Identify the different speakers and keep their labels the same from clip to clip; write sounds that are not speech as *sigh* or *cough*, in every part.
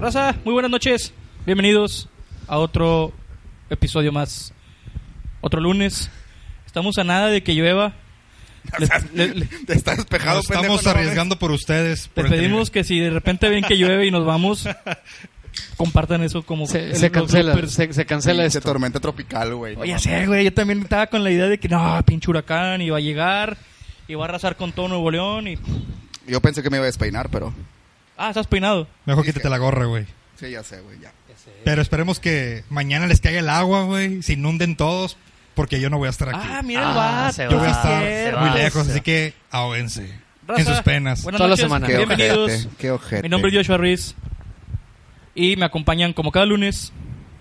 Speaker 1: Raza, muy buenas noches. Bienvenidos a otro episodio más. Otro lunes. Estamos a nada de que
Speaker 2: *laughs*
Speaker 1: llueva.
Speaker 3: O
Speaker 1: Le-
Speaker 3: sea,
Speaker 1: le- le-
Speaker 3: te está despejado,
Speaker 2: Nos
Speaker 3: pendejo,
Speaker 2: estamos
Speaker 3: no mames.
Speaker 2: arriesgando por ustedes. por
Speaker 1: Les
Speaker 2: el
Speaker 1: pedimos
Speaker 2: teniente.
Speaker 1: que si de repente ven que llueve y nos vamos,
Speaker 2: *laughs*
Speaker 1: compartan eso como
Speaker 4: Se,
Speaker 1: el-
Speaker 4: se
Speaker 1: los
Speaker 4: cancela,
Speaker 1: bloopers.
Speaker 4: se, se cancela
Speaker 3: Pinche
Speaker 4: esto.
Speaker 3: tormenta tropical, güey. No
Speaker 1: Oye, ya
Speaker 3: mames.
Speaker 1: sé, güey, yo también estaba con la idea de que no, pinche huracán, iba a llegar, iba a arrasar con todo Nuevo León y...
Speaker 3: Yo pensé que me iba a despeinar, pero.
Speaker 1: Ah, estás peinado.
Speaker 2: Mejor
Speaker 3: Dije.
Speaker 2: quítate la gorra, güey.
Speaker 1: Eh.
Speaker 3: Sí, ya sé, güey, ya.
Speaker 2: Pero esperemos que mañana les caiga el agua, güey. Se inunden todos. Porque yo no voy a estar aquí.
Speaker 1: Ah, mira el
Speaker 4: Ah,
Speaker 1: vato,
Speaker 4: se
Speaker 2: yo voy a
Speaker 4: va,
Speaker 1: sí
Speaker 2: estar
Speaker 4: se
Speaker 1: cierto.
Speaker 2: muy
Speaker 4: va,
Speaker 2: lejos.
Speaker 4: se
Speaker 2: Así
Speaker 4: va.
Speaker 2: que ahóguense.
Speaker 1: Raza,
Speaker 2: en sus penas.
Speaker 1: buenas
Speaker 4: Toda la
Speaker 1: noches,
Speaker 4: semana.
Speaker 3: Qué
Speaker 1: Bienvenidos.
Speaker 3: ojete. Qué ojete.
Speaker 1: Mi nombre es Joshua Ruiz y me acompañan como cada lunes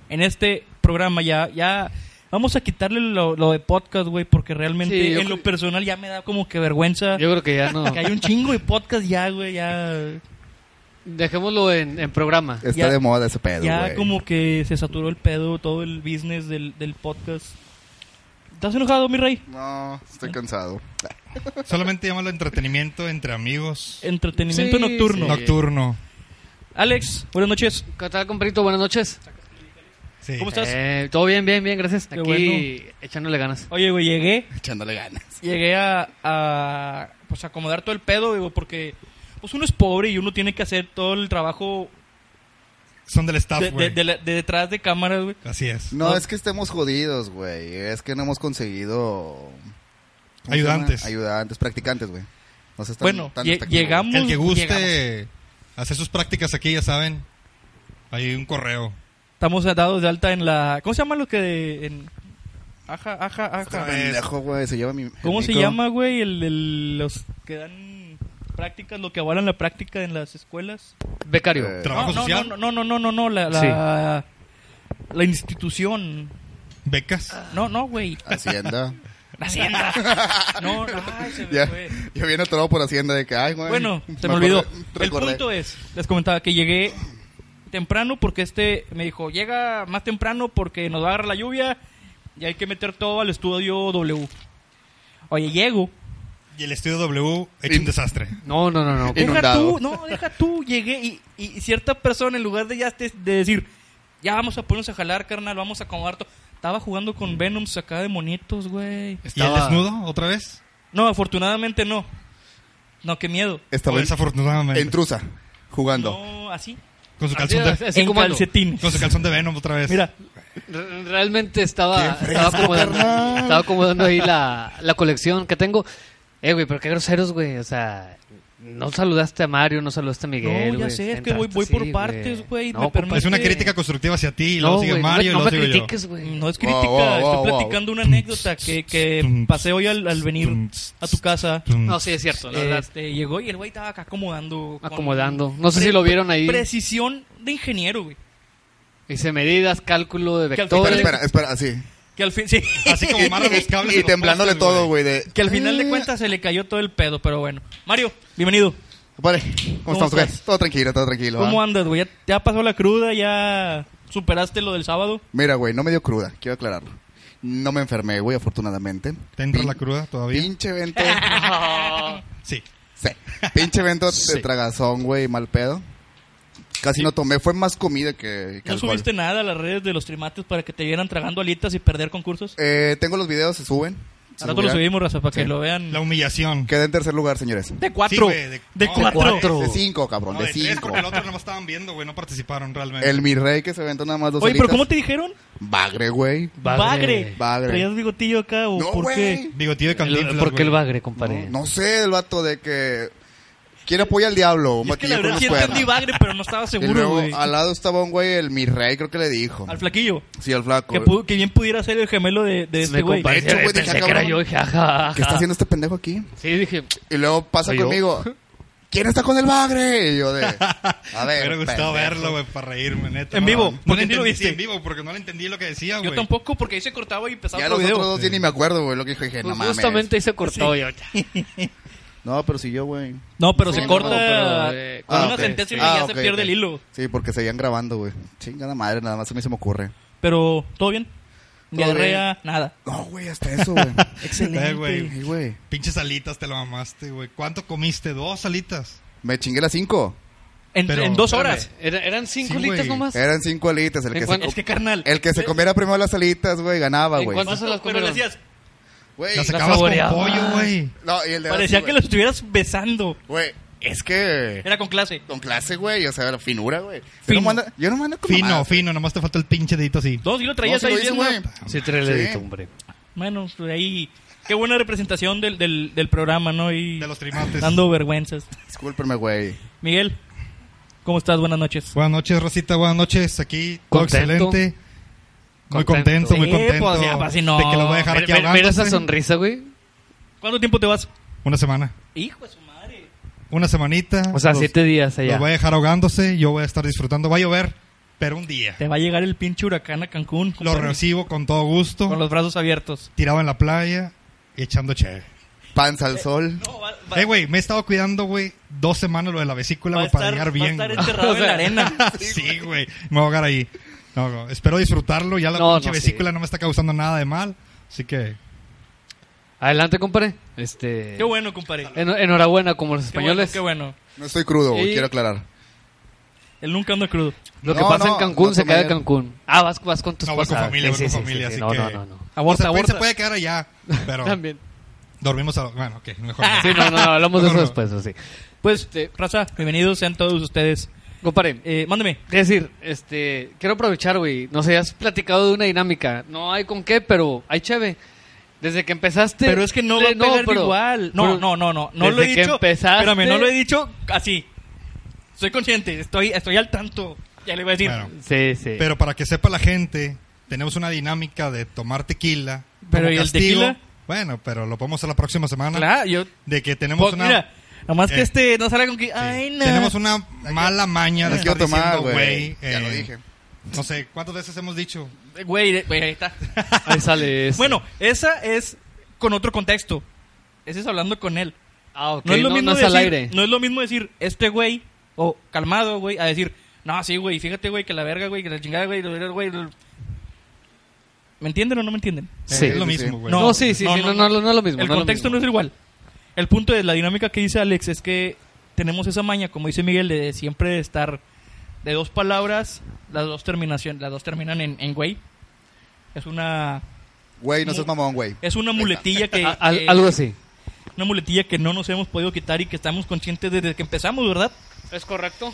Speaker 1: en este programa ya ya vamos a quitarle lo, lo de podcast, güey, porque realmente
Speaker 4: Sí, yo
Speaker 1: en lo
Speaker 4: cre-
Speaker 1: personal ya me da como que vergüenza
Speaker 4: Yo creo que
Speaker 1: *laughs*
Speaker 4: ya no.
Speaker 1: que hay un chingo de podcast ya, güey, ya
Speaker 4: Dejémoslo en, en programa.
Speaker 3: Está
Speaker 1: Ya-
Speaker 3: de moda ese pedo,
Speaker 1: ya
Speaker 3: güey.
Speaker 1: como que se saturó el pedo todo el business del, del podcast. ¿Estás enojado, mi rey?
Speaker 3: No, estoy cansado. *laughs*
Speaker 2: Solamente llámalo entretenimiento entre amigos.
Speaker 1: Entretenimiento
Speaker 4: Sí,
Speaker 1: nocturno.
Speaker 4: sí.
Speaker 2: Nocturno.
Speaker 1: Alex, buenas noches.
Speaker 4: ¿Qué tal, compadrito? Buenas noches.
Speaker 2: Sí.
Speaker 1: ¿Cómo estás?
Speaker 4: Eh, Todo bien, bien, bien, gracias.
Speaker 1: Qué
Speaker 4: Aquí
Speaker 1: bueno.
Speaker 4: echándole ganas.
Speaker 1: Oye, güey, llegué
Speaker 3: Echándole ganas.
Speaker 1: llegué a, a, pues acomodar todo el pedo, digo, porque pues uno es pobre y uno tiene que hacer todo el trabajo
Speaker 2: Son del staff,
Speaker 1: de,
Speaker 2: güey.
Speaker 1: de- de la- de detrás de cámaras, güey.
Speaker 2: Así es.
Speaker 3: No,
Speaker 1: No.
Speaker 3: es que estemos jodidos, güey. Es que no hemos conseguido. ¿cómo se
Speaker 2: Ayudantes.
Speaker 3: llama? Ayudantes, practicantes, güey. No seas tan-
Speaker 1: Bueno,
Speaker 3: tan
Speaker 1: lle-
Speaker 3: despectivo,
Speaker 1: Mm, llegamos-
Speaker 2: El que guste
Speaker 1: Llegamos.
Speaker 2: hacer sus prácticas aquí, ya saben. Hay un correo.
Speaker 1: Estamos dados de alta en la ¿Cómo se llama lo que de- en Aja, aja,
Speaker 3: güey.
Speaker 1: aja.
Speaker 2: Otra vez.
Speaker 3: Pendejo, güey. Se lleva mi. el
Speaker 1: ¿Cómo se
Speaker 3: micro.
Speaker 1: llama, güey? El, el- los que dan prácticas, lo que avalan la práctica en las escuelas.
Speaker 4: Becario.
Speaker 3: Eh,
Speaker 2: Trabajo
Speaker 1: no, no,
Speaker 2: social.
Speaker 1: No, no, no, no, no, no, la la, la institución.
Speaker 2: Becas.
Speaker 1: No, no, güey.
Speaker 3: Hacienda.
Speaker 1: La
Speaker 2: *laughs*
Speaker 1: hacienda. No, no, ay, se me
Speaker 3: ya,
Speaker 1: fue.
Speaker 3: yo viene atorado por Hacienda de que, ay, güey.
Speaker 1: Bueno, se me
Speaker 3: acordé-
Speaker 1: olvidó. El
Speaker 3: recordé.
Speaker 1: punto es, les comentaba que llegué temprano porque este me dijo, llega más temprano porque nos va a agarrar la lluvia y hay que meter todo al estudio W. Oye, llego.
Speaker 2: Y el estudio W hecho
Speaker 3: Y-
Speaker 2: un desastre.
Speaker 4: No, no, no, no.
Speaker 3: Eh,
Speaker 1: Deja
Speaker 3: Inundado.
Speaker 1: tú, no, deja tú, llegué y, y cierta persona en lugar de ya este- de decir, ya vamos a ponernos a jalar, carnal, vamos a acomodar todo. Estaba jugando con Venoms acá de monitos, güey.
Speaker 2: ¿Y el
Speaker 4: Estaba-
Speaker 2: desnudo otra vez?
Speaker 1: No, afortunadamente no. No, qué miedo.
Speaker 3: Estaba
Speaker 2: O
Speaker 3: en-
Speaker 2: desafortunadamente.
Speaker 3: en Trusa, jugando.
Speaker 1: No, así.
Speaker 2: Con su
Speaker 4: Así-
Speaker 2: calzón de,
Speaker 4: así
Speaker 1: en
Speaker 4: como ando.
Speaker 1: calcetines.
Speaker 2: con su calzón de Venom otra vez.
Speaker 1: Mira,
Speaker 4: Re- Realmente estaba,
Speaker 3: Qué
Speaker 4: estaba,
Speaker 3: fresco,
Speaker 4: acomodando,
Speaker 3: carnal.
Speaker 4: estaba acomodando ahí la, la colección que tengo. Eh, güey, pero qué groseros, güey. O sea, no saludaste a Mario, no saludaste a Miguel.
Speaker 1: No, ya
Speaker 4: güey.
Speaker 1: sé, es que
Speaker 4: Entraste
Speaker 1: voy- voy
Speaker 4: así,
Speaker 1: por partes, güey, me
Speaker 4: No, compa,
Speaker 2: Es una
Speaker 1: Aparte-
Speaker 2: crítica constructiva hacia ti y
Speaker 4: no,
Speaker 2: luego sigue
Speaker 4: güey, no me-
Speaker 2: Mario
Speaker 4: no
Speaker 2: y luego
Speaker 4: me
Speaker 2: sigo yo.
Speaker 4: critiques, güey.
Speaker 1: No es
Speaker 3: Wow,
Speaker 1: crítica,
Speaker 3: wow, wow,
Speaker 1: estoy
Speaker 3: wow.
Speaker 1: platicando una anécdota que, que pasé hoy al, al venir a tu casa.
Speaker 2: Mm.
Speaker 4: No, sí, es cierto. la verdad.
Speaker 1: Este, llegó y el güey estaba acá acomodando. con-
Speaker 4: Acomodando. No sé si lo vieron ahí.
Speaker 1: Precisión de ingeniero, güey.
Speaker 4: Hice medidas, cálculo de
Speaker 1: Que al
Speaker 4: vectores.
Speaker 3: Espera, espera, espera, así.
Speaker 1: Que al,
Speaker 4: *laughs*
Speaker 1: fin, sí,
Speaker 2: Así como amarran los cables.
Speaker 3: Y
Speaker 2: de los
Speaker 3: temblándole
Speaker 2: postes,
Speaker 3: todo, güey. De... "Mm,
Speaker 1: que al final
Speaker 4: Ah.
Speaker 1: de cuentas se le cayó todo el pedo, pero bueno. Mario, bienvenido.
Speaker 3: Vale, ¿cómo,
Speaker 1: ¿Cómo
Speaker 3: estamos? güey?
Speaker 1: estás?
Speaker 3: Todo tranquilo, todo tranquilo.
Speaker 1: ¿Cómo
Speaker 3: ¿ah?
Speaker 1: andas, güey? ¿Ya, ya pasó la cruda? ¿Ya superaste lo del sábado?
Speaker 3: Mira, güey, no me dio cruda, quiero aclararlo. No me enfermé, güey, afortunadamente.
Speaker 2: ¿Te entra
Speaker 3: Pin-
Speaker 2: la cruda todavía?
Speaker 1: *laughs*
Speaker 3: Pinche evento.
Speaker 2: Sí.
Speaker 3: sí. Pinche evento de
Speaker 4: Sí.
Speaker 3: tragazón, güey, mal pedo. Casi no tomé, fue más comida que, que
Speaker 1: ¿No
Speaker 3: alcohol.
Speaker 1: subiste nada a las redes de los trimates para que te vieran tragando alitas y perder concursos?
Speaker 3: Eh, tengo los videos, se suben. Se
Speaker 1: Ahora lo
Speaker 3: subirán.
Speaker 1: subimos, Raza, para que
Speaker 3: Sí.
Speaker 1: lo vean.
Speaker 2: La humillación.
Speaker 3: Quedé en tercer lugar, señores.
Speaker 1: De cuatro.
Speaker 2: Sí, güey,
Speaker 1: de,
Speaker 2: de- no, de
Speaker 1: cuatro.
Speaker 4: cuatro.
Speaker 3: De cinco, cabrón,
Speaker 2: No,
Speaker 3: de,
Speaker 2: de tres,
Speaker 3: cinco.
Speaker 2: porque el otro nomás estaban viendo, güey. No participaron realmente.
Speaker 3: El mi rey que se aventó nada más dos
Speaker 1: Oye, pero
Speaker 3: horitas.
Speaker 1: ¿cómo te dijeron?
Speaker 3: Bagre, güey.
Speaker 1: Bagre.
Speaker 3: Bagre.
Speaker 1: ¿Traías bigotillo acá o
Speaker 3: No,
Speaker 1: por qué?
Speaker 3: güey.
Speaker 2: Digo, tío de Cantinflas,
Speaker 4: El- ¿Por qué el
Speaker 2: güey.
Speaker 4: bagre, compadre?
Speaker 3: No sé, el vato de que... Quiere apoyar al diablo, un
Speaker 1: Y es que
Speaker 3: batillo
Speaker 1: la
Speaker 3: con
Speaker 1: verdad
Speaker 3: los
Speaker 1: sí entendí
Speaker 3: cuernos.
Speaker 1: bagre, pero no estaba
Speaker 3: *laughs* y
Speaker 1: seguro,
Speaker 3: luego
Speaker 1: güey.
Speaker 3: al lado estaba un güey, el mi rey, creo que le dijo.
Speaker 1: Al flaquillo.
Speaker 3: Sí, al flaco.
Speaker 1: Que, pudo- que bien pudiera ser el gemelo de, de este
Speaker 4: me
Speaker 1: güey.
Speaker 4: comparé,
Speaker 3: De hecho, güey,
Speaker 4: pensé
Speaker 3: dije,
Speaker 4: que era
Speaker 3: cabrón,
Speaker 4: yo, dije, ajá,
Speaker 3: ¿Qué está
Speaker 4: ajá.
Speaker 3: haciendo este pendejo aquí?
Speaker 4: Sí, dije,
Speaker 3: Y luego pasa
Speaker 4: Soy yo.
Speaker 3: conmigo. ¿Quién está con el bagre? Y
Speaker 1: *laughs*
Speaker 3: yo de. A
Speaker 2: Me
Speaker 3: ver.
Speaker 2: hubiera
Speaker 3: pendejo.
Speaker 2: gustado verlo, güey, para reírme, neta.
Speaker 1: En
Speaker 2: No,
Speaker 1: vivo,
Speaker 2: No,
Speaker 1: porque
Speaker 2: le
Speaker 1: sí lo
Speaker 2: entendí,
Speaker 1: viste.
Speaker 2: sí, en vivo, porque no le entendí lo que decía, güey.
Speaker 1: Yo tampoco, porque ahí se cortaba y empezaba
Speaker 3: Ya
Speaker 1: otro
Speaker 3: los
Speaker 1: video.
Speaker 3: otros dos ya ni me acuerdo, güey, lo que dije.
Speaker 1: Pues
Speaker 3: No mames.
Speaker 4: justamente ahí se cortó yo.
Speaker 3: No, pero si yo, güey.
Speaker 1: No, pero
Speaker 3: Sí,
Speaker 1: se
Speaker 3: no,
Speaker 1: corta
Speaker 4: pero, eh,
Speaker 1: con
Speaker 4: ah,
Speaker 1: una
Speaker 3: ok.
Speaker 1: sentencia y
Speaker 3: Ah,
Speaker 1: ya
Speaker 3: ok,
Speaker 1: se pierde
Speaker 3: ok.
Speaker 1: el hilo.
Speaker 3: Sí, porque seguían grabando, güey. Chingada madre, nada más a mí se me ocurre.
Speaker 1: Pero, ¿todo bien?
Speaker 3: Todo
Speaker 1: Diarrea, nada.
Speaker 3: No, güey, hasta eso, güey.
Speaker 2: Eh, güey.
Speaker 3: Sí, güey.
Speaker 2: Pinches alitas te lo mamaste, güey. ¿Cuánto comiste? ¿Dos alitas?
Speaker 3: Me chingué las cinco.
Speaker 1: En,
Speaker 2: Pero,
Speaker 1: en dos
Speaker 4: Espérame,
Speaker 1: horas.
Speaker 4: era- eran cinco
Speaker 2: Sí,
Speaker 4: alitas
Speaker 2: güey.
Speaker 4: nomás.
Speaker 3: Eran cinco alitas. El
Speaker 4: ¿En
Speaker 3: que, se,
Speaker 4: cuánto?
Speaker 1: Es que, carnal. Eh,
Speaker 3: el que se comiera primero las alitas, güey, ganaba,
Speaker 4: ¿En
Speaker 3: güey.
Speaker 4: cuánto? se las
Speaker 1: Pero le
Speaker 4: comieron.
Speaker 1: hacías-
Speaker 3: Güey,
Speaker 2: Las
Speaker 4: la
Speaker 2: acabas con
Speaker 4: saboreaba.
Speaker 2: pollo, güey.
Speaker 3: no, y el de
Speaker 1: Parecía
Speaker 3: así,
Speaker 1: que lo
Speaker 3: güey.
Speaker 1: estuvieras besando.
Speaker 3: Güey, es que...
Speaker 1: Era con clase.
Speaker 3: Con clase, güey, o sea, la finura, güey. Yo
Speaker 2: Fino.
Speaker 3: no mando, yo no mando con
Speaker 2: Fino,
Speaker 3: mamadas.
Speaker 2: fino, nomás te falta el pinche dedito así.
Speaker 1: Dos, y lo
Speaker 3: No,
Speaker 1: traías
Speaker 3: si lo
Speaker 1: ahí
Speaker 3: dices,
Speaker 1: bien,
Speaker 3: güey.
Speaker 1: güey.
Speaker 4: Sí, trae el
Speaker 3: Sí.
Speaker 4: dedito, hombre.
Speaker 1: Bueno, pues, ahí. Qué buena representación del, del, del programa, ¿no? Y
Speaker 2: De los trimates.
Speaker 1: dando vergüenzas.
Speaker 3: Discúlpeme, güey.
Speaker 1: Miguel, ¿cómo estás? Buenas noches.
Speaker 2: Buenas noches, Rosita, buenas noches. Aquí, todo
Speaker 4: Contento.
Speaker 2: excelente. Muy
Speaker 4: Contento.
Speaker 2: contento, muy
Speaker 1: Sí,
Speaker 2: contento.
Speaker 1: pues, ya, pues, si no.
Speaker 2: De que lo voy a dejar
Speaker 4: Mira,
Speaker 2: aquí
Speaker 4: mira- mira esa
Speaker 2: ahogándose.
Speaker 4: sonrisa, güey.
Speaker 1: ¿Cuánto tiempo te vas?
Speaker 2: Una semana.
Speaker 1: Hijo de su madre.
Speaker 2: Una semanita.
Speaker 4: O sea,
Speaker 2: Los-
Speaker 4: siete días allá.
Speaker 2: Los voy a dejar ahogándose. Yo voy a estar disfrutando. Va a llover, pero un día.
Speaker 1: Te va a llegar el pinche huracán a Cancún.
Speaker 2: Lo
Speaker 1: compadre.
Speaker 2: recibo con todo
Speaker 1: Con
Speaker 2: gusto.
Speaker 1: los brazos abiertos.
Speaker 2: Tirado en la playa y echando cheve.
Speaker 3: Panza al sol.
Speaker 1: No, va,
Speaker 2: Eh, güey, me he estado cuidando, güey, dos semanas lo de la vesícula,
Speaker 1: va a
Speaker 2: güey, para
Speaker 1: estar-
Speaker 2: llegar
Speaker 1: va a estar
Speaker 2: bien.
Speaker 1: *laughs*
Speaker 2: güey. *laughs*
Speaker 1: enterrado
Speaker 4: O sea,
Speaker 1: en la arena.
Speaker 2: sí, güey. Me voy a ahogar ahí. No, no, espero disfrutarlo. Ya la
Speaker 4: No,
Speaker 2: pinche
Speaker 4: no, sí.
Speaker 2: vesícula no me está causando nada de mal. Así que
Speaker 4: Adelante, compadre. Este,
Speaker 1: Qué bueno, compadre.
Speaker 4: en- enhorabuena, como los
Speaker 1: Qué bueno,
Speaker 4: españoles.
Speaker 1: qué bueno.
Speaker 3: No estoy crudo, güey,
Speaker 4: Y-
Speaker 3: quiero aclarar.
Speaker 1: Él nunca anda crudo.
Speaker 4: Lo que
Speaker 3: No,
Speaker 4: pasa en
Speaker 3: no,
Speaker 4: Cancún
Speaker 3: no
Speaker 4: se
Speaker 3: come
Speaker 4: queda en
Speaker 3: bien.
Speaker 4: Cancún. Ah, vas, vas con tus
Speaker 2: No, voy con familia, voy con familia, así
Speaker 4: no,
Speaker 2: que-
Speaker 4: no, no, no.
Speaker 2: o sea,
Speaker 1: Aborta,
Speaker 2: Fede
Speaker 1: aborta.
Speaker 2: se puede quedar allá,
Speaker 1: *laughs*
Speaker 2: pero
Speaker 4: También.
Speaker 2: dormimos a... Bueno, ok, mejor.
Speaker 1: Ah.
Speaker 2: no.
Speaker 4: Sí, no, no, no, hablamos de
Speaker 2: No, no.
Speaker 4: eso después, sí.
Speaker 1: Pues, raza, bienvenidos sean todos ustedes.
Speaker 4: Compadre,
Speaker 1: Eh, mándeme.
Speaker 4: Es decir, este, quiero aprovechar, güey. Nos habías platicado de una dinámica. No hay con qué, pero hay cheve. Desde que empezaste.
Speaker 1: Pero es que no va a
Speaker 4: le-
Speaker 1: pegar
Speaker 4: pero-
Speaker 1: igual. No,
Speaker 4: pero-
Speaker 1: no, no, no. No lo he
Speaker 4: desde que
Speaker 1: dicho.
Speaker 4: empezaste-
Speaker 1: Espérame, no lo he dicho así. Soy consciente, estoy, estoy al tanto. Ya le voy a decir.
Speaker 2: Bueno,
Speaker 4: Sí, sí.
Speaker 2: Pero para que sepa la gente, tenemos una dinámica de tomar tequila.
Speaker 1: Pero,
Speaker 2: como
Speaker 1: ¿y el tequila?
Speaker 2: Bueno, pero lo podemos hacer la próxima semana.
Speaker 1: claro, yo.
Speaker 2: De que tenemos
Speaker 1: Pues,
Speaker 2: una...
Speaker 1: Mira, nomás que
Speaker 2: Eh.
Speaker 1: este no salga con que.
Speaker 2: sí,
Speaker 1: Ay, no.
Speaker 2: Tenemos una mala maña de
Speaker 3: No quiero
Speaker 2: estar
Speaker 3: tomar,
Speaker 2: diciendo,
Speaker 3: güey.
Speaker 2: güey.
Speaker 3: Ya
Speaker 2: eh,
Speaker 3: lo dije.
Speaker 2: No sé, ¿cuántas veces hemos dicho?
Speaker 1: Eh, Güey, de- güey, *laughs* ahí está. *laughs*
Speaker 4: Ahí sale este. eso.
Speaker 1: bueno, esa es con otro contexto. Ese es hablando con él.
Speaker 4: Ah, ok,
Speaker 1: No es lo mismo
Speaker 4: es
Speaker 1: decir,
Speaker 4: al aire.
Speaker 1: No es lo mismo decir este güey o calmado, güey, a decir, no, sí, güey, fíjate, güey, que la verga, güey, que la chingada, güey, lo- lo- güey. lo-". ¿Me entienden o no me entienden?
Speaker 2: Eh,
Speaker 4: Sí.
Speaker 2: es lo
Speaker 3: Sí, sí.
Speaker 2: mismo, güey.
Speaker 4: No, sí, sí,
Speaker 1: no,
Speaker 4: sí.
Speaker 1: no,
Speaker 4: No, no, no, no es lo mismo.
Speaker 1: El
Speaker 4: no es lo
Speaker 1: contexto no
Speaker 4: mismo.
Speaker 1: es igual. El punto es, la dinámica que dice Alex es que tenemos esa maña, como dice Miguel, de siempre estar de dos palabras, las dos terminación, las dos terminan en, en güey. Es una
Speaker 3: Güey, no seas mamón, güey.
Speaker 1: es una muletilla que,
Speaker 4: A- al-
Speaker 1: que-
Speaker 4: algo así.
Speaker 1: una muletilla que no nos hemos podido quitar y que estamos conscientes desde que empezamos, ¿verdad?
Speaker 4: ¿Es correcto?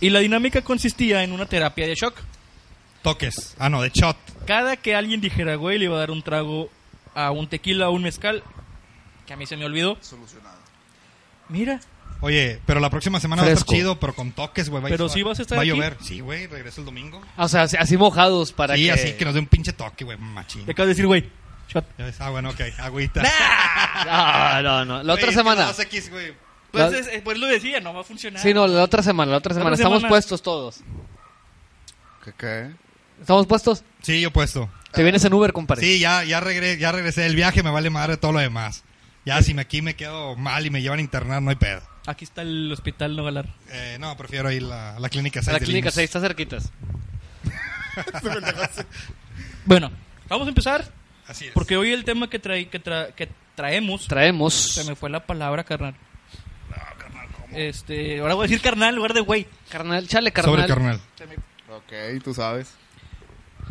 Speaker 1: Y la dinámica consistía en una terapia de shock.
Speaker 2: Toques. Ah, no, de shot.
Speaker 1: Cada que alguien dijera, güey, le iba a dar un trago a un tequila o un mezcal, que a mí se me olvidó.
Speaker 3: Solucionado.
Speaker 1: Mira,
Speaker 2: Oye, pero la próxima semana va a
Speaker 4: Fresco.
Speaker 2: estar chido, pero con toques, güey. va a-
Speaker 1: Pero sí vas a estar
Speaker 2: Va a
Speaker 1: aquí.
Speaker 2: llover. Sí, güey, regreso el domingo.
Speaker 4: O sea, así, así mojados para
Speaker 2: sí,
Speaker 4: que.
Speaker 2: así que nos dé un pinche toque, güey, machín.
Speaker 1: te acabo de decir, güey, shot.
Speaker 2: Ya ves, Ah, bueno, ok, agüita.
Speaker 4: Ah, no, no. La otra
Speaker 2: Güey,
Speaker 4: semana.
Speaker 2: dos X, güey.
Speaker 1: Pues,
Speaker 4: La-
Speaker 1: es- eh, pues lo decía, no va a funcionar.
Speaker 4: Sí, no, la otra semana, la otra semana. Estamos
Speaker 1: semana.
Speaker 4: puestos todos.
Speaker 3: ¿Qué qué?
Speaker 4: Estamos puestos.
Speaker 2: Sí, yo puesto.
Speaker 1: Ah.
Speaker 4: Te vienes en Uber, compadre.
Speaker 2: Sí, ya, ya, regre- ya regresé del viaje, me vale madre todo lo demás. Ya, si me aquí me quedo mal y me llevan a internar, no hay pedo.
Speaker 1: Aquí está el hospital no galar.
Speaker 2: Eh, no, prefiero ir a la, la clínica 6
Speaker 4: La
Speaker 2: *laughs*
Speaker 4: clínica 6 está cerquitas.
Speaker 1: Bueno, vamos a empezar
Speaker 2: Así es.
Speaker 1: porque hoy el tema que trae que, tra- que traemos se
Speaker 4: Traemos.
Speaker 1: me fue la palabra, carnal. Este, ahora voy a decir carnal en lugar de güey.
Speaker 4: Carnal, chale,
Speaker 2: Sobre
Speaker 4: carnal.
Speaker 2: carnal.
Speaker 3: Ok, tú sabes.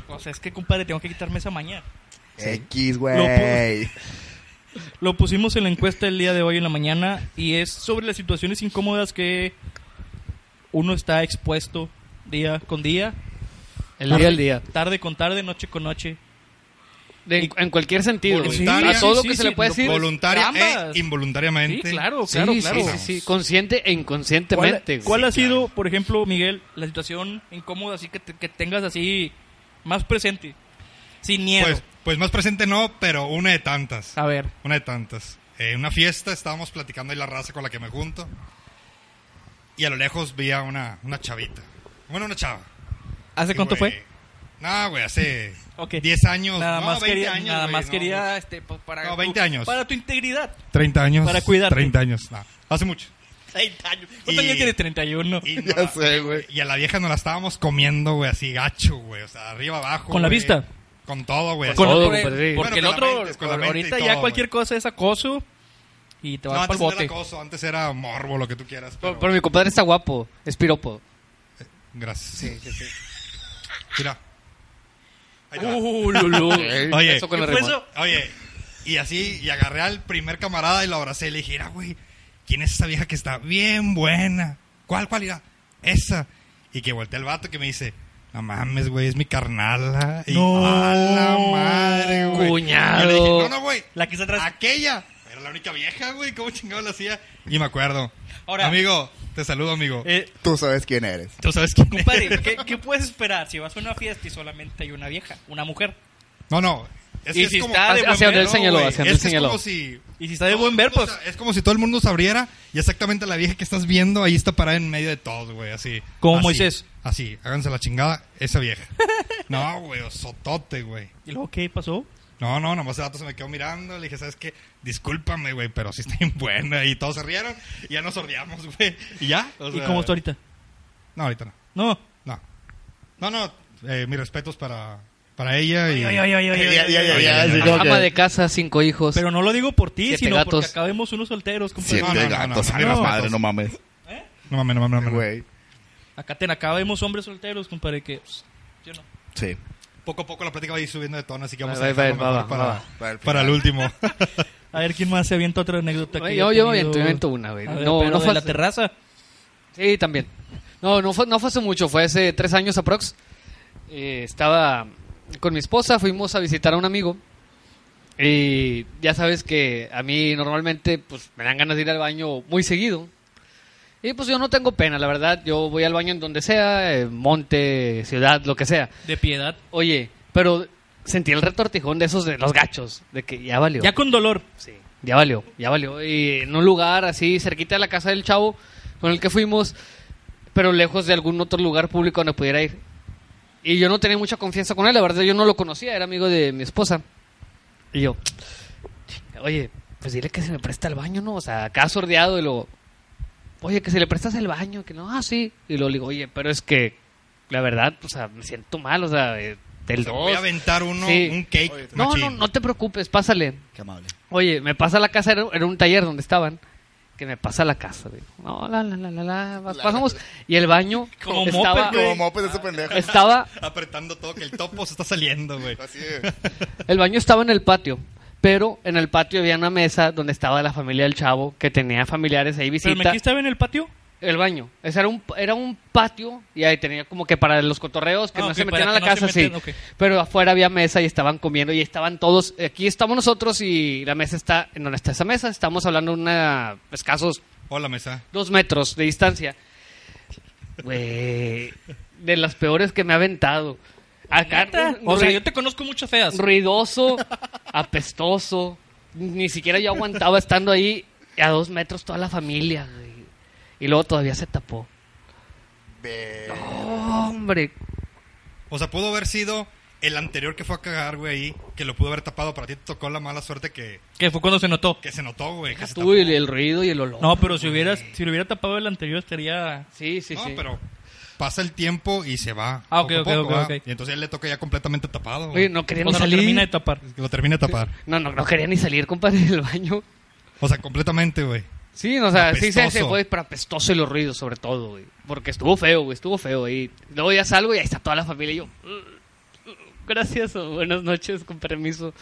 Speaker 1: O sea, es que compadre, tengo que quitarme esa mañana.
Speaker 3: X,
Speaker 1: Lo
Speaker 3: güey.
Speaker 1: pu- Lo pusimos en la encuesta el día de hoy en la mañana y es sobre las situaciones incómodas que uno está expuesto día con día,
Speaker 4: El día al día.
Speaker 1: tarde con tarde, noche con noche.
Speaker 4: De- en, en cualquier sentido. güey.
Speaker 2: Voluntaria.
Speaker 4: a todo lo
Speaker 1: Sí,
Speaker 4: que
Speaker 1: sí,
Speaker 4: se le
Speaker 1: sí,
Speaker 4: puede
Speaker 1: lo-
Speaker 4: decir.
Speaker 2: Voluntaria
Speaker 1: Ambas.
Speaker 2: e
Speaker 1: Sí,
Speaker 2: involuntariamente.
Speaker 1: claro,
Speaker 4: Sí,
Speaker 1: claro,
Speaker 4: sí,
Speaker 1: claro.
Speaker 4: sí, sí. Consciente e inconscientemente.
Speaker 1: ¿Cuál, cuál
Speaker 4: güey.
Speaker 1: ha sido, por ejemplo, Miguel, la situación incómoda así que, te- que tengas así más presente? Sin miedo.
Speaker 2: Pues, pues más presente no, pero una de tantas.
Speaker 4: Ah.
Speaker 1: a ver.
Speaker 2: Una de tantas. Eh, en una fiesta estábamos platicando ahí la raza con la que me junto. Y a lo lejos vi a una, una chavita. Bueno, una chava.
Speaker 1: ¿Hace
Speaker 2: Y,
Speaker 1: cuánto
Speaker 2: güey,
Speaker 1: fue?
Speaker 2: No, güey, hace
Speaker 1: Ok.
Speaker 2: 10 años.
Speaker 1: Nada
Speaker 2: no,
Speaker 1: más
Speaker 2: 20
Speaker 1: quería,
Speaker 2: años,
Speaker 1: nada
Speaker 2: güey,
Speaker 1: más
Speaker 2: no,
Speaker 1: quería este, pues, para,
Speaker 2: No,
Speaker 1: tu-
Speaker 2: 20 años.
Speaker 1: para tu integridad.
Speaker 2: 30 años.
Speaker 1: Para cuidarte.
Speaker 2: 30 años, no. Hace mucho.
Speaker 1: 30 años.
Speaker 2: Y-
Speaker 1: ¿Cuántos años tienes? 31.
Speaker 3: *laughs*
Speaker 2: Y, no
Speaker 3: Ya
Speaker 2: la-
Speaker 3: sé, güey.
Speaker 2: y a la vieja nos la estábamos comiendo, güey, así gacho, güey. O sea, arriba, abajo.
Speaker 1: ¿Con la
Speaker 2: güey.
Speaker 1: vista?
Speaker 2: Con pues todo, güey.
Speaker 1: Con-
Speaker 4: Todo,
Speaker 1: por-
Speaker 4: compadre, sí.
Speaker 1: Porque
Speaker 2: Bueno,
Speaker 1: el
Speaker 2: con la
Speaker 1: otro,
Speaker 2: mente, con la mente y
Speaker 1: ahorita
Speaker 2: todo,
Speaker 1: ya
Speaker 2: güey.
Speaker 1: cualquier cosa es acoso. y te
Speaker 2: No,
Speaker 1: vas para
Speaker 2: antes
Speaker 1: el
Speaker 2: no era
Speaker 1: bote.
Speaker 2: acoso, antes era morbo, lo que tú quieras.
Speaker 4: Pero,
Speaker 2: Pero,
Speaker 4: pero mi compadre está guapo, es piropo.
Speaker 2: Gracias.
Speaker 4: Sí, sí, sí.
Speaker 2: Mira. Ahí te va.
Speaker 1: Uh,
Speaker 2: *laughs*
Speaker 1: Lulú.
Speaker 2: Oye,
Speaker 4: Eso con
Speaker 1: ¿qué
Speaker 4: la
Speaker 1: fue
Speaker 4: remota.
Speaker 1: eso?
Speaker 2: Oye, y así, y agarré al primer camarada y lo abracé. Y le dije, mira, güey, ¿quién es esa vieja que está bien buena? ¿Cuál, cuál irá? Esa. Y que volteé al vato que me dice, no mames, güey, es mi carnala. Y
Speaker 1: No.
Speaker 2: a la madre, güey.
Speaker 4: Cuñado.
Speaker 2: Y le dije, no, no, güey.
Speaker 1: La que está atrás.
Speaker 2: Aquella. Era la única vieja, güey. ¿Cómo chingado la hacía? Y me acuerdo.
Speaker 1: Ahora-
Speaker 2: Amigo, te saludo, amigo.
Speaker 1: Eh,
Speaker 3: Tú sabes quién eres.
Speaker 2: ¿Tú sabes quién es?
Speaker 1: compadre, ¿qué, qué puedes esperar si vas a una fiesta y solamente hay una vieja, una mujer?
Speaker 2: No, no. Es
Speaker 1: Y
Speaker 2: que es
Speaker 1: si
Speaker 2: como-
Speaker 1: está de
Speaker 4: Hacia- hacia
Speaker 1: buen
Speaker 4: donde él
Speaker 1: ver,
Speaker 4: señaló,
Speaker 2: güey,
Speaker 4: hacia
Speaker 2: es
Speaker 4: donde él
Speaker 2: que es
Speaker 4: señaló.
Speaker 2: como si...
Speaker 1: y si está de buen ver, pues...
Speaker 2: O sea, es como si todo el mundo se abriera y exactamente la vieja que estás viendo ahí está parada en medio de todos, güey, así.
Speaker 1: Como
Speaker 2: Así,
Speaker 1: Moisés.
Speaker 2: Así, háganse la chingada, esa vieja. No, güey, sotote, güey.
Speaker 1: ¿Y luego qué pasó?
Speaker 2: No, no, nomás el vato se me quedó mirando. Le dije, ¿sabes qué? Discúlpame, güey, pero sí está bien buena. Y todos se rieron y ya nos sordeamos, güey. Y ya. o
Speaker 1: ¿Y
Speaker 2: sea,
Speaker 1: cómo está ahorita?
Speaker 2: No, ahorita no.
Speaker 1: No.
Speaker 2: No, no, no eh, mis respetos para, para ella. Y...
Speaker 1: Ay, ay, ay, ay, ay, ay, ay.
Speaker 2: ya, así
Speaker 4: Ama de casa, cinco hijos.
Speaker 1: Pero no lo digo por ti,
Speaker 4: Siete
Speaker 1: sino porque
Speaker 4: gatos.
Speaker 1: acá vemos unos solteros, compadre.
Speaker 3: Siete
Speaker 2: no, no,
Speaker 3: gatos,
Speaker 2: no,
Speaker 3: a la
Speaker 2: no,
Speaker 3: madre,
Speaker 2: no.
Speaker 3: no mames.
Speaker 2: No mames, no mames, no mames.
Speaker 3: Güey,
Speaker 1: Acá, ten, acá vemos hombres solteros, compadre, que... pues, yo no.
Speaker 3: sí.
Speaker 2: Poco a poco la plática va a ir subiendo de tono, así que vamos
Speaker 4: Va,
Speaker 2: a
Speaker 4: va,
Speaker 2: dejarlo
Speaker 4: va,
Speaker 2: mejor
Speaker 4: va,
Speaker 2: para,
Speaker 4: va.
Speaker 3: Para el
Speaker 2: para el
Speaker 4: *laughs*
Speaker 2: último.
Speaker 1: A ver, ¿quién más se avienta otra anécdota? que
Speaker 4: Yo-
Speaker 1: haya
Speaker 4: yo me
Speaker 1: tenido?
Speaker 4: aviento- me aviento una, güey.
Speaker 1: A ver,
Speaker 4: No,
Speaker 1: pero
Speaker 4: no
Speaker 1: de
Speaker 4: fue-
Speaker 1: la terraza.
Speaker 4: Sí, también. No, no fue, no fue hace mucho, fue hace tres años aprox. Eh, estaba con mi esposa, fuimos a visitar a un amigo. Y ya sabes que a mí normalmente pues me dan ganas de ir al baño muy seguido. Y pues yo no tengo pena, la verdad. Yo voy al baño en donde sea, eh, monte, ciudad, lo que sea.
Speaker 1: De piedad.
Speaker 4: Oye, pero sentí el retortijón de esos de los gachos, de que ya valió.
Speaker 1: Ya con dolor.
Speaker 4: Sí, ya valió, ya valió. Y en un lugar así, cerquita de la casa del chavo con el que fuimos, pero lejos de algún otro lugar público donde pudiera ir. Y yo no tenía mucha confianza con él, la verdad yo no lo conocía, era amigo de mi esposa. Y yo, oye, pues dile que se me presta el baño, ¿no? O sea, acá sordeado y luego, oye, que si le prestas el baño, que no, ah, sí. Y luego le digo, oye, pero es que, la verdad, o sea, me siento mal, o sea, eh, del
Speaker 2: Te voy a
Speaker 4: dos.
Speaker 2: aventar uno,
Speaker 4: Sí.
Speaker 2: un cake.
Speaker 3: Oye,
Speaker 4: No,
Speaker 2: machín.
Speaker 4: no, no te preocupes, pásale.
Speaker 3: Qué amable.
Speaker 4: Oye, me pasa la casa, era, era un taller donde estaban, que me pasa la casa. digo, No, la, la, la, la, la, pas- pasamos. Y el baño
Speaker 1: Como
Speaker 4: estaba,
Speaker 1: moped, güey.
Speaker 3: Como mopes ese pendejo.
Speaker 4: estaba,
Speaker 2: Apretando todo, que el topo se está saliendo, güey.
Speaker 3: Así
Speaker 4: el baño estaba en el patio. Pero en el patio había una mesa donde estaba la familia del chavo, que tenía familiares ahí
Speaker 1: ¿Pero me
Speaker 4: visita.
Speaker 1: estaba en el patio?
Speaker 4: El baño. Ese era un, era un patio y ahí tenía como que para los cotorreos que
Speaker 1: Ah,
Speaker 4: no
Speaker 1: ok,
Speaker 4: se metían
Speaker 1: para
Speaker 4: a la
Speaker 1: que no se
Speaker 4: casa, sí.
Speaker 1: metan, ok.
Speaker 4: Pero afuera había mesa y estaban comiendo y estaban todos. Aquí estamos nosotros y la mesa está. ¿En dónde está esa mesa? Estamos hablando de una escasos
Speaker 2: Hola, mesa.
Speaker 4: dos metros de distancia. Güey, de las peores que me ha aventado. Acá,
Speaker 1: ¿Neta?
Speaker 4: ru-
Speaker 1: O sea,
Speaker 4: ru-
Speaker 1: yo te conozco muchas feas.
Speaker 4: ruidoso, apestoso. Ni siquiera yo aguantaba estando ahí a dos metros toda la familia. güey. Y luego todavía se tapó. Hombre,
Speaker 2: O sea, pudo haber sido el anterior que fue a cagar, güey, ahí, que lo pudo haber tapado. Para ti te tocó la mala suerte que,
Speaker 1: Que fue cuando se notó.
Speaker 2: que se notó, güey. Que se
Speaker 4: Ah, tú
Speaker 2: tapó.
Speaker 4: y el, el ruido y el olor.
Speaker 1: No, pero si hubieras, si lo hubiera tapado el anterior estaría...
Speaker 4: Sí, sí,
Speaker 2: no,
Speaker 4: sí.
Speaker 2: pero pasa el tiempo y se va.
Speaker 1: Ah, ok,
Speaker 2: poco a
Speaker 1: ok,
Speaker 2: poco,
Speaker 1: ok,
Speaker 2: ¿va?
Speaker 1: ok.
Speaker 2: Y entonces él le toca ya completamente tapado,
Speaker 4: Oye,
Speaker 2: güey.
Speaker 4: no quería
Speaker 1: O
Speaker 4: ni
Speaker 1: sea, no
Speaker 4: salir.
Speaker 1: termina de
Speaker 4: No,
Speaker 1: tapar.
Speaker 2: Lo termina de tapar.
Speaker 4: no, no quería ni salir, compadre, del baño.
Speaker 2: O sea, completamente, güey.
Speaker 4: Sí, no, o sea, sí se,
Speaker 2: Apestoso.
Speaker 4: se fue para apestoso y los ruidos, sobre todo, güey. Porque estuvo feo, güey, estuvo feo. Y luego ya salgo y ahí está toda la familia. Y yo, "Uh, uh, gracias, o buenas noches, con permiso.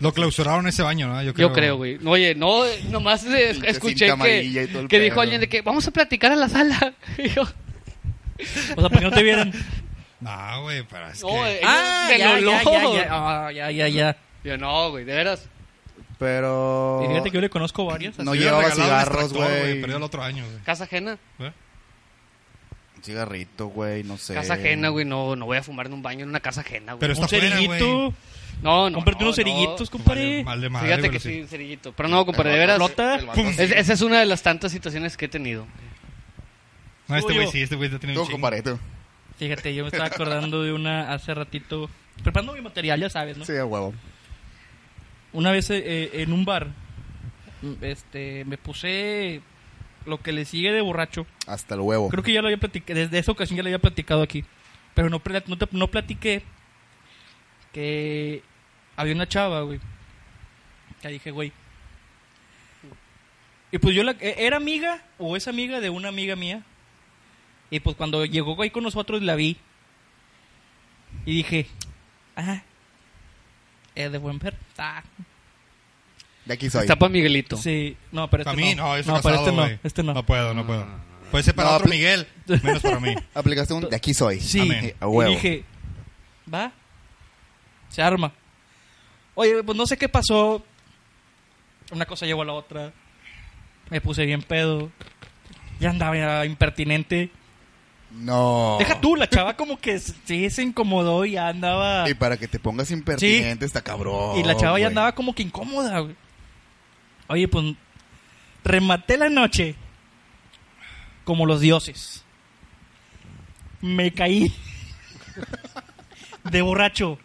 Speaker 2: Lo clausuraron ese baño, ¿no? Yo creo,
Speaker 4: Yo creo, güey. Oye, no, eh, nomás eh,
Speaker 3: Pinche
Speaker 4: escuché
Speaker 3: cinta amarilla y todo
Speaker 4: que,
Speaker 3: el
Speaker 4: que dijo
Speaker 3: pedo.
Speaker 4: alguien de que vamos a platicar a la sala. *laughs* Y yo,
Speaker 1: O sea, para que no te
Speaker 4: *laughs*
Speaker 1: vieran. Ah,
Speaker 2: No, Ah, güey, pero es
Speaker 4: no,
Speaker 2: que...
Speaker 4: eh, del
Speaker 1: ya,
Speaker 4: olor.
Speaker 1: ya, ya. Ah, ya, ya, ya.
Speaker 4: Yo, no, güey, de veras.
Speaker 3: Pero.
Speaker 1: Y fíjate que yo le conozco varias.
Speaker 3: No
Speaker 2: Le hubiera
Speaker 3: llevaba
Speaker 2: regalado un
Speaker 3: cigarros,
Speaker 2: extractor,
Speaker 3: güey.
Speaker 2: Perdió el otro año, güey.
Speaker 4: Casa ajena.
Speaker 2: ¿Eh?
Speaker 3: Un cigarrito, güey, no sé.
Speaker 4: Casa ajena, güey. No, no voy a fumar en un baño en una casa ajena, güey.
Speaker 2: Pero está
Speaker 1: Un
Speaker 2: fuera,
Speaker 1: cerillito.
Speaker 2: güey.
Speaker 4: No, no.
Speaker 1: Cómprate
Speaker 4: no,
Speaker 1: unos
Speaker 4: no.
Speaker 1: cerillitos, compadre.
Speaker 2: Vale, vale madre,
Speaker 4: Fíjate
Speaker 2: güey,
Speaker 4: que
Speaker 2: lo
Speaker 4: sí,
Speaker 2: siento.
Speaker 4: un cerillito. Pero no, compadre, de
Speaker 3: El
Speaker 4: veras.
Speaker 3: vato-
Speaker 1: Flota.
Speaker 3: el vato-
Speaker 2: Pum.
Speaker 4: Es- esa es una de las tantas situaciones que he tenido.
Speaker 2: No, este güey
Speaker 1: Yo.
Speaker 2: sí, este güey ya tiene un
Speaker 3: Tú,
Speaker 2: chingo.
Speaker 3: compadre, tú.
Speaker 1: Fíjate, yo me estaba acordando de una hace ratito. Preparando mi material, ya sabes, ¿no?
Speaker 3: Sí, a huevo.
Speaker 1: Una vez eh, en un bar, mm, este, me puse lo que le sigue de borracho.
Speaker 3: Hasta el huevo.
Speaker 1: Creo que ya lo había platicado, desde esa ocasión ya lo había platicado aquí. Pero no, pla- no, te- no platiqué que había una chava, güey. Que dije, güey, Y pues yo la- e- era amiga o es amiga de una amiga mía. Y pues cuando llegó ahí con nosotros la vi. Y dije, ah, es de buen per. Ah,
Speaker 3: De aquí soy.
Speaker 4: Está para Miguelito.
Speaker 1: sí, no, pero este
Speaker 2: Para mí,
Speaker 1: no.
Speaker 2: no, es
Speaker 1: para este
Speaker 2: casado,
Speaker 1: no,
Speaker 2: güey.
Speaker 1: este no.
Speaker 2: No puedo, no puedo. Puede ser para
Speaker 3: No,
Speaker 2: otro
Speaker 3: apl-
Speaker 2: Miguel, menos para mí.
Speaker 3: Aplicaste un de aquí soy.
Speaker 1: Sí.
Speaker 2: Amén.
Speaker 3: eh, A huevo.
Speaker 1: Y dije, va, se arma. Oye, pues no sé qué pasó. Una cosa llevó a la otra. Me puse bien pedo. Ya andaba ya impertinente.
Speaker 3: No.
Speaker 1: Deja tú, la chava como que s- sí se incomodó y ya andaba.
Speaker 3: Y para que te pongas impertinente, está cabrón.
Speaker 1: Y la chava
Speaker 3: güey.
Speaker 1: ya andaba como que incómoda, güey. Oye, pues rematé la noche como los dioses. Me caí *laughs* de borracho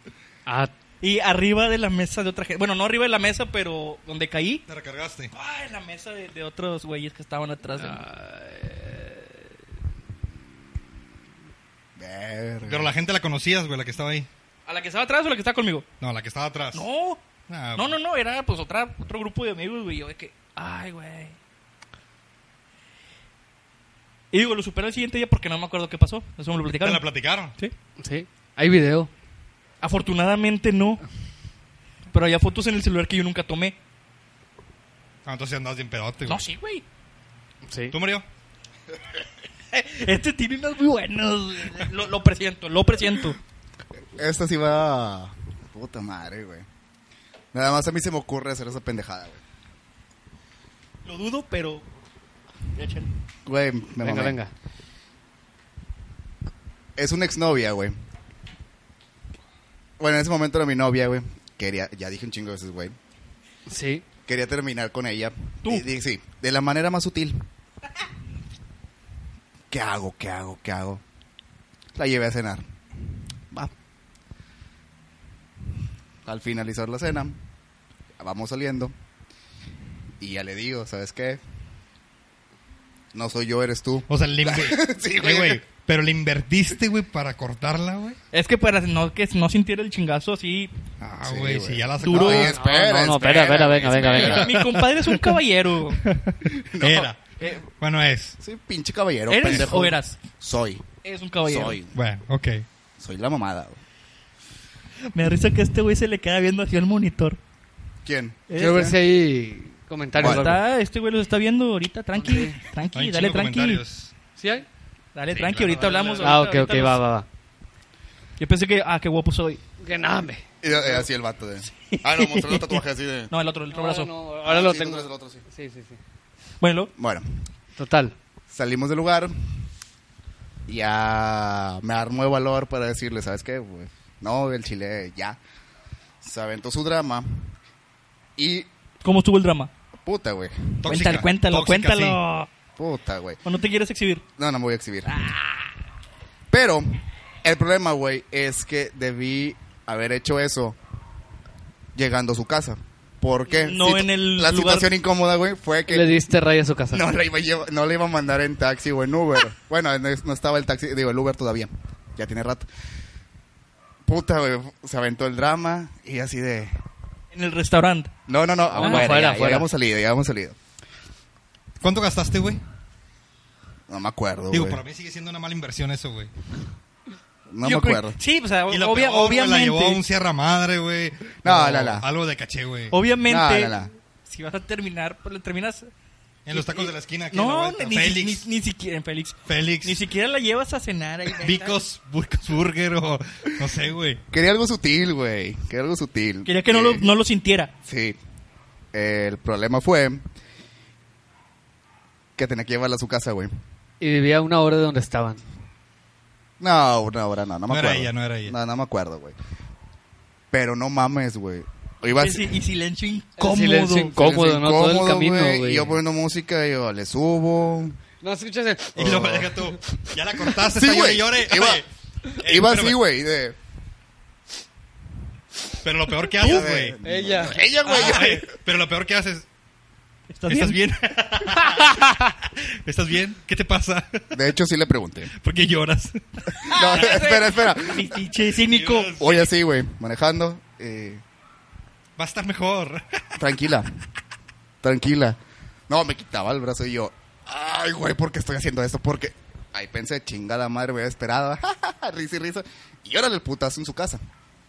Speaker 4: Ah,
Speaker 1: y arriba de la mesa de otra gente. Bueno, no arriba de la mesa, pero donde caí.
Speaker 2: Te recargaste.
Speaker 1: ¡ay! la mesa de, de otros güeyes que estaban atrás de mí.
Speaker 3: Verga.
Speaker 2: Pero la gente la conocías, güey, la que estaba ahí.
Speaker 1: ¿A la que estaba atrás o la que estaba conmigo?
Speaker 2: No, la que estaba atrás.
Speaker 1: No,
Speaker 2: Ah,
Speaker 1: No, no, no, era pues otra, otro grupo de amigos, güey. Yo de que, ay, güey. Y digo, lo superé el siguiente día porque no me acuerdo qué pasó. Eso me lo
Speaker 2: Te
Speaker 1: platicaron.
Speaker 2: la platicaron.
Speaker 1: Sí.
Speaker 4: sí. Hay video.
Speaker 1: Afortunadamente no. Pero había fotos en el celular que yo nunca tomé.
Speaker 2: Ah, entonces andabas bien pedote, güey.
Speaker 1: No, sí, güey. *laughs*
Speaker 4: Sí.
Speaker 2: ¿Tú, Mario?
Speaker 1: Este tiene unos muy buenos. güey. Lo, lo presiento, lo presiento.
Speaker 3: Esta sí va. Puta madre, güey. Nada más a mí se me ocurre hacer esa pendejada, güey.
Speaker 1: Lo dudo, pero. Échale.
Speaker 3: Güey, me
Speaker 4: venga,
Speaker 3: mamé.
Speaker 4: venga.
Speaker 3: Es una exnovia, güey. Bueno, en ese momento era mi novia, güey. Quería, ya dije un chingo de veces, güey.
Speaker 4: Sí.
Speaker 3: Quería terminar con ella.
Speaker 1: ¿Tú?
Speaker 3: Y- y- sí, de la manera más sutil. ¿Qué hago? ¿Qué hago? ¿Qué hago? La llevé a cenar. Va. Al finalizar la cena, vamos saliendo. Y ya le digo, ¿sabes qué? No soy yo, eres tú.
Speaker 2: O sea, le
Speaker 3: Sí,
Speaker 2: sí,
Speaker 3: güey.
Speaker 2: güey. Pero le invertiste, güey, para cortarla, güey.
Speaker 1: Es que para no, que no sintiera el chingazo así.
Speaker 2: Ah,
Speaker 3: Sí,
Speaker 2: güey,
Speaker 3: güey.
Speaker 2: si ya la
Speaker 1: Duro.
Speaker 3: Oye,
Speaker 2: sacaste.
Speaker 3: espera,
Speaker 4: Ah, no, no,
Speaker 3: espera,
Speaker 4: espera, espera, venga, venga, venga.
Speaker 1: Mi compadre es un caballero.
Speaker 3: No.
Speaker 2: Era.
Speaker 1: Eh,
Speaker 2: Bueno, es.
Speaker 3: Soy pinche caballero,
Speaker 1: ¿Eres
Speaker 3: pendejo.
Speaker 1: o eras?
Speaker 3: Soy.
Speaker 1: Es un caballero.
Speaker 3: Soy.
Speaker 2: Bueno, ok.
Speaker 3: Soy la mamada. güey.
Speaker 1: Me da risa que este güey se le queda viendo hacia el monitor. Eh,
Speaker 3: ¿Quién?
Speaker 4: Quiero ver si hay comentarios. o algo.
Speaker 1: Está, este güey los está viendo ahorita, tranqui, tranqui,
Speaker 2: Hay un
Speaker 1: dale
Speaker 2: chingo de
Speaker 1: tranqui,
Speaker 2: comentarios.
Speaker 4: ¿Sí hay?
Speaker 1: dale
Speaker 2: Sí,
Speaker 1: tranqui,
Speaker 2: claro,
Speaker 1: ahorita
Speaker 2: dale,
Speaker 1: hablamos.
Speaker 2: dale,
Speaker 4: Ah, ok,
Speaker 1: ahorita-
Speaker 4: ok,
Speaker 1: ahorita
Speaker 4: va,
Speaker 1: los-
Speaker 4: va, va.
Speaker 1: Yo pensé que, ah, qué guapo soy.
Speaker 4: Que nada, hombre.
Speaker 3: Y, eh, así el vato de. Ah, *laughs* no, mostró el tatuaje así de.
Speaker 1: No, el otro, el otro
Speaker 4: No,
Speaker 1: brazo.
Speaker 4: no, ahora lo
Speaker 3: Sí, tú eres el
Speaker 4: tengo.
Speaker 3: otro, sí.
Speaker 4: Sí, sí, sí.
Speaker 1: Bueno,
Speaker 3: Bueno,
Speaker 4: Total.
Speaker 3: salimos del lugar. Ya me armó de valor para decirle, ¿sabes qué? güey? No, el chile ya. Se aventó su drama. Y.
Speaker 1: ¿cómo estuvo el drama?
Speaker 3: Puta, güey.
Speaker 2: Tóxica.
Speaker 1: cuéntalo,
Speaker 2: Tóxica,
Speaker 1: cuéntalo, cuéntalo.
Speaker 3: Puta, güey.
Speaker 1: ¿O no te quieres exhibir?
Speaker 3: No, no me voy a exhibir. Pero el problema, güey, es que debí haber hecho eso llegando a su casa. ¿Por qué?
Speaker 1: No en el
Speaker 3: La
Speaker 1: lugar-
Speaker 3: situación incómoda, güey, fue
Speaker 4: Le
Speaker 3: que
Speaker 4: diste raya a su
Speaker 3: *laughs*
Speaker 4: casa.
Speaker 3: no la, iba a lleva- no la iba a mandar en taxi o en Uber. bueno, no, es- no estaba el taxi, digo, el Uber todavía. Ya tiene rato. Puta, güey, se aventó el drama y así de...
Speaker 1: En el restaurante.
Speaker 3: No, no, no, afuera,
Speaker 4: afuera,
Speaker 3: ya, ya
Speaker 4: afuera.
Speaker 3: habíamos salido, ya habíamos salido.
Speaker 2: sí. ¿Cuánto gastaste, güey?
Speaker 3: No me acuerdo,
Speaker 2: Digo,
Speaker 3: güey.
Speaker 2: para mí sigue siendo una mala inversión eso, güey.
Speaker 3: No
Speaker 1: Yo
Speaker 3: me
Speaker 1: creo-
Speaker 3: acuerdo.
Speaker 1: Sí, pues, o sea,
Speaker 2: Y lo
Speaker 1: obvia-
Speaker 2: peor, güey, la
Speaker 1: obviamente,
Speaker 2: llevó a un Sierra Madre, güey.
Speaker 3: No,
Speaker 2: O
Speaker 3: la, la.
Speaker 2: Algo de caché, güey.
Speaker 1: obviamente,
Speaker 3: No, no, no.
Speaker 1: si vas a terminar, pues le terminas...
Speaker 2: En los tacos de la esquina. Aquí en la
Speaker 1: No,
Speaker 2: vuelta.
Speaker 1: ni,
Speaker 2: Félix.
Speaker 1: ni- ni siquiera, en Félix.
Speaker 2: Félix.
Speaker 1: Ni siquiera la llevas a cenar ahí. ¿verdad?
Speaker 2: Vicos, Vicos Burger o no sé, güey.
Speaker 3: Quería algo sutil, güey. Quería algo sutil.
Speaker 1: Quería que no lo,
Speaker 3: Eh,
Speaker 1: no lo sintiera.
Speaker 3: Sí. El problema fue que tenía que llevarla a su casa, güey.
Speaker 4: Y vivía a una hora de donde estaban.
Speaker 3: No, una hora no, no me
Speaker 2: No era
Speaker 3: acuerdo.
Speaker 2: ella, no era ella.
Speaker 3: No, no me acuerdo, güey. Pero no mames, güey. Iba
Speaker 1: Y si- y silencio incómodo.
Speaker 4: silencio incómodo, ¿no? Todo el camino, güey.
Speaker 3: Y yo poniendo música, yo le subo.
Speaker 4: No escuchas el...
Speaker 2: Y luego deja tú. Ya la cortaste,
Speaker 3: Oh. Sí,
Speaker 2: está
Speaker 3: güey.
Speaker 2: llore, y llore.
Speaker 3: Iba-
Speaker 2: Oye, eh,
Speaker 3: Iba
Speaker 2: pero-
Speaker 3: así, güey. de-
Speaker 2: Pero lo peor que haces,
Speaker 3: de-
Speaker 2: güey.
Speaker 4: Ella.
Speaker 3: Ella, güey.
Speaker 2: Ah, güey, pero lo peor que haces.
Speaker 1: ¿Estás,
Speaker 2: ¿Estás
Speaker 1: bien?
Speaker 2: bien? ¿Estás bien? ¿Qué te pasa? *laughs*
Speaker 3: De hecho, sí le pregunté.
Speaker 2: ¿Por qué lloras?
Speaker 3: No, *laughs* espera, espera.
Speaker 1: Pinche cínico.
Speaker 2: Dios.
Speaker 3: Oye, así, güey. Manejando. Eh,
Speaker 2: Va a estar mejor. *laughs*
Speaker 3: Tranquila. Tranquila. No, me quitaba el brazo y yo, ay, güey, ¿por qué estoy haciendo esto? Porque ahí pensé, chingada madre, me había esperado. *laughs* risa y risa. Y órale el putazo en su casa.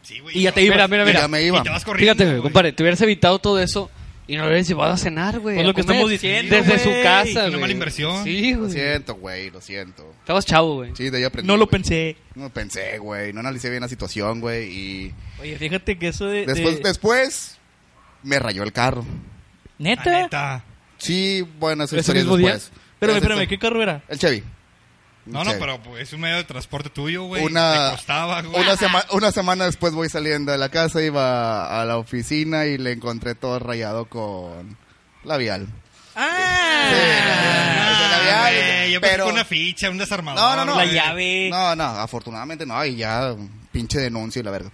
Speaker 2: Sí, güey.
Speaker 1: Y ya te
Speaker 2: vas-
Speaker 1: iba.
Speaker 4: Mira, mira,
Speaker 3: Y
Speaker 4: mira.
Speaker 3: ya me iba.
Speaker 2: Y te vas corriendo.
Speaker 4: Fíjate, güey,
Speaker 2: güey.
Speaker 4: compadre, te hubieras evitado todo eso y no lo hubieras llevado a cenar, güey.
Speaker 1: Pues
Speaker 4: a
Speaker 1: lo que
Speaker 4: comer.
Speaker 1: estamos diciendo,
Speaker 4: Desde
Speaker 1: güey.
Speaker 4: su casa,
Speaker 2: Una
Speaker 4: güey.
Speaker 2: mala inversión.
Speaker 4: Sí,
Speaker 3: Lo
Speaker 4: güey.
Speaker 3: siento, güey, lo siento.
Speaker 4: Estabas chavo, güey.
Speaker 3: Sí, de ahí aprendí.
Speaker 1: No lo
Speaker 3: güey.
Speaker 1: pensé.
Speaker 3: No pensé, güey. No analicé bien la situación, güey. Y
Speaker 1: Oye, fíjate que eso de. de-
Speaker 3: después, después me rayó el carro.
Speaker 2: La
Speaker 1: Ah, ¿Neta?
Speaker 2: neta.
Speaker 3: Sí, bueno, esa
Speaker 1: ¿Ese
Speaker 3: historia es
Speaker 1: mismo día?
Speaker 3: después.
Speaker 1: Espérame,
Speaker 3: Es esto.
Speaker 1: espérame, ¿qué carro era?
Speaker 3: El Chevy.
Speaker 2: No,
Speaker 3: El
Speaker 2: no,
Speaker 3: Chevy.
Speaker 2: pero pues, es un medio de transporte tuyo, güey.
Speaker 3: Una-
Speaker 2: Te costaba, güey.
Speaker 3: Una, sema- una semana después voy saliendo de la casa, iba a la oficina y le encontré todo rayado con labial.
Speaker 1: ¡Ah!
Speaker 3: Sí, la
Speaker 2: Ah,
Speaker 3: había-
Speaker 2: güey, yo pensé
Speaker 3: pero-
Speaker 2: que una ficha, un desarmador.
Speaker 3: No, no, no.
Speaker 1: La
Speaker 2: güey.
Speaker 1: llave.
Speaker 3: No, no, afortunadamente no, y ya pinche denuncio y la verga.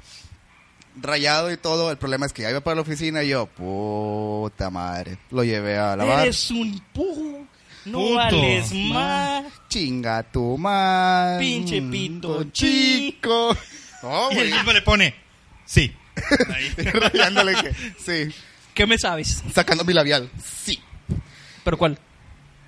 Speaker 3: Rayado y todo, el problema es que ya iba para la oficina y yo, puta madre, lo llevé a lavar.
Speaker 1: Eres un pujo. No
Speaker 2: Puto.
Speaker 1: vales más.
Speaker 3: Chinga tu madre. mm,
Speaker 1: Pinche pito *laughs*
Speaker 3: chico. No,
Speaker 2: Y el
Speaker 3: güey.
Speaker 2: tipo le pone.
Speaker 3: *laughs*
Speaker 2: Sí. Ahí.
Speaker 3: Rayándole que, sí,
Speaker 1: ¿Qué me sabes?
Speaker 3: sacando mi labial. Sí,
Speaker 1: ¿Pero cuál?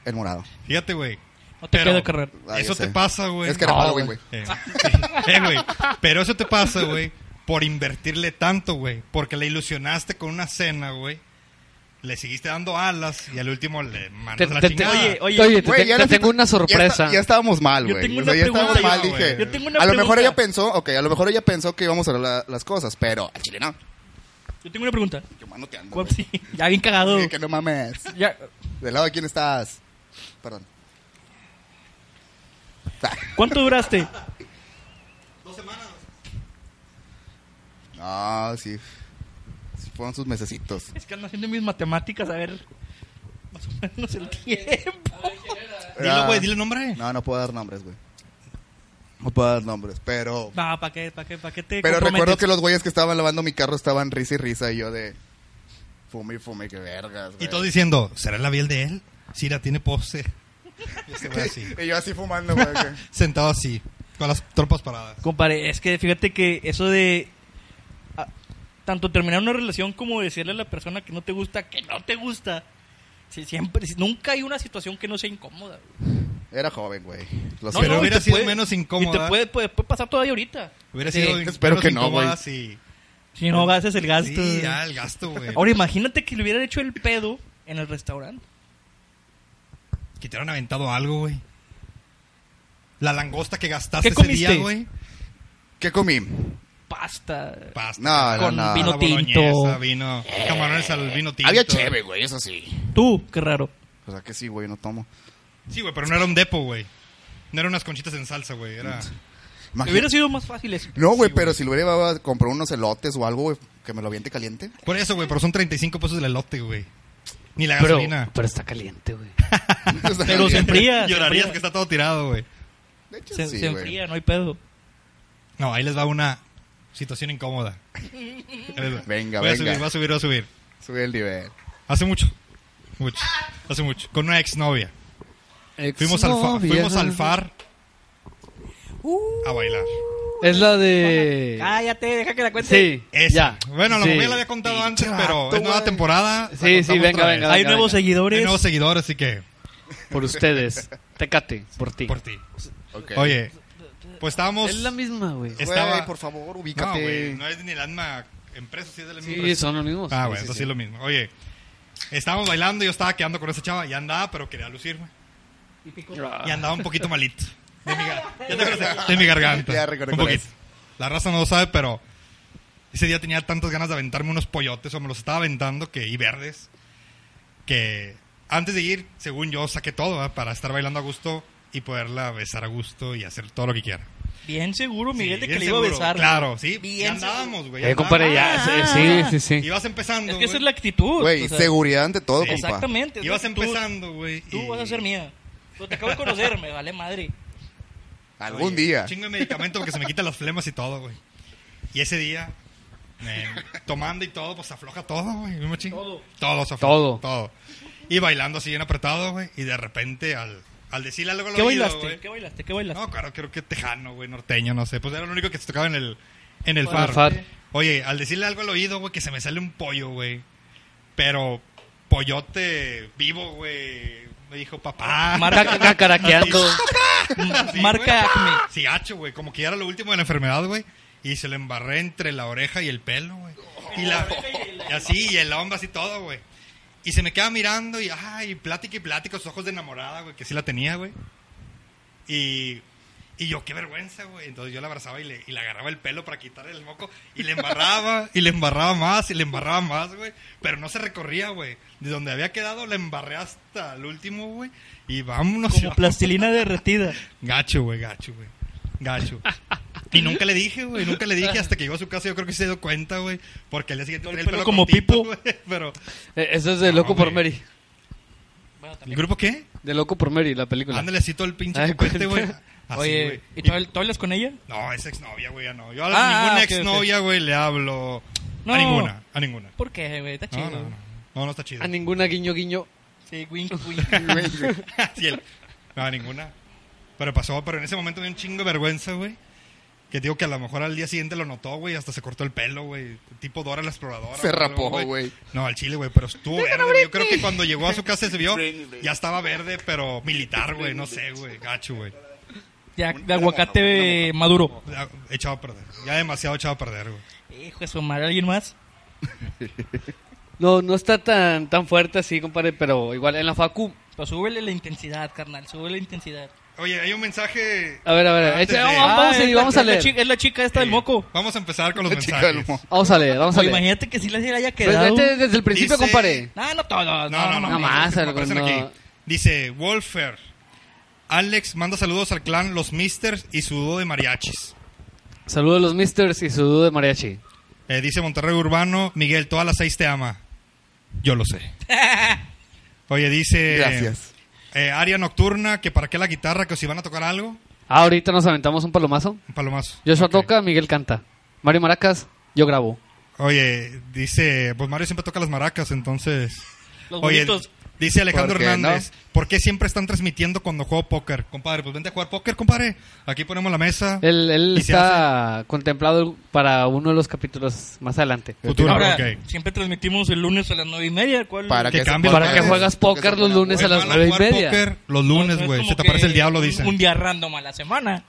Speaker 3: el morado.
Speaker 2: Fíjate, güey.
Speaker 1: No te
Speaker 2: Pero-
Speaker 1: queda carrera.
Speaker 3: Ah,
Speaker 2: Eso
Speaker 3: ya
Speaker 2: te
Speaker 3: sé.
Speaker 2: pasa, güey.
Speaker 3: Es que era
Speaker 4: No,
Speaker 3: Halloween,
Speaker 4: güey.
Speaker 3: güey.
Speaker 2: Eh, sí. *laughs* Eh, güey. Pero eso te pasa, güey, por invertirle tanto, güey. Porque le ilusionaste con una cena, güey. Le seguiste dando alas y al último le mandas la
Speaker 4: Te- te- te-
Speaker 2: chingada.
Speaker 1: oye,
Speaker 4: Oye, te,
Speaker 3: Güey,
Speaker 4: te-
Speaker 3: ya
Speaker 4: te
Speaker 3: le-
Speaker 4: tengo una
Speaker 3: Ya,
Speaker 4: sorpresa.
Speaker 3: está- ya estábamos mal,
Speaker 1: Yo
Speaker 3: güey.
Speaker 1: tengo
Speaker 3: O sea,
Speaker 1: una
Speaker 3: ya estábamos
Speaker 1: pregunta,
Speaker 3: mal,
Speaker 2: yo,
Speaker 3: dije.
Speaker 2: güey.
Speaker 1: Yo tengo una
Speaker 3: a lo mejor
Speaker 1: pregunta.
Speaker 3: ella pensó, ok, a lo mejor ella pensó que íbamos a hablar las cosas, pero al chile no.
Speaker 1: Yo tengo una *laughs* pregunta.
Speaker 3: Yo manoteando.
Speaker 1: ¿Cuál-
Speaker 3: güey.
Speaker 1: sí, ya bien cagado.
Speaker 3: Sí, que no mames.
Speaker 1: Ya,
Speaker 3: ¿Del lado de quién estás? Perdón.
Speaker 1: ¿Cuánto duraste?
Speaker 3: No, sí. Sí Fueron sus mesecitos.
Speaker 1: Es que ando haciendo mis matemáticas, a ver. Más o menos el tiempo.
Speaker 3: Era-
Speaker 2: Dilo, güey, dile nombre.
Speaker 3: Ah. No, no puedo dar nombres, güey. No puedo dar nombres, pero...
Speaker 1: No, ¿para qué, pa' qué, pa' qué te
Speaker 3: Pero recuerdo
Speaker 1: comprometes?
Speaker 3: que los güeyes que estaban lavando mi carro estaban risa y risa y yo de... Fume y fume, que vergas, güey.
Speaker 2: Y todo diciendo, ¿será la biel de él? Sí, la tiene pose. Y ese güey así.
Speaker 3: *laughs* Y yo así fumando, güey. que-
Speaker 2: Sentado así, con las tropas paradas.
Speaker 1: Compadre, es que fíjate que eso de... ah, tanto terminar una relación como decirle a la persona que no te gusta, que no te gusta. si siempre, si- nunca hay una situación que no sea incómoda. güey.
Speaker 3: Era joven, güey. Lo
Speaker 1: No, no,
Speaker 2: pero
Speaker 1: y
Speaker 2: hubiera
Speaker 1: te
Speaker 2: sido
Speaker 1: puede-
Speaker 2: menos
Speaker 1: Y te
Speaker 2: incómoda.
Speaker 1: puede, puede- puede pasar todavía ahorita.
Speaker 2: Hubiera
Speaker 4: Sí,
Speaker 2: sido
Speaker 3: espero
Speaker 2: menos
Speaker 3: que no,
Speaker 2: incómoda
Speaker 3: güey.
Speaker 2: si-
Speaker 1: Si no haces el gasto.
Speaker 2: Sí,
Speaker 1: güey.
Speaker 2: ya, el gasto, güey.
Speaker 1: Ahora imagínate que le hubieran hecho el pedo en el restaurante.
Speaker 2: Que te hubieran aventado algo, güey. La langosta que gastaste
Speaker 1: ¿Qué
Speaker 2: ese día,
Speaker 1: comiste?
Speaker 2: güey.
Speaker 3: ¿Qué comí?
Speaker 1: Pasta.
Speaker 2: Pasta.
Speaker 3: No,
Speaker 1: Con
Speaker 3: no, no.
Speaker 1: vino
Speaker 2: la boloñesa,
Speaker 1: tinto.
Speaker 2: Vino, camarones al vino tinto.
Speaker 3: Había cheve, güey, eso sí.
Speaker 1: Tú, qué raro.
Speaker 3: O sea que sí, güey, no tomo.
Speaker 2: Sí, güey, pero no era un depo, güey. No eran unas conchitas en salsa, güey. Era...
Speaker 3: Imagina-
Speaker 1: Hubiera sido más fácil eso.
Speaker 3: No, güey, pero si lo hubiera llevado, compró unos elotes o algo, güey, que me lo aviente caliente.
Speaker 2: Por eso, güey, pero son 35 pesos del elote, güey. Ni la
Speaker 4: pero,
Speaker 2: gasolina.
Speaker 4: pero está caliente, güey. *laughs*
Speaker 3: O sea,
Speaker 1: Pero se enfría. se
Speaker 2: Llorarías que
Speaker 1: enfría.
Speaker 2: está todo tirado, güey.
Speaker 3: De hecho,
Speaker 1: Se,
Speaker 3: sí,
Speaker 1: se
Speaker 3: güey.
Speaker 1: enfría, no hay pedo.
Speaker 2: No, ahí les va una situación incómoda. Ahí les va.
Speaker 3: Venga, venga.
Speaker 2: voy A subir, voy a subir, voy a subir.
Speaker 3: Subí el nivel.
Speaker 2: Hace mucho. Mucho. Hace mucho. Con una exnovia. Fuimos, al, fa- fuimos al far
Speaker 4: Uh.
Speaker 2: a bailar.
Speaker 4: Es la de...
Speaker 1: Cállate, Ah, deja que la cuente.
Speaker 4: Sí,
Speaker 2: Esa.
Speaker 4: ya.
Speaker 2: Bueno, la
Speaker 4: Sí.
Speaker 2: momia la había contado antes, pero
Speaker 3: vato,
Speaker 2: es nueva
Speaker 3: güey.
Speaker 2: temporada. la
Speaker 4: Sí, sí,
Speaker 2: contamos
Speaker 4: venga,
Speaker 2: otra vez.
Speaker 4: venga.
Speaker 1: Hay
Speaker 4: venga,
Speaker 1: nuevos
Speaker 4: venga.
Speaker 1: seguidores.
Speaker 2: Hay nuevos seguidores, así que
Speaker 4: Por ustedes. Tecate, por ti.
Speaker 2: por ti.
Speaker 3: Ok.
Speaker 2: Oye, pues estábamos.
Speaker 4: Es la misma, güey.
Speaker 3: Güey,
Speaker 2: estaba-
Speaker 3: por favor,
Speaker 2: No, güey,
Speaker 3: ubícate.
Speaker 2: no es ni la misma empresa, sí es de la misma
Speaker 4: Sí,
Speaker 2: empresa.
Speaker 4: son los mismos.
Speaker 2: Ah,
Speaker 4: Sí,
Speaker 2: bueno,
Speaker 4: sí,
Speaker 2: entonces sí
Speaker 4: sí.
Speaker 2: es lo mismo. Oye, estábamos bailando, yo estaba quedando con esa chava, ya andaba, pero quería lucirme.
Speaker 4: Ah.
Speaker 2: Y andaba un poquito malito. De mi,
Speaker 1: *laughs*
Speaker 2: gar- ya te acordé, de mi garganta.
Speaker 3: Ya recordé
Speaker 2: un
Speaker 3: cuál
Speaker 2: poquito.
Speaker 3: es.
Speaker 2: La raza no lo sabe, pero ese día tenía tantas ganas de aventarme unos pollotes, o me los estaba aventando, que, y verdes, que antes de ir, según yo, saqué todo ¿verdad? para estar bailando a gusto y poderla besar a gusto y hacer todo lo que quiera.
Speaker 1: Bien seguro, Miguel, de
Speaker 2: Sí,
Speaker 1: que
Speaker 2: bien
Speaker 1: le iba a
Speaker 2: seguro.
Speaker 1: besar.
Speaker 2: Claro, sí. ya
Speaker 1: Bien
Speaker 2: andábamos, güey.
Speaker 4: Eh, compadre, ya.
Speaker 1: Ah,
Speaker 4: sí,
Speaker 1: ah,
Speaker 4: sí, sí, sí.
Speaker 2: Ibas empezando.
Speaker 1: Es que esa
Speaker 2: güey.
Speaker 1: es la actitud.
Speaker 3: Güey,
Speaker 1: o sea,
Speaker 3: seguridad ante todo,
Speaker 2: Sí.
Speaker 3: compa.
Speaker 1: Exactamente. es
Speaker 2: Ibas
Speaker 1: la actitud.
Speaker 2: empezando, güey.
Speaker 1: Tú
Speaker 2: y-
Speaker 1: vas a ser mía. Pero te acabo de conocer, me vale
Speaker 2: *laughs*
Speaker 1: madre.
Speaker 3: Algún
Speaker 2: Oye,
Speaker 3: día.
Speaker 2: un Chingo de medicamento porque se me quitan las flemas y todo, güey. Y ese día, eh, tomando y todo, pues afloja todo, güey. ¿no me chingo?
Speaker 1: Todo.
Speaker 2: Todo se afloja.
Speaker 4: Todo.
Speaker 2: Todo. Y bailando así bien apretado, güey. Y de repente, al, al decirle algo al
Speaker 1: ¿Qué
Speaker 2: oído,
Speaker 1: bailaste?
Speaker 2: güey.
Speaker 1: ¿Qué bailaste? ¿Qué bailaste?
Speaker 2: No, claro, creo que tejano, güey, norteño, no sé. Pues era lo único que se tocaba en el, en el
Speaker 4: Bueno,
Speaker 2: far.
Speaker 4: far.
Speaker 2: Oye, al decirle algo al oído, güey, que se me sale un pollo, güey. Pero pollote vivo, güey. Me dijo, papá.
Speaker 1: Marca-
Speaker 4: Ca- ca- Caraqueando.
Speaker 2: *laughs* Sí,
Speaker 1: Marca
Speaker 2: güey.
Speaker 1: Acme.
Speaker 2: Sí, hacho, güey. Como que ya era lo último de la enfermedad, güey. Y se le embarré entre la oreja y el pelo, güey. Y, la, y así, y el hombro así todo, güey. Y se me queda mirando y, ay, plática y plática, sus ojos de enamorada, güey, que sí la tenía, güey. Y, y yo, qué vergüenza, güey. Entonces yo la abrazaba y le, y le agarraba el pelo para quitarle el moco y le embarraba, y le embarraba más, y le embarraba más, güey. Pero no se recorría, güey. De donde había quedado, la embarré hasta el último, güey. Y vámonos. y
Speaker 1: Como
Speaker 2: vámonos.
Speaker 1: plastilina derretida.
Speaker 2: Gacho, güey, gacho, güey. Gacho. Y nunca le dije, güey, nunca le dije hasta que llegó a su casa. Yo creo que se dio cuenta, güey. Porque al día siguiente
Speaker 1: Con el
Speaker 2: traía
Speaker 1: pelo
Speaker 2: el pelo
Speaker 1: como
Speaker 2: cortito,
Speaker 1: Pipo.
Speaker 2: güey, Pero,
Speaker 4: Eh, Eso es de Loco
Speaker 2: No,
Speaker 4: por
Speaker 2: güey.
Speaker 4: Mary.
Speaker 2: ¿el grupo qué?
Speaker 4: De Loco por Mary, la película.
Speaker 2: Ándale así todo el pinche
Speaker 4: Ay,
Speaker 2: copete, güey.
Speaker 4: cuenta.
Speaker 2: Así,
Speaker 1: Ah, Oye,
Speaker 2: güey.
Speaker 1: ¿y tú, tú hablas con ella?
Speaker 2: No, es exnovia, güey, ya no. Yo a
Speaker 1: Ah,
Speaker 2: ninguna
Speaker 1: ah, ok, ok.
Speaker 2: exnovia, güey, le hablo.
Speaker 1: No.
Speaker 2: A ninguna, a ninguna.
Speaker 1: ¿Por qué, güey? Está
Speaker 2: No,
Speaker 1: chido.
Speaker 2: no, no. No, no está chido.
Speaker 4: A ninguna guiño guiño.
Speaker 1: Sí, wink, wink.
Speaker 2: *laughs* Sí, el- No, ninguna. Pero pasó, pero en ese momento me dio un chingo de vergüenza, güey. Que digo que a lo mejor al día siguiente lo notó, güey. Hasta se cortó el pelo, güey. Tipo Dora la exploradora.
Speaker 3: Se
Speaker 2: o algo,
Speaker 3: rapó, güey.
Speaker 2: No, al chile, güey. Pero estuvo verde. güey. Yo creo que cuando llegó a su casa se vio. Ya estaba verde, pero militar, güey. No sé, güey. Gacho, güey.
Speaker 1: Ya, de aguacate maduro.
Speaker 2: Ya Echado a perder. Ya demasiado echado a perder, güey.
Speaker 1: Hijo de su madre, ¿alguien más?
Speaker 4: No, no está tan, tan fuerte así, compadre, pero igual en la facu.
Speaker 1: Pues súbele la intensidad, carnal, súbele la intensidad. Ah,
Speaker 2: Oye, hay un mensaje.
Speaker 4: A ver, a ver,
Speaker 2: Antes
Speaker 4: echa-
Speaker 2: de-
Speaker 4: Ah, vamos, vamos,
Speaker 1: es
Speaker 4: y
Speaker 1: la-
Speaker 4: vamos a
Speaker 1: es la
Speaker 4: leer.
Speaker 1: chica- Es la chica esta del moco.
Speaker 2: Vamos a empezar con los
Speaker 3: La *laughs* chica del
Speaker 2: mensajes.
Speaker 3: mo-
Speaker 4: Vamos a leer, Pues vamos a
Speaker 1: Oye,
Speaker 4: leer.
Speaker 1: imagínate que si les haya quedado.
Speaker 4: Desde, desde el principio,
Speaker 2: Dice-
Speaker 4: compadre.
Speaker 1: No, no todos.
Speaker 2: No, no, no.
Speaker 4: no más,
Speaker 2: me
Speaker 4: algo,
Speaker 2: aparecen
Speaker 4: no.
Speaker 2: aquí. Dice Wolfer. Alex manda saludos al clan Los Misters y su dúo de mariachis.
Speaker 4: Saludos a los misters y su dúo de mariachi.
Speaker 2: Eh, dice Monterrey Urbano, Miguel, todas las seis te ama. Yo lo sé. Oye, dice...
Speaker 3: Gracias.
Speaker 2: eh, área Nocturna, que para qué la guitarra, que si van a tocar algo,
Speaker 4: Ah, ahorita nos aventamos un palomazo.
Speaker 2: un palomazo.
Speaker 4: Joshua
Speaker 2: Ok.
Speaker 4: toca, Miguel canta. Mario Maracas, yo grabo.
Speaker 2: Oye, dice... Pues Mario siempre toca las maracas, entonces...
Speaker 1: Los
Speaker 2: Oye,
Speaker 1: bonitos.
Speaker 2: dice Alejandro
Speaker 3: ¿Por qué
Speaker 2: Hernández, ¿por qué siempre están transmitiendo cuando juego póker? Compadre, pues vente a jugar póker, compadre. Aquí ponemos la mesa.
Speaker 4: Él, él
Speaker 2: ¿Y se
Speaker 4: está contemplado para uno de los capítulos más adelante.
Speaker 2: Futuro,
Speaker 1: Ahora,
Speaker 2: ok.
Speaker 1: siempre transmitimos el lunes a las nueve y media. ¿Cuál?
Speaker 3: Para
Speaker 2: Que
Speaker 3: que, se
Speaker 2: cambie-
Speaker 3: ponga-
Speaker 2: para que
Speaker 4: juegas
Speaker 3: porque se
Speaker 4: póker los
Speaker 3: ponga-
Speaker 4: lunes a
Speaker 3: Güey,
Speaker 4: las
Speaker 2: pues Van
Speaker 4: nueve y
Speaker 2: jugar
Speaker 4: media.
Speaker 2: póker los
Speaker 1: No, no
Speaker 2: lunes,
Speaker 1: es
Speaker 2: güey.
Speaker 1: como
Speaker 2: Se te aparece el
Speaker 1: que
Speaker 2: diablo,
Speaker 1: un-
Speaker 2: dice.
Speaker 1: Un día random a la semana.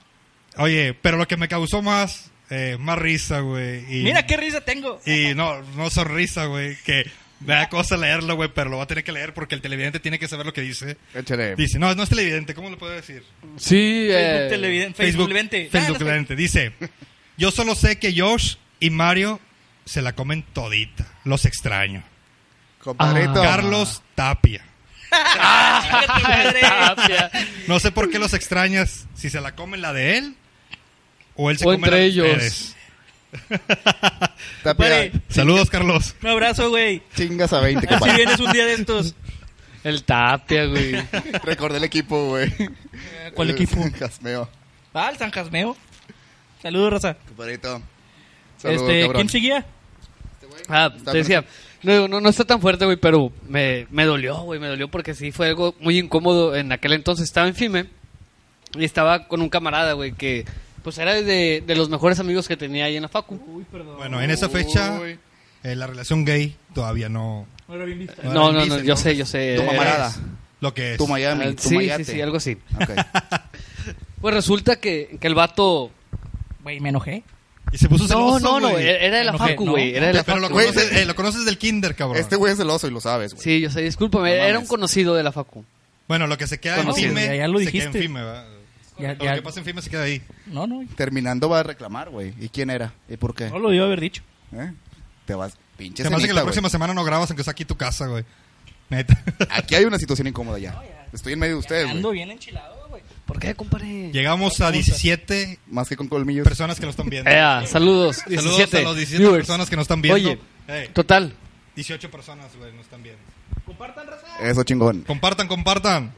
Speaker 2: Oye, pero lo que me causó más, eh, más risa, güey. y-
Speaker 1: Mira qué risa tengo.
Speaker 2: Y no, no sonrisa, güey. Que me da cosa leerlo, güey, pero lo va a tener que leer porque el televidente tiene que saber lo que dice.
Speaker 3: Échale.
Speaker 2: Dice, no, no es televidente, ¿cómo lo puedo decir?
Speaker 4: Sí,
Speaker 1: *laughs*
Speaker 4: eh,
Speaker 1: Facebook televidente. Facebook televidente. Ah,
Speaker 2: Facebook
Speaker 1: no sé.
Speaker 2: televidente. Dice, yo solo sé que Josh y Mario se la comen todita. Los extraño.
Speaker 3: Compadrito.
Speaker 4: Ah.
Speaker 2: Carlos Tapia.
Speaker 1: Chinga tu madre.
Speaker 4: Tapia.
Speaker 2: No sé por qué los extrañas, si se la comen la de él o él se
Speaker 4: O
Speaker 2: come la
Speaker 4: entre
Speaker 2: de
Speaker 4: ellos.
Speaker 2: ustedes.
Speaker 4: *laughs*
Speaker 3: Tapia,
Speaker 1: Güey,
Speaker 2: Saludos, Carlos.
Speaker 1: un abrazo, güey.
Speaker 3: Chingas a 20,
Speaker 1: Si
Speaker 3: compadre.
Speaker 1: vienes un día de estos.
Speaker 4: El Tapia, güey.
Speaker 3: Recordé el equipo, güey.
Speaker 1: ¿Cuál
Speaker 3: El *laughs*
Speaker 1: equipo?
Speaker 3: Casmeo.
Speaker 1: Va al San Jasmeo. Saludos, Raza.
Speaker 3: Compadrito. Saludos,
Speaker 1: este,
Speaker 3: cabrón.
Speaker 1: ¿Quién seguía?
Speaker 4: Ah, te decía, no, no, no está tan fuerte, güey, pero me, me dolió, güey, me dolió porque sí fue algo muy incómodo. En aquel entonces estaba en FIME y estaba con un camarada, güey, que pues era de, de los mejores amigos que tenía ahí en la facu.
Speaker 2: Bueno, en esa fecha
Speaker 3: Uy.
Speaker 2: eh, la relación gay todavía no...
Speaker 1: No era bien vista.
Speaker 2: no
Speaker 4: No,
Speaker 2: era
Speaker 4: no,
Speaker 2: en
Speaker 4: no,
Speaker 2: Visa,
Speaker 4: yo sé, yo sé.
Speaker 3: Tu
Speaker 4: eh,
Speaker 3: mamarada.
Speaker 4: eh,
Speaker 2: Lo que es.
Speaker 3: Tu Miami, tu
Speaker 4: sí, sí,
Speaker 3: Mayate.
Speaker 4: sí, algo así.
Speaker 3: Ok.
Speaker 4: Pues resulta que, que el vato...
Speaker 1: Güey, me enojé.
Speaker 2: Y se puso
Speaker 4: No,
Speaker 2: celoso,
Speaker 4: no, no,
Speaker 2: güey.
Speaker 4: era de la
Speaker 1: No,
Speaker 4: facu,
Speaker 1: no,
Speaker 4: güey,
Speaker 1: no,
Speaker 4: era de la
Speaker 2: Pero lo
Speaker 4: facu.
Speaker 3: güey.
Speaker 2: conoces, eh, lo conoces del kinder, cabrón.
Speaker 3: Este güey es celoso y lo sabes, güey.
Speaker 4: Sí, yo sé, discúlpame,
Speaker 3: No
Speaker 4: era
Speaker 3: mames.
Speaker 4: un conocido de la facu.
Speaker 2: Bueno, lo que se queda
Speaker 4: Conocido.
Speaker 2: en FIME,
Speaker 1: Ya lo
Speaker 2: se queda en
Speaker 1: dijiste.
Speaker 2: FIME, ¿verdad?
Speaker 1: Ya-
Speaker 2: Lo
Speaker 1: ya-
Speaker 2: que pasa en FIME se queda ahí.
Speaker 1: No, no.
Speaker 3: Terminando va a reclamar, güey. ¿Y quién era? ¿Y por qué?
Speaker 1: No lo debió haber dicho.
Speaker 3: ¿Eh? Te vas, pinche
Speaker 2: Se me hace que
Speaker 3: cenita,
Speaker 2: la
Speaker 3: güey.
Speaker 2: próxima semana no grabas aunque sea aquí tu casa, güey.
Speaker 1: *laughs*
Speaker 2: Neta.
Speaker 3: Aquí hay una situación incómoda ya. Estoy en medio de ustedes,
Speaker 1: Ando
Speaker 3: güey.
Speaker 1: bien enchilado, güey.
Speaker 4: ¿Por qué, compadre?
Speaker 2: Llegamos a 17
Speaker 3: Más que con colmillos.
Speaker 2: personas que nos están viendo.
Speaker 4: Ea, Eh, saludos,
Speaker 2: Saludos
Speaker 4: 17
Speaker 2: a los 17
Speaker 4: viewers.
Speaker 2: personas que nos están viendo.
Speaker 4: Oye,
Speaker 2: Ey,
Speaker 4: total,
Speaker 2: 18 personas, güey, nos están viendo.
Speaker 1: Compartan, Raza.
Speaker 3: Eso chingón.
Speaker 2: Compartan, compartan.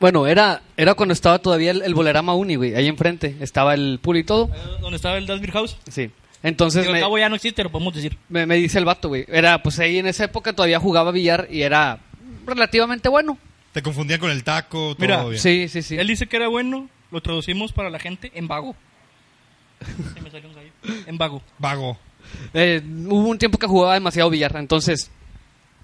Speaker 4: Bueno, era, era cuando estaba todavía el, el Bolerama Uni, güey. Ahí enfrente estaba el pool y todo.
Speaker 1: ¿Dónde estaba el Dasbir House?
Speaker 4: Sí. Entonces
Speaker 1: Digo,
Speaker 4: me,
Speaker 1: al cabo ya no existe, lo podemos decir.
Speaker 4: me, me dice el vato, güey. Era, pues ahí en esa época todavía jugaba billar y era relativamente bueno.
Speaker 2: Te confundían con el taco, todo
Speaker 1: Mira,
Speaker 2: bien.
Speaker 4: Sí, sí, sí.
Speaker 1: Él dice que era bueno, lo traducimos para la gente en vago. Se me salió un gallo. En vago.
Speaker 2: Vago.
Speaker 4: Eh, hubo un tiempo que jugaba demasiado billar. Entonces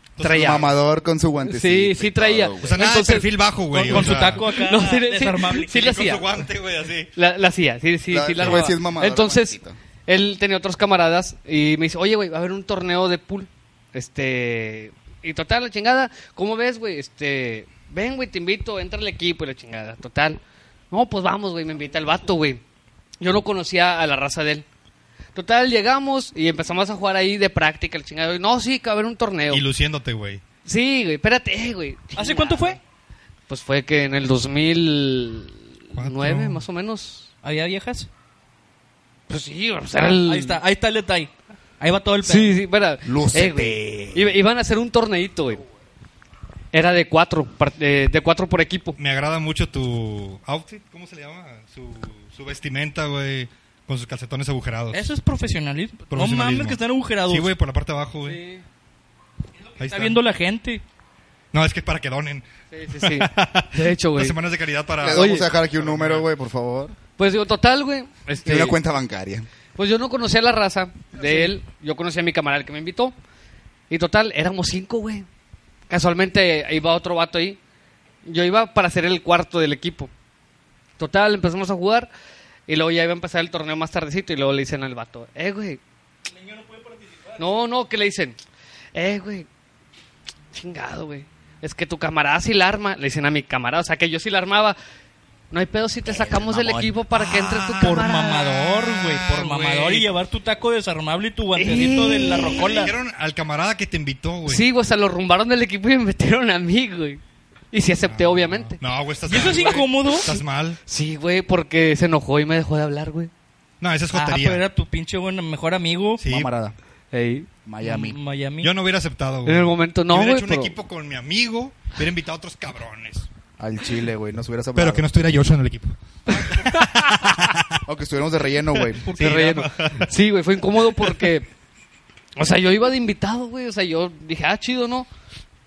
Speaker 2: Entonces,
Speaker 4: traía.
Speaker 3: Mamador con su guantecito.
Speaker 4: Sí, sí traía.
Speaker 2: O sea, nada
Speaker 4: Entonces,
Speaker 2: de perfil bajo, güey.
Speaker 1: con
Speaker 2: o
Speaker 1: su
Speaker 2: sea,
Speaker 1: taco acá
Speaker 4: no, sí, sí,
Speaker 1: desarmable.
Speaker 4: sí,
Speaker 2: y
Speaker 4: la
Speaker 2: con
Speaker 4: hacía.
Speaker 2: su guante, güey, así.
Speaker 4: La, la hacía, sí, sí,
Speaker 3: La-
Speaker 4: sí la
Speaker 3: el güey
Speaker 4: armaba.
Speaker 3: sí es mamador,
Speaker 4: Entonces,
Speaker 3: mamadito.
Speaker 4: él tenía otros camaradas y me dice, oye, güey, va a haber un torneo de pool. Este, y total, la chingada, ¿cómo ves, güey? Este, ven, güey, te invito, entra al equipo y la chingada, total. No, pues vamos, güey, me invita el vato, güey. Yo no conocía a la raza de él. Total, llegamos y empezamos a jugar ahí de práctica, el chingado. Y, No, sí, que va a haber un torneo.
Speaker 2: Y luciéndote, güey.
Speaker 4: Sí, güey, espérate, eh, güey.
Speaker 1: ¿Hace cuánto fue?
Speaker 4: Pues fue que en el 2009,
Speaker 2: Cuatro.
Speaker 4: más o menos.
Speaker 1: ¿Había viejas?
Speaker 4: Pues sí, o sea, era el-
Speaker 1: Ahí está, ahí está el detalle. Ahí va todo el pedo.
Speaker 4: Sí, sí, espera. Eh,
Speaker 3: Lúcete.
Speaker 4: güey. Iba- Iban a hacer un torneito, güey. Era de cuatro, par- eh, de cuatro por equipo.
Speaker 2: Me agrada mucho tu outfit, ¿cómo se le llama? Su, su vestimenta, güey, con sus calcetones agujerados.
Speaker 1: Eso es profesionalismo. No
Speaker 2: Profesionalismo.
Speaker 1: mames que están agujerados.
Speaker 2: Sí, güey, por la parte de abajo, güey. Ahí
Speaker 1: Está viendo la gente.
Speaker 2: No, es que es para que donen. *laughs*
Speaker 4: Sí, sí,
Speaker 1: *laughs*
Speaker 4: sí. De hecho,
Speaker 2: Las
Speaker 4: güey.
Speaker 2: semanas de caridad para...
Speaker 3: Le
Speaker 4: Oye.
Speaker 3: vamos a dejar aquí un número, güey, por favor.
Speaker 4: Pues digo, total, güey.
Speaker 3: Y
Speaker 4: Este,
Speaker 3: una cuenta bancaria.
Speaker 4: Pues yo no conocía la raza de él. Yo conocía a mi camarada el que me invitó. Y total, éramos cinco, güey. Casualmente iba otro vato ahí. Yo iba para ser el cuarto del equipo. Total, empezamos a jugar. Y luego ya iba a empezar el torneo más tardecito. Y luego le dicen al vato, eh, güey. no No, que le dicen, eh, güey. Chingado, güey. Es que tu camarada sí la arma. Le dicen a mi camarada. O sea, que yo sí la armaba. No hay pedo si te sacamos del equipo para que entre tu
Speaker 2: Ah,
Speaker 1: Por
Speaker 4: camarada.
Speaker 1: mamador, güey. Por
Speaker 2: güey.
Speaker 1: mamador y llevar tu taco desarmable y tu guantecito
Speaker 4: Eh.
Speaker 1: de la
Speaker 2: Le
Speaker 1: rocola. Ah,
Speaker 2: dijeron al camarada que te invitó, güey.
Speaker 4: Sí, güey, o sea, lo rumbaron del equipo y me *laughs* metieron a mí, güey. Y sí acepté, obviamente.
Speaker 2: No, güey, estás
Speaker 1: ¿Y eso
Speaker 2: mal,
Speaker 1: es
Speaker 2: güey.
Speaker 1: incómodo?
Speaker 2: Estás mal.
Speaker 4: Sí, güey, porque se enojó y me dejó de hablar, güey.
Speaker 2: No, esa es
Speaker 1: Ah, pero
Speaker 2: jotería.
Speaker 1: era tu pinche buen mejor amigo.
Speaker 2: Sí.
Speaker 3: Mamarada.
Speaker 4: Ey.
Speaker 1: M- Miami.
Speaker 2: Yo no hubiera aceptado, güey.
Speaker 4: En el momento, no,
Speaker 2: Yo hubiera
Speaker 4: güey,
Speaker 2: hecho un
Speaker 4: pero-
Speaker 2: equipo con mi amigo, hubiera invitado a otros cabrones.
Speaker 3: Al Chile, güey. Nos hubieras hablado.
Speaker 2: Pero que no estuviera Joshua en el equipo.
Speaker 3: O que estuviéramos de relleno, güey.
Speaker 4: Se relleno. Sí, güey, fue incómodo porque. O sea, yo iba de invitado, güey. O sea, yo dije, ah, chido, ¿no?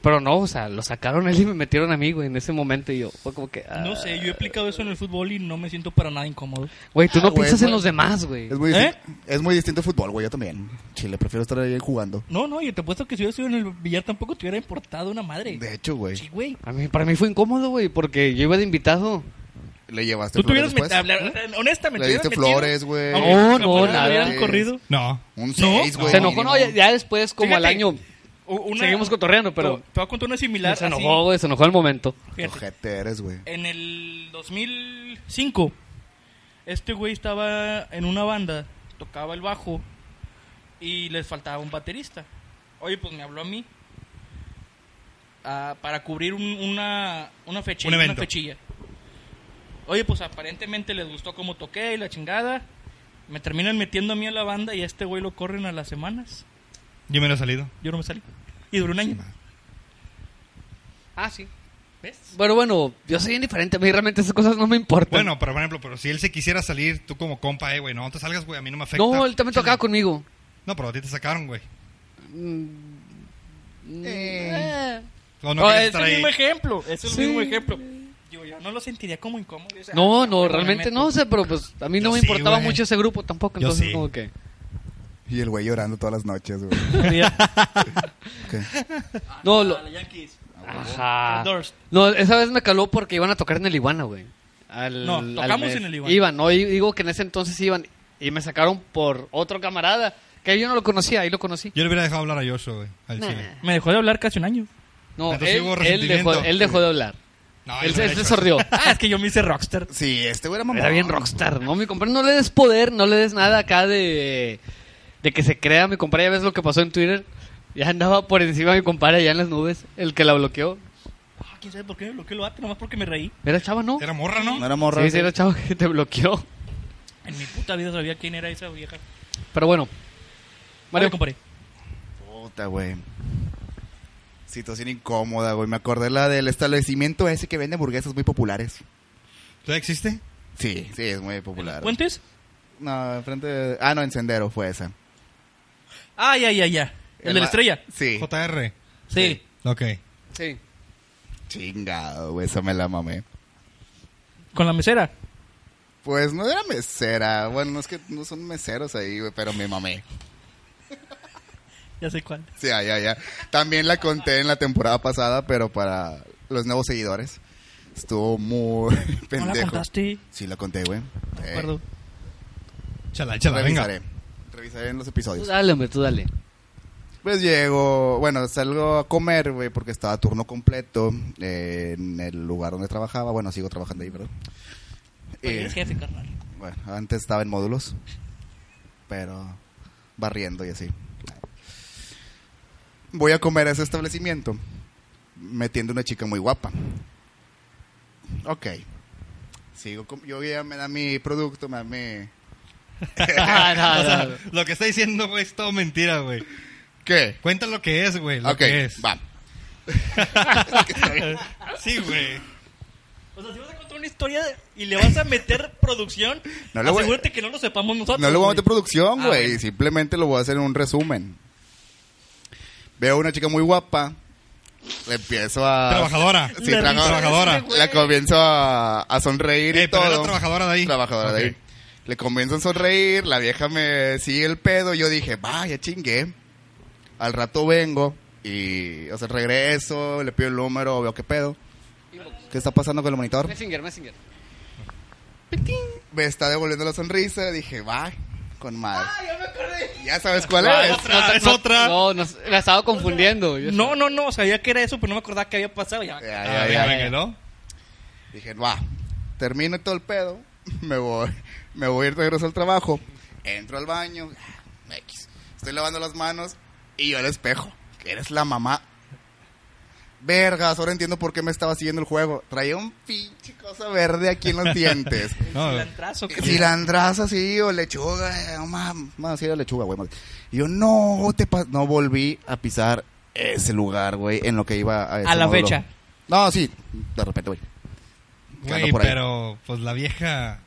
Speaker 4: Pero no, o sea, lo sacaron él y me metieron a mí, güey, en ese momento. Y yo, fue como que. ah,
Speaker 1: No sé, yo he aplicado eso en el fútbol y no me siento para nada incómodo.
Speaker 4: Güey, tú no
Speaker 3: Ah, güey,
Speaker 4: piensas en
Speaker 3: güey.
Speaker 4: los demás, güey.
Speaker 3: Es muy,
Speaker 1: ¿Eh?
Speaker 3: distinto, es muy distinto el fútbol, güey. Yo también. Chile, prefiero estar ahí jugando.
Speaker 1: No, no, y te apuesto que si hubiera sido en el billar tampoco te hubiera importado una madre.
Speaker 3: De hecho,
Speaker 1: Sí,
Speaker 3: güey.
Speaker 1: güey.
Speaker 4: A mí, para mí fue incómodo, güey, porque yo iba de invitado.
Speaker 3: Le llevaste
Speaker 1: Tú te
Speaker 3: flores
Speaker 1: hubieras
Speaker 3: después.
Speaker 1: metido, honestamente.
Speaker 3: Le diste
Speaker 1: hubieras metido,
Speaker 3: flores, güey.
Speaker 1: aunque la
Speaker 4: Oh, No,
Speaker 1: campana
Speaker 4: no,
Speaker 1: la
Speaker 4: nada.
Speaker 1: hubieran corrido.
Speaker 2: No.
Speaker 3: Un
Speaker 1: No,
Speaker 3: 6, güey.
Speaker 4: se enojó, no, ya,
Speaker 3: mínimo.
Speaker 4: ya después, como al
Speaker 1: Fíjate,
Speaker 4: año.
Speaker 1: u- una-
Speaker 4: Seguimos cotorreando, pero.
Speaker 1: Te te voy a contar una similar.
Speaker 4: se
Speaker 1: así.
Speaker 4: enojó, güey, se enojó al momento.
Speaker 3: Qué
Speaker 1: Fíjate,
Speaker 3: ojete eres, güey.
Speaker 1: en el 2005, este güey estaba en una banda, tocaba el bajo y les faltaba un baterista. Oye, pues me habló a mí ah, para cubrir un- una, una fechilla.
Speaker 2: Un
Speaker 1: una
Speaker 2: evento.
Speaker 1: fechilla. Oye, pues aparentemente les gustó cómo toqué y la chingada. Me terminan metiendo a mí a la banda y a este güey lo corren a las semanas.
Speaker 2: Yo me lo he salido.
Speaker 1: Yo no me salí. Y duró un año.
Speaker 4: Ah, sí.
Speaker 1: ¿Ves?
Speaker 4: Pero bueno, yo soy indiferente. A mí realmente esas cosas no me importan.
Speaker 2: Bueno, pero por ejemplo, pero si él se quisiera salir, tú como compa, eh, güey, no te salgas, güey, a mí no me afecta.
Speaker 4: no, él también
Speaker 2: Chale.
Speaker 4: tocaba conmigo.
Speaker 2: No, pero a ti te sacaron, güey.
Speaker 3: Mm.
Speaker 4: Eh.
Speaker 2: O
Speaker 1: Oh,
Speaker 2: no quieres
Speaker 1: es
Speaker 2: estar
Speaker 1: el
Speaker 2: ahí.
Speaker 1: mismo ejemplo. Es el
Speaker 4: Sí.
Speaker 1: mismo ejemplo. Digo, yo no lo sentiría como incómodo. o sea,
Speaker 4: No,
Speaker 1: ah,
Speaker 4: no,
Speaker 1: me
Speaker 4: realmente
Speaker 1: meto.
Speaker 4: no, o sea, pero pues a mí no
Speaker 2: Yo
Speaker 4: me
Speaker 2: sí,
Speaker 4: importaba
Speaker 2: güey.
Speaker 4: mucho ese grupo tampoco,
Speaker 2: Yo
Speaker 4: entonces
Speaker 2: sí.
Speaker 4: como que...
Speaker 3: Y el güey llorando todas las noches,
Speaker 4: *laughs*
Speaker 3: güey. ¿Qué?
Speaker 4: No,
Speaker 1: A
Speaker 4: lo-
Speaker 1: la Yankees.
Speaker 4: Ajá.
Speaker 1: Doors.
Speaker 4: No, esa vez me caló porque iban a tocar en el Iguana, güey. Al-
Speaker 1: No,
Speaker 4: al
Speaker 1: tocamos
Speaker 4: mes.
Speaker 1: en el Iguana.
Speaker 4: Iban, no, y digo que en ese entonces iban y me sacaron por otro camarada, que yo no lo conocía, ahí lo conocí.
Speaker 2: Yo le hubiera dejado hablar a Joshua, güey, al
Speaker 4: Nah.
Speaker 2: chile.
Speaker 1: Me dejó de hablar casi un
Speaker 4: *laughs*
Speaker 1: año.
Speaker 4: No,
Speaker 2: Entonces
Speaker 4: él,
Speaker 2: hubo
Speaker 4: él
Speaker 2: resentimiento.
Speaker 4: dejó, él dejó de hablar.
Speaker 2: No, yo
Speaker 4: él
Speaker 2: lo
Speaker 4: se,
Speaker 2: hubiera
Speaker 4: se
Speaker 2: hecho.
Speaker 4: sordió.
Speaker 1: Ah, es que yo me hice rockstar.
Speaker 3: Sí, este güey era mamá.
Speaker 4: Era bien rockstar, ¿no? Mi compadre, no le des poder, no le des nada acá de, de que se crea. Mi compadre, ya ves lo que pasó en Twitter. Ya andaba por encima de mi compadre allá en las nubes, el que la bloqueó.
Speaker 1: Ah, ¿Quién sabe por qué me bloqueó el vato? Nomás porque me reí.
Speaker 4: Era chava, ¿no?
Speaker 2: Era morra, ¿no?
Speaker 3: No era morra.
Speaker 4: Sí, sí, era chava que te bloqueó.
Speaker 1: En mi puta vida sabía quién era esa vieja.
Speaker 4: Pero bueno.
Speaker 1: Mario,
Speaker 4: Mario,
Speaker 1: compadre.
Speaker 3: Puta, güey. Situación incómoda, güey. Me acordé la del establecimiento ese que vende hamburguesas muy populares.
Speaker 2: ¿Todavía existe?
Speaker 3: Sí, sí, es muy popular.
Speaker 1: ¿Puentes?
Speaker 3: No, enfrente de... Ah, no, en Sendero fue esa.
Speaker 1: Ah, ya, ya, ya. El, de la
Speaker 3: va-
Speaker 1: estrella.
Speaker 3: Sí.
Speaker 2: JR.
Speaker 1: Sí.
Speaker 2: Ok.
Speaker 4: Sí.
Speaker 3: Chingado, güey, esa me la mamé.
Speaker 1: Con la mesera.
Speaker 3: Pues no era mesera. Bueno, es que no son meseros ahí, güey, pero me mamé.
Speaker 1: Ya sé cuál.
Speaker 3: Sí, ya, ya, ya. También la conté en la temporada pasada, pero para los nuevos seguidores. Estuvo muy *laughs* pendejo.
Speaker 1: ¿No la contaste?
Speaker 3: Sí, la conté, güey.
Speaker 1: No
Speaker 3: Eh,
Speaker 1: me acuerdo.
Speaker 2: Chala, chala, venga.
Speaker 3: revisaré. Revisaré en los
Speaker 4: Tú
Speaker 3: episodios.
Speaker 4: dale, hombre,
Speaker 2: *laughs*
Speaker 4: tú dale. *laughs*
Speaker 3: Pues llego, bueno, salgo a comer, güey, porque estaba a turno completo eh, en el lugar donde trabajaba. Bueno, sigo trabajando ahí, ¿verdad?
Speaker 1: Oye,
Speaker 3: Eh,
Speaker 1: eres jefe, carnal.
Speaker 3: Bueno, antes estaba en módulos, pero barriendo y así. Voy a comer a ese establecimiento, metiendo una chica muy guapa. Ok. Sigo, com- yo ya me da mi producto, me da mi...
Speaker 4: Ah, no,
Speaker 2: O sea,
Speaker 4: no, no.
Speaker 2: lo que está diciendo, güey, es todo mentira, güey.
Speaker 3: ¿Qué?
Speaker 2: Cuenta lo que es, güey. Lo
Speaker 3: ok,
Speaker 2: que es.
Speaker 3: va.
Speaker 2: Sí, güey.
Speaker 1: O sea, si vas a contar una historia y le vas a meter producción,
Speaker 3: No le voy-
Speaker 1: asegúrate que no lo sepamos nosotros.
Speaker 3: No lo voy a meter
Speaker 1: güey.
Speaker 3: producción,
Speaker 1: Ah,
Speaker 3: güey.
Speaker 1: bueno.
Speaker 3: Simplemente lo voy a hacer en un resumen. Veo a una chica muy guapa. Le empiezo a.
Speaker 2: Trabajadora.
Speaker 3: Sí,
Speaker 1: La
Speaker 3: trabaja-
Speaker 2: trabajadora.
Speaker 3: La comienzo a, a sonreír y
Speaker 2: Eh, pero
Speaker 3: todo.
Speaker 2: era trabajadora de ahí.
Speaker 3: Trabajadora de
Speaker 2: Ok.
Speaker 3: ahí. Le comienzo a sonreír. La vieja me sigue el pedo. Yo dije, vaya chingue. Al rato vengo. Y, o sea, regreso. Le pido el número. Veo qué pedo. ¿Qué está pasando con el monitor?
Speaker 4: Messinger, Messinger.
Speaker 3: Me está devolviendo la sonrisa. Dije, va, con madre.
Speaker 4: Ah, ya me acordé.
Speaker 3: Ya sabes cuál
Speaker 4: Ah,
Speaker 3: es.
Speaker 4: no, no,
Speaker 2: es
Speaker 4: no,
Speaker 2: otra.
Speaker 4: No, no, la estaba confundiendo. yo
Speaker 1: No, no, no. Sabía que era eso, pero no me acordaba que había pasado. Ya.
Speaker 3: Ya,
Speaker 2: Ah,
Speaker 3: ya,
Speaker 2: venga,
Speaker 3: ya.
Speaker 2: venga, ¿y luego?
Speaker 3: Dije, va, termino todo el pedo, *laughs* me voy, me voy a ir de regreso al trabajo, entro al baño, ah, X. estoy lavando las manos y yo al espejo, que eres la mamá. Vergas, ahora entiendo por qué me estaba siguiendo el juego. Traía un pinche cosa verde
Speaker 1: *laughs*
Speaker 3: aquí en los dientes.
Speaker 2: No,
Speaker 1: Cilantrazo, cabrón.
Speaker 3: Cilandraza así o lechuga, eh, no mames, más sí era lechuga, güey. más. Y yo no te pas- no volví a pisar ese lugar, güey, en lo que iba a ese
Speaker 1: A la
Speaker 3: módulo.
Speaker 1: fecha.
Speaker 3: No, sí, de repente, güey. ¿Qué anda
Speaker 2: güey,
Speaker 3: por ahí?
Speaker 2: pero pues la vieja.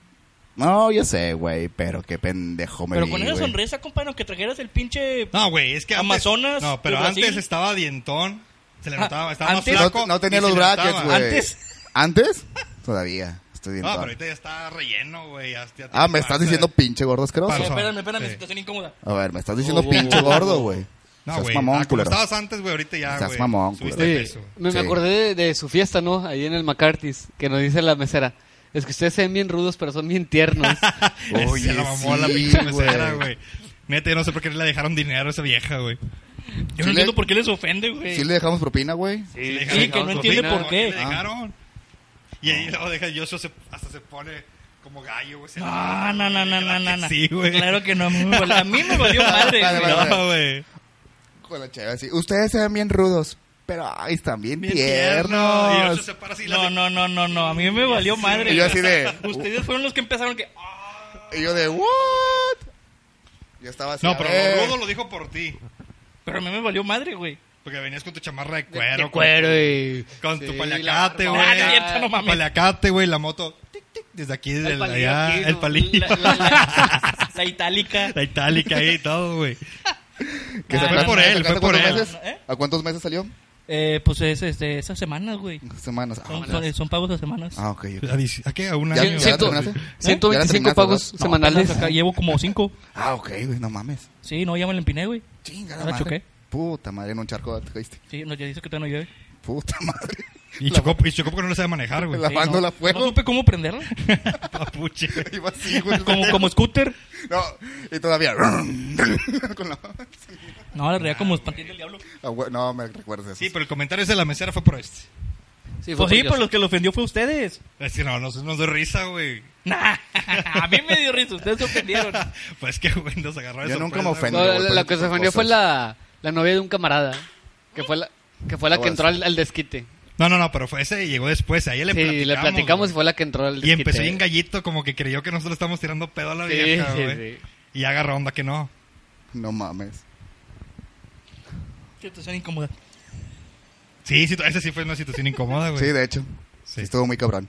Speaker 3: No, yo sé, güey, pero qué pendejo me
Speaker 1: Pero
Speaker 3: vi,
Speaker 1: con esa
Speaker 3: güey.
Speaker 1: sonrisa, compa, no que trajeras el pinche.
Speaker 2: No, güey, es que antes-
Speaker 1: Amazonas,
Speaker 2: No, pero
Speaker 1: de Brasil.
Speaker 2: antes estaba dientón. Se le
Speaker 1: Ah,
Speaker 2: notaba, estaba
Speaker 1: antes-
Speaker 2: más
Speaker 3: No,
Speaker 2: flaco.
Speaker 3: no tenía
Speaker 2: y se
Speaker 3: los
Speaker 2: le
Speaker 3: brackets,
Speaker 2: notaba.
Speaker 3: güey.
Speaker 1: Antes.
Speaker 3: ¿Antes? Todavía, estoy bien
Speaker 2: No, pero
Speaker 3: tonto.
Speaker 2: ahorita ya está relleno, güey. ya- ya
Speaker 3: Ah,
Speaker 2: tiene
Speaker 3: me estás
Speaker 2: panza.
Speaker 3: diciendo pinche gordo asqueroso.
Speaker 1: Eh,
Speaker 2: Pausa.
Speaker 1: espérame, espérame,
Speaker 2: Sí.
Speaker 1: situación incómoda.
Speaker 3: A ver, me estás diciendo
Speaker 4: Oh,
Speaker 3: pinche
Speaker 4: oh,
Speaker 3: gordo,
Speaker 4: oh.
Speaker 3: güey.
Speaker 2: No,
Speaker 3: Seas
Speaker 2: güey.
Speaker 3: mamón,
Speaker 2: ah, como
Speaker 3: culero.
Speaker 2: estabas antes, güey, ahorita ya, güey.
Speaker 3: Seas mamón,
Speaker 2: subiste
Speaker 3: culero.
Speaker 2: de
Speaker 4: Oye,
Speaker 2: peso.
Speaker 4: me, me
Speaker 3: Sí.
Speaker 4: acordé de, de su fiesta, ¿no? Ahí en el McCarthy's, que nos dice la mesera. Es que ustedes se ven bien rudos, pero son bien
Speaker 2: *laughs*
Speaker 4: tiernos.
Speaker 3: Oye,
Speaker 2: *laughs* se la mamó
Speaker 3: sí,
Speaker 2: la pinche
Speaker 3: güey.
Speaker 2: mesera, güey. Neta, yo no sé por qué le dejaron dinero a esa vieja, güey.
Speaker 1: Yo
Speaker 3: Sí
Speaker 1: no
Speaker 3: le-
Speaker 1: entiendo por qué les ofende, güey.
Speaker 3: ¿Sí le dejamos propina, güey?
Speaker 2: Le
Speaker 1: sí,
Speaker 2: dejaron
Speaker 1: que no
Speaker 2: propina,
Speaker 1: entiende por
Speaker 2: ¿no?
Speaker 1: qué.
Speaker 2: Le
Speaker 3: Ah.
Speaker 2: dejaron. Y ahí luego deja Joshua se, hasta se pone como gallo, güey. se-
Speaker 1: No, Ah, no, no, no, no, no, no.
Speaker 2: Sí, güey.
Speaker 1: Claro que no. a mí me valió- A mí me valió
Speaker 2: *laughs*
Speaker 1: madre.
Speaker 3: Vale,
Speaker 1: güey.
Speaker 3: vale,
Speaker 2: No, güey.
Speaker 3: Con la chévere, sí. Ustedes se ven bien rudos, pero ay, están bien,
Speaker 2: Bien tierno. Y Joshua
Speaker 3: tiernos.
Speaker 2: se para así.
Speaker 1: No, no, no, no, no. A mí me valió madre.
Speaker 3: Y yo así de-
Speaker 1: Ustedes fueron los que empezaron que. ah,
Speaker 3: Y yo de, ¿what? Yo estaba así,
Speaker 2: No,
Speaker 3: a
Speaker 2: pero
Speaker 3: ver.
Speaker 2: lo rudo lo dijo por ti.
Speaker 1: Pero a mí me valió madre, güey.
Speaker 2: Porque venías con tu chamarra de
Speaker 4: De-
Speaker 2: cuero.
Speaker 4: de
Speaker 2: con-
Speaker 4: cuero y...
Speaker 2: Con tu
Speaker 4: Sí,
Speaker 2: palacate,
Speaker 4: la-
Speaker 2: güey.
Speaker 1: Ah, no, neta, no mames.
Speaker 2: Palacate, güey, la moto. Tic, tic, desde aquí, desde
Speaker 4: palillo
Speaker 2: allá.
Speaker 4: aquí,
Speaker 2: el
Speaker 4: ¿no?
Speaker 2: palillo.
Speaker 1: La, la- la- la itálica.
Speaker 2: *laughs* La itálica ahí y todo, güey.
Speaker 3: Que
Speaker 1: Ah,
Speaker 3: se
Speaker 1: fue
Speaker 3: acuerdan-
Speaker 2: por
Speaker 3: ¿se
Speaker 2: él,
Speaker 3: acuerdan
Speaker 2: fue por
Speaker 3: cuántos
Speaker 2: él.
Speaker 3: meses?
Speaker 1: ¿Eh?
Speaker 3: ¿A cuántos meses salió?
Speaker 1: Eh, pues es este, esas semanas, güey.
Speaker 3: Semanas. Ah,
Speaker 1: Son, son, son pagos a semanas.
Speaker 3: Ah, ok. ok.
Speaker 2: ¿A, dieci- a qué? ¿A un
Speaker 3: Ya-
Speaker 2: año?
Speaker 3: ya
Speaker 4: Ciento-
Speaker 3: la terminaste?
Speaker 4: 125 pagos
Speaker 3: No,
Speaker 4: semanales.
Speaker 1: Acá llevo como cinco.
Speaker 3: Ah, ok, güey, no mames.
Speaker 1: Sí, no, ya me la empiné, güey.
Speaker 3: Chinga
Speaker 1: Ah,
Speaker 3: la madre.
Speaker 1: choqué.
Speaker 3: Puta madre, en un charco te caíste.
Speaker 1: Sí, no, ya dice que todavía no llueve.
Speaker 3: Puta madre. *laughs*
Speaker 2: Y
Speaker 3: La-
Speaker 2: chocó, y chocó porque no lo sabe manejar, güey.
Speaker 3: La-
Speaker 1: Sí,
Speaker 3: Lavando
Speaker 1: no,
Speaker 3: la fuego.
Speaker 1: No supe cómo
Speaker 3: *laughs*
Speaker 1: prenderla.
Speaker 2: *laughs* Papuche.
Speaker 3: Iba así, güey.
Speaker 1: *laughs* Como, como scooter.
Speaker 3: No, y todavía. *laughs* con la- *laughs*
Speaker 1: No, la realidad como espantín del diablo.
Speaker 3: Ah, güey, No, me recuerdas eso.
Speaker 2: Sí, pero el comentario ese de la mesera fue por este.
Speaker 4: Sí,
Speaker 1: Pues sí,
Speaker 4: fue por
Speaker 1: pues
Speaker 4: Dios.
Speaker 1: los que lo ofendió fue ustedes. *laughs*
Speaker 2: Es que no, nos, nos dio risa, güey.
Speaker 1: Nah, a mí me dio risa, ustedes se
Speaker 3: *laughs*
Speaker 1: ofendieron.
Speaker 2: *laughs* Pues que, güey, nos agarró de
Speaker 3: Yo nunca me
Speaker 2: sorpresa,
Speaker 3: ofendo.
Speaker 4: No, la-
Speaker 3: güey,
Speaker 4: la,
Speaker 3: por
Speaker 4: la
Speaker 3: ese
Speaker 4: pues, que
Speaker 3: tipo
Speaker 4: se
Speaker 3: de
Speaker 4: ofendió
Speaker 3: cosas.
Speaker 4: fue la, la novia de un camarada. Que fue la que, fue la que
Speaker 3: Aguas.
Speaker 4: entró al, al desquite.
Speaker 2: güey. No, no, no, pero fue ese llegó después. Ahí le
Speaker 4: Sí,
Speaker 2: platicamos.
Speaker 4: le platicamos y
Speaker 2: güey.
Speaker 4: fue la que entró al
Speaker 2: Y
Speaker 4: desquite.
Speaker 2: empezó bien gallito, como que creyó que nosotros estábamos tirando pedo a la
Speaker 4: Sí,
Speaker 2: vieja,
Speaker 4: sí,
Speaker 2: güey.
Speaker 4: sí.
Speaker 2: Y ya agarró onda que no.
Speaker 3: No mames.
Speaker 1: Situación incómoda.
Speaker 2: Sí, sí, esa sí fue una situación incómoda, güey.
Speaker 3: Sí, de hecho.
Speaker 2: Sí.
Speaker 3: Sí, Estuvo muy cabrón.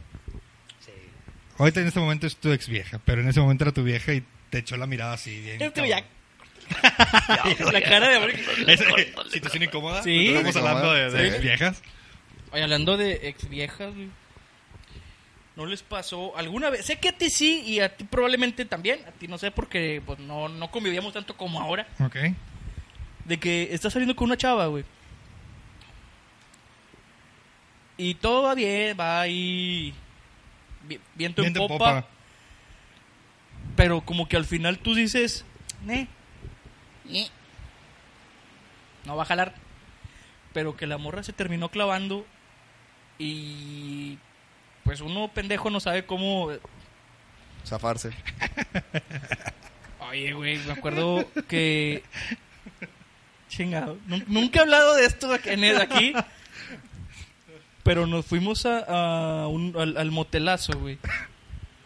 Speaker 2: Ahorita en este momento es tu ex vieja, pero en ese momento era tu vieja y te echó la mirada así. Bien,
Speaker 1: Este
Speaker 2: cabrón.
Speaker 1: ya. *laughs* la cara de Abril.
Speaker 2: Esa- *laughs* situación incómoda.
Speaker 1: Sí.
Speaker 2: Estamos hablando de,
Speaker 3: Sí.
Speaker 2: de ex viejas.
Speaker 1: Oye, hablando de ex viejas, ¿no les pasó alguna vez? Sé que a ti sí y a ti probablemente también. A ti no sé porque pues, no, no convivíamos tanto como ahora.
Speaker 2: Ok.
Speaker 1: De de que estás saliendo con una chava, güey. Y todo va bien, va ahí. vi- Viento,
Speaker 2: Viento
Speaker 1: en,
Speaker 2: en
Speaker 1: popa,
Speaker 2: popa.
Speaker 1: Pero como que al final tú dices, "Neh,
Speaker 3: Y-
Speaker 1: no va a jalar. Pero que la morra se terminó clavando y pues uno pendejo no sabe cómo...
Speaker 3: Zafarse.
Speaker 1: Oye, güey, me acuerdo que... Chingado. nun- Nunca he hablado de esto aquí- en el- aquí. Pero nos fuimos a, a un- al, al motelazo, güey.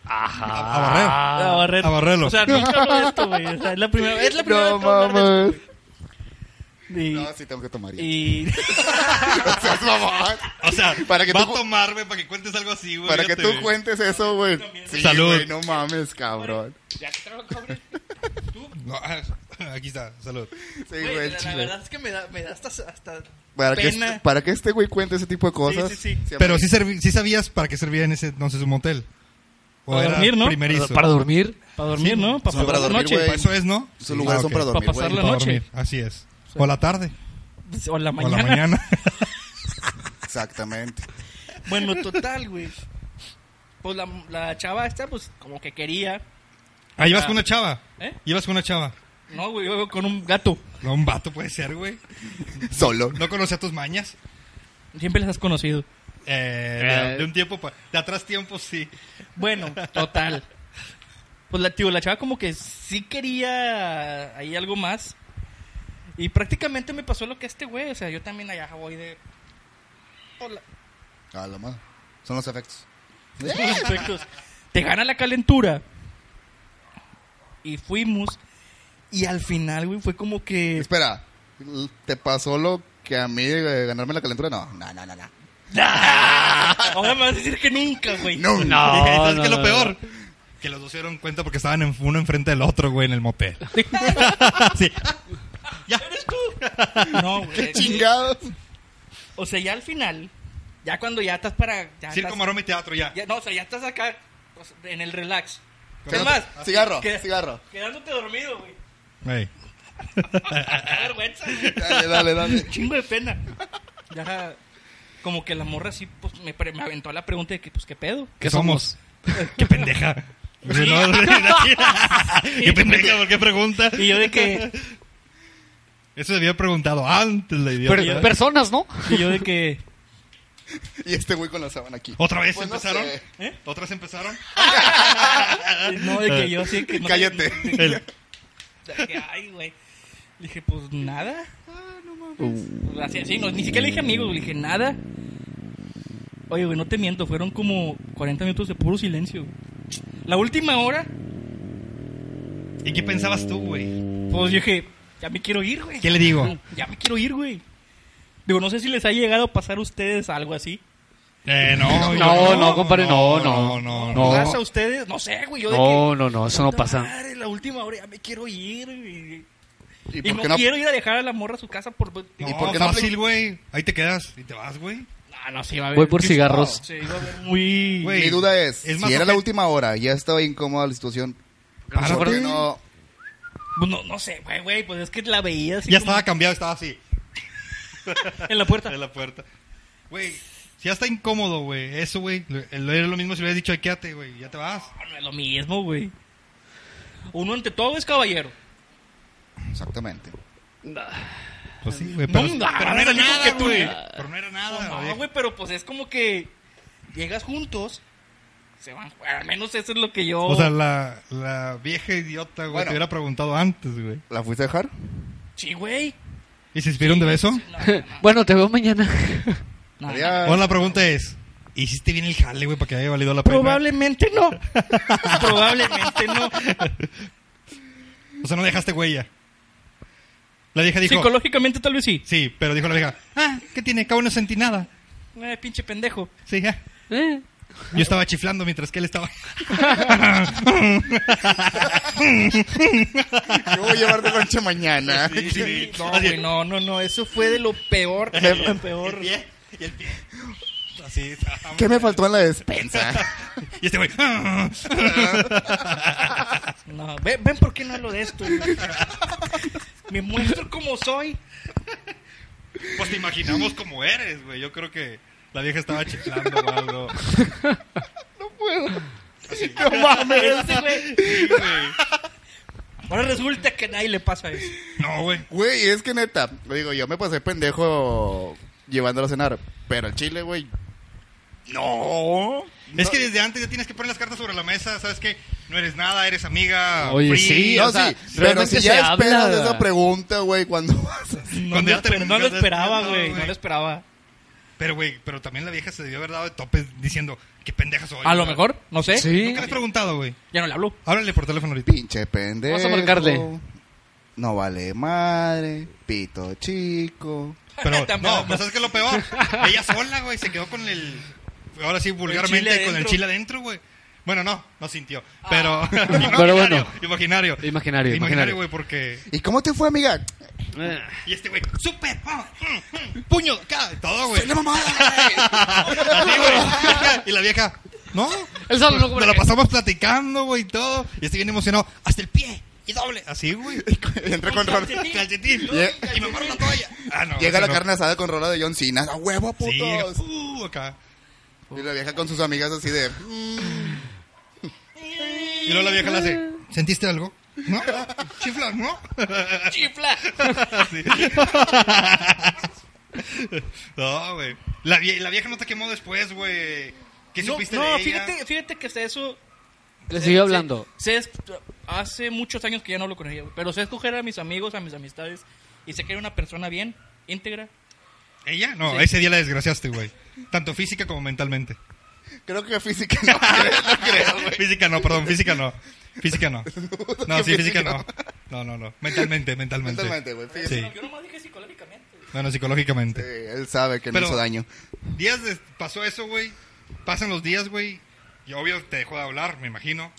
Speaker 2: A, a barrer.
Speaker 3: Ah.
Speaker 1: a barrer.
Speaker 2: a barrerlo.
Speaker 1: O sea, nunca hablo de esto, güey. O sea, es la primera, es la primera
Speaker 3: No
Speaker 1: vez que voy a hablar de
Speaker 3: mames.
Speaker 1: esto. Y-
Speaker 3: No, sí tengo que tomar. ya.
Speaker 1: *laughs* y...
Speaker 3: *laughs* O sea, es mamón.
Speaker 2: O sea,
Speaker 3: Para que
Speaker 2: va
Speaker 3: tú
Speaker 2: a
Speaker 3: ju-
Speaker 2: tomar, güey, para que cuentes algo así, güey.
Speaker 3: Para que
Speaker 2: fíjate,
Speaker 3: tú
Speaker 2: güey.
Speaker 3: cuentes eso, güey. Sí,
Speaker 2: Salud.
Speaker 3: güey, no mames, cabrón.
Speaker 2: No, ah, *laughs* aquí está, salud.
Speaker 3: Sí,
Speaker 1: Güey,
Speaker 3: güey,
Speaker 1: la, la
Speaker 3: chile.
Speaker 1: verdad es que me da, me da hasta, hasta
Speaker 3: Para que,
Speaker 1: pena.
Speaker 3: este, para que este güey cuente ese tipo de cosas.
Speaker 1: Sí, sí, sí.
Speaker 3: siempre-
Speaker 2: Pero sí, servi- sí sabías para qué servía en ese entonces un motel. O
Speaker 1: Para
Speaker 2: era
Speaker 1: dormir, ¿no?
Speaker 2: primerizo.
Speaker 4: Para dormir.
Speaker 1: Para dormir,
Speaker 2: Sí,
Speaker 1: ¿no? Para pasar
Speaker 3: son para
Speaker 1: la
Speaker 3: dormir,
Speaker 1: noche.
Speaker 3: güey.
Speaker 2: Esos es, ¿no?
Speaker 3: Esos lugares
Speaker 2: Ah,
Speaker 3: son
Speaker 2: ok.
Speaker 3: para dormir,
Speaker 1: Para pasar
Speaker 3: güey.
Speaker 1: la noche.
Speaker 2: dormir, así es. O la tarde,
Speaker 1: Pues, O la
Speaker 2: o
Speaker 1: mañana.
Speaker 2: la mañana.
Speaker 3: Exactamente.
Speaker 1: *laughs* Bueno, total, güey. Pues la, la chava esta, pues como que quería.
Speaker 2: Ah, ibas
Speaker 1: Ah.
Speaker 2: con una chava.
Speaker 1: ¿Eh?
Speaker 2: Ibas con una chava.
Speaker 1: No, güey, yo con un gato.
Speaker 2: No, un vato puede ser, güey.
Speaker 3: Solo.
Speaker 2: No conocía tus mañas.
Speaker 1: Siempre las has conocido.
Speaker 2: Eh,
Speaker 4: Eh.
Speaker 2: de, de un tiempo pa- de atrás tiempo sí.
Speaker 1: Bueno, total. Pues la, tío, la chava como que sí quería ahí algo más. Y prácticamente me pasó lo que este güey. O sea, yo también allá voy de... Hola.
Speaker 3: A la madre. Son los efectos.
Speaker 1: Los efectos. Te gana la calentura. Y fuimos. Y al final, güey, fue como que.
Speaker 3: Espera, ¿te pasó lo que a mí de ganarme la calentura? No, no, no, no. no.
Speaker 1: Ahora me vas a decir que nunca, güey.
Speaker 3: No,
Speaker 4: No,
Speaker 2: ¿Sabes
Speaker 4: Ah, no,
Speaker 2: qué es lo
Speaker 4: no, no.
Speaker 2: peor? Que los dos se dieron cuenta porque estaban en, uno enfrente del otro, güey, en el
Speaker 4: *laughs*
Speaker 2: motel. sí. Ya.
Speaker 1: No, güey.
Speaker 3: Chingados.
Speaker 1: O sea, ya al final, ya cuando ya estás para. Ya
Speaker 2: Circo,
Speaker 1: estás-
Speaker 2: maroma y teatro, ya.
Speaker 1: ya- no, o sea, ya estás acá o sea, en el relax.
Speaker 2: Pero-
Speaker 1: Es más,
Speaker 3: Cigarro,
Speaker 1: que-
Speaker 3: cigarro.
Speaker 1: quedándote dormido, güey.
Speaker 2: Ey.
Speaker 1: Qué vergüenza, güey.
Speaker 3: Dale, dale,
Speaker 1: Un
Speaker 3: dale.
Speaker 1: chingo de pena. Ya. Como que la morra sí pues, me, pre- me aventó la pregunta de que, pues, ¿qué pedo?
Speaker 4: ¿Qué somos?
Speaker 2: *laughs* ¡Qué pendeja! No,
Speaker 4: *laughs*
Speaker 2: *laughs* ¡Qué pendeja! ¿Por qué pregunta?
Speaker 1: Y yo de que.
Speaker 2: Eso debía haber preguntado antes la idiota.
Speaker 4: Per- personas, ¿no?
Speaker 1: Y yo de que.
Speaker 3: Y este güey con la sábana aquí.
Speaker 2: ¿Otra vez
Speaker 3: Pues no
Speaker 2: empezaron?
Speaker 3: sé.
Speaker 1: ¿Eh?
Speaker 2: ¿Otra vez
Speaker 4: *laughs*
Speaker 2: empezaron?
Speaker 1: No, de
Speaker 4: Eh,
Speaker 1: que yo sí que no.
Speaker 3: Cállate.
Speaker 1: de que, ay, güey. Le dije, pues nada.
Speaker 3: Ah,
Speaker 1: Pues, así, así, no, ni siquiera le dije amigos, le dije nada. Oye, güey, no te miento, fueron como 40 minutos de puro silencio. La última hora,
Speaker 2: ¿Y qué pensabas tú, güey?
Speaker 1: pues yo dije, ya me quiero ir, güey.
Speaker 2: ¿Qué le digo?
Speaker 1: *laughs* Ya me quiero ir, güey. Digo, no sé si les ha llegado a pasar a ustedes algo así.
Speaker 2: Eh, no, yo
Speaker 4: No, no, compadre, no, no.
Speaker 2: no,
Speaker 4: No.
Speaker 1: ¿Pasa a ustedes? No sé, güey. Yo de que,
Speaker 4: No, no, no, eso no
Speaker 1: puta
Speaker 4: pasa.
Speaker 1: madre, la última hora, ya me quiero ir, güey.
Speaker 3: ¿Y
Speaker 1: Y
Speaker 3: por
Speaker 1: no,
Speaker 3: qué no?
Speaker 1: quiero ir a dejar a la morra a su casa por...
Speaker 2: No,
Speaker 3: ¿Y por qué no
Speaker 2: fácil, güey. Ahí te quedas y te vas, güey.
Speaker 1: Ah, no, sí, va a haber...
Speaker 4: Voy por cigarros.
Speaker 1: Sí, va a haber muy...
Speaker 2: Güey.
Speaker 3: Mi duda es,
Speaker 2: Es más
Speaker 3: si era la
Speaker 2: oje-
Speaker 3: última hora, ya estaba incómoda la situación.
Speaker 4: Claro,
Speaker 3: ¿Por qué
Speaker 4: pero-
Speaker 3: no?
Speaker 1: Pues No, no sé, güey, güey, pues es que la veía así
Speaker 2: Ya
Speaker 1: como
Speaker 2: estaba cambiado, estaba así.
Speaker 1: en la puerta.
Speaker 2: De la puerta. Güey, si ya está incómodo, güey. Eso, güey. lo- Era lo mismo si hubieras dicho, "Ay, quédate, güey. Ya te vas.
Speaker 1: No, no es lo mismo, güey. Uno ante todo es caballero.
Speaker 3: Exactamente.
Speaker 2: Pues sí, güey.
Speaker 1: No,
Speaker 2: Pero,
Speaker 1: no,
Speaker 2: pero no era
Speaker 1: no, no,
Speaker 2: nada,
Speaker 1: que tú-
Speaker 2: güey. Pero no era
Speaker 1: No,
Speaker 2: nada,
Speaker 1: no, güey, pero pues es como que llegas juntos, se van, al menos eso es lo que yo...
Speaker 2: O sea, la, la vieja idiota, güey,
Speaker 3: Bueno.
Speaker 2: te hubiera preguntado antes, güey.
Speaker 3: ¿La fuiste a dejar?
Speaker 1: Sí, güey.
Speaker 2: ¿Y se inspiraron de beso?
Speaker 4: *laughs* Bueno, te veo mañana.
Speaker 2: *laughs*
Speaker 1: No, no,
Speaker 3: Adiós.
Speaker 2: Ahora la pregunta es, ¿hiciste bien el jale, güey, para que haya valido la pena?
Speaker 1: Probablemente
Speaker 2: *laughs*
Speaker 1: no. Probablemente no.
Speaker 2: O sea, no dejaste huella. La vieja dijo,
Speaker 1: Psicológicamente tal vez sí.
Speaker 2: sí, pero dijo la vieja, ah, ¿qué tiene? Cabo no sentí nada.
Speaker 1: Eh, pinche pendejo.
Speaker 2: Sí, ah.
Speaker 4: Eh,
Speaker 2: Yo estaba chiflando mientras que él estaba...
Speaker 3: Yo voy a llevar de noche mañana.
Speaker 2: *laughs* sí.
Speaker 1: No, güey, no, no, no. Eso fue de lo peor, de
Speaker 2: *laughs*
Speaker 1: lo peor.
Speaker 2: y el pie. Así,
Speaker 3: *laughs*
Speaker 2: estábamos.
Speaker 3: ¿Qué me faltó en la despensa?
Speaker 2: Y este güey... "Ah".
Speaker 1: No, ve- ven, por qué no hablo de esto. güey? Me muestro como soy.
Speaker 2: Pues te imaginamos como eres, güey. Yo creo que la vieja estaba chiflando o algo.
Speaker 3: No mames.
Speaker 1: Ese Este güey.
Speaker 2: *laughs* Sí, güey.
Speaker 1: Ahora resulta que a nadie le pasa eso.
Speaker 2: No, güey.
Speaker 3: Güey, es que neta, lo digo, yo me pasé pendejo llevándolo a cenar, pero el chile, güey, no.
Speaker 2: Es que desde antes ya tienes que poner las cartas sobre la mesa, ¿sabes qué? No eres nada, eres amiga.
Speaker 4: Oye,
Speaker 2: free.
Speaker 4: sí,
Speaker 3: No,
Speaker 4: o sea,
Speaker 3: sí, pero
Speaker 4: realmente
Speaker 3: si
Speaker 4: se
Speaker 3: ya esperas
Speaker 4: habla.
Speaker 3: esa pregunta, güey, cuando *laughs* vas a-
Speaker 1: No,
Speaker 2: Cuando
Speaker 1: me-
Speaker 2: ya te-
Speaker 1: no lo
Speaker 2: cuando-
Speaker 1: esperaba,
Speaker 2: no,
Speaker 1: güey. No
Speaker 2: güey.
Speaker 1: lo esperaba.
Speaker 2: Pero, güey, pero también la vieja se debió haber dado de topes diciendo, qué pendeja soy.
Speaker 1: A lo
Speaker 2: güey.
Speaker 1: mejor, no sé.
Speaker 4: Sí.
Speaker 2: Nunca le has preguntado, güey.
Speaker 1: Ya no le *laughs* hablo.
Speaker 2: Háblale por teléfono ahorita.
Speaker 3: pinche pendejo.
Speaker 4: Vamos a marcarle.
Speaker 3: No vale madre, pito chico.
Speaker 4: *laughs*
Speaker 2: Pero,
Speaker 1: También
Speaker 2: no,
Speaker 1: la-
Speaker 2: pues ¿sabes qué es lo peor? Ella sola, güey, se quedó con el... Ahora sí, vulgarmente,
Speaker 1: chile
Speaker 2: con el
Speaker 1: adentro.
Speaker 2: chile adentro, güey. Bueno, no, no sintió. Pero...
Speaker 4: Ah. *laughs* Pero bueno.
Speaker 2: Imaginario.
Speaker 4: Imaginario, imaginario.
Speaker 2: güey, porque...
Speaker 3: ¿Y cómo te fue, amiga?
Speaker 4: Eh,
Speaker 2: Y este güey, súper, vamos, mm, mm, puño, acá, todo, güey.
Speaker 3: ¡Soy la mamada! güey!
Speaker 2: Así, güey. *laughs* Y la vieja, no. pues,
Speaker 4: Él solo, no, como
Speaker 2: Nos la
Speaker 4: que-
Speaker 2: pasamos platicando, güey, y todo. Y estoy bien emocionado. Hasta el pie y doble. Así,
Speaker 4: *laughs*
Speaker 2: güey.
Speaker 3: Y *laughs* Entra con Ron-
Speaker 2: Calcetín.
Speaker 3: Lle-
Speaker 2: Y me amarro la toalla. Ah, no.
Speaker 3: Llega la
Speaker 2: eso no.
Speaker 3: carne asada con rola de John Cena. ¡A huevo,
Speaker 2: Sí,
Speaker 3: putos!
Speaker 2: uh, acá.
Speaker 3: Y la vieja con sus amigas así de... "Mm,
Speaker 2: Y luego la vieja la hace. ¿Sentiste algo? ¿No? Chifla, ¿no?
Speaker 1: Chifla.
Speaker 2: *laughs* Sí. no, güey. La, vie- la vieja no te quemó después, güey. ¿Qué
Speaker 1: No,
Speaker 2: supiste
Speaker 1: no,
Speaker 2: de ella?
Speaker 1: fíjate, fíjate que hasta eso.
Speaker 4: Le siguió hablando.
Speaker 1: Sé- sé- hace muchos años que ya no hablo con ella, güey, pero sé escoger a mis amigos, a mis amistades, y sé que era una persona bien, íntegra.
Speaker 2: ¿Ella? No,
Speaker 1: Sí.
Speaker 2: ese día la desgraciaste, güey. Tanto física como mentalmente.
Speaker 3: Creo que física no *laughs* creo, no creo, güey.
Speaker 2: Física no, perdón, física no. Física no. No, sí, física no. No, no, no. Mentalmente, mentalmente.
Speaker 3: Mentalmente, güey. Sí.
Speaker 2: Sí.
Speaker 1: Yo nomás dije psicológicamente.
Speaker 2: Bueno, psicológicamente.
Speaker 3: Él sabe que
Speaker 2: Pero-
Speaker 3: no hizo daño.
Speaker 2: Días de- pasó eso, güey. Pasan los días, güey. Y obvio te dejó de hablar, me imagino.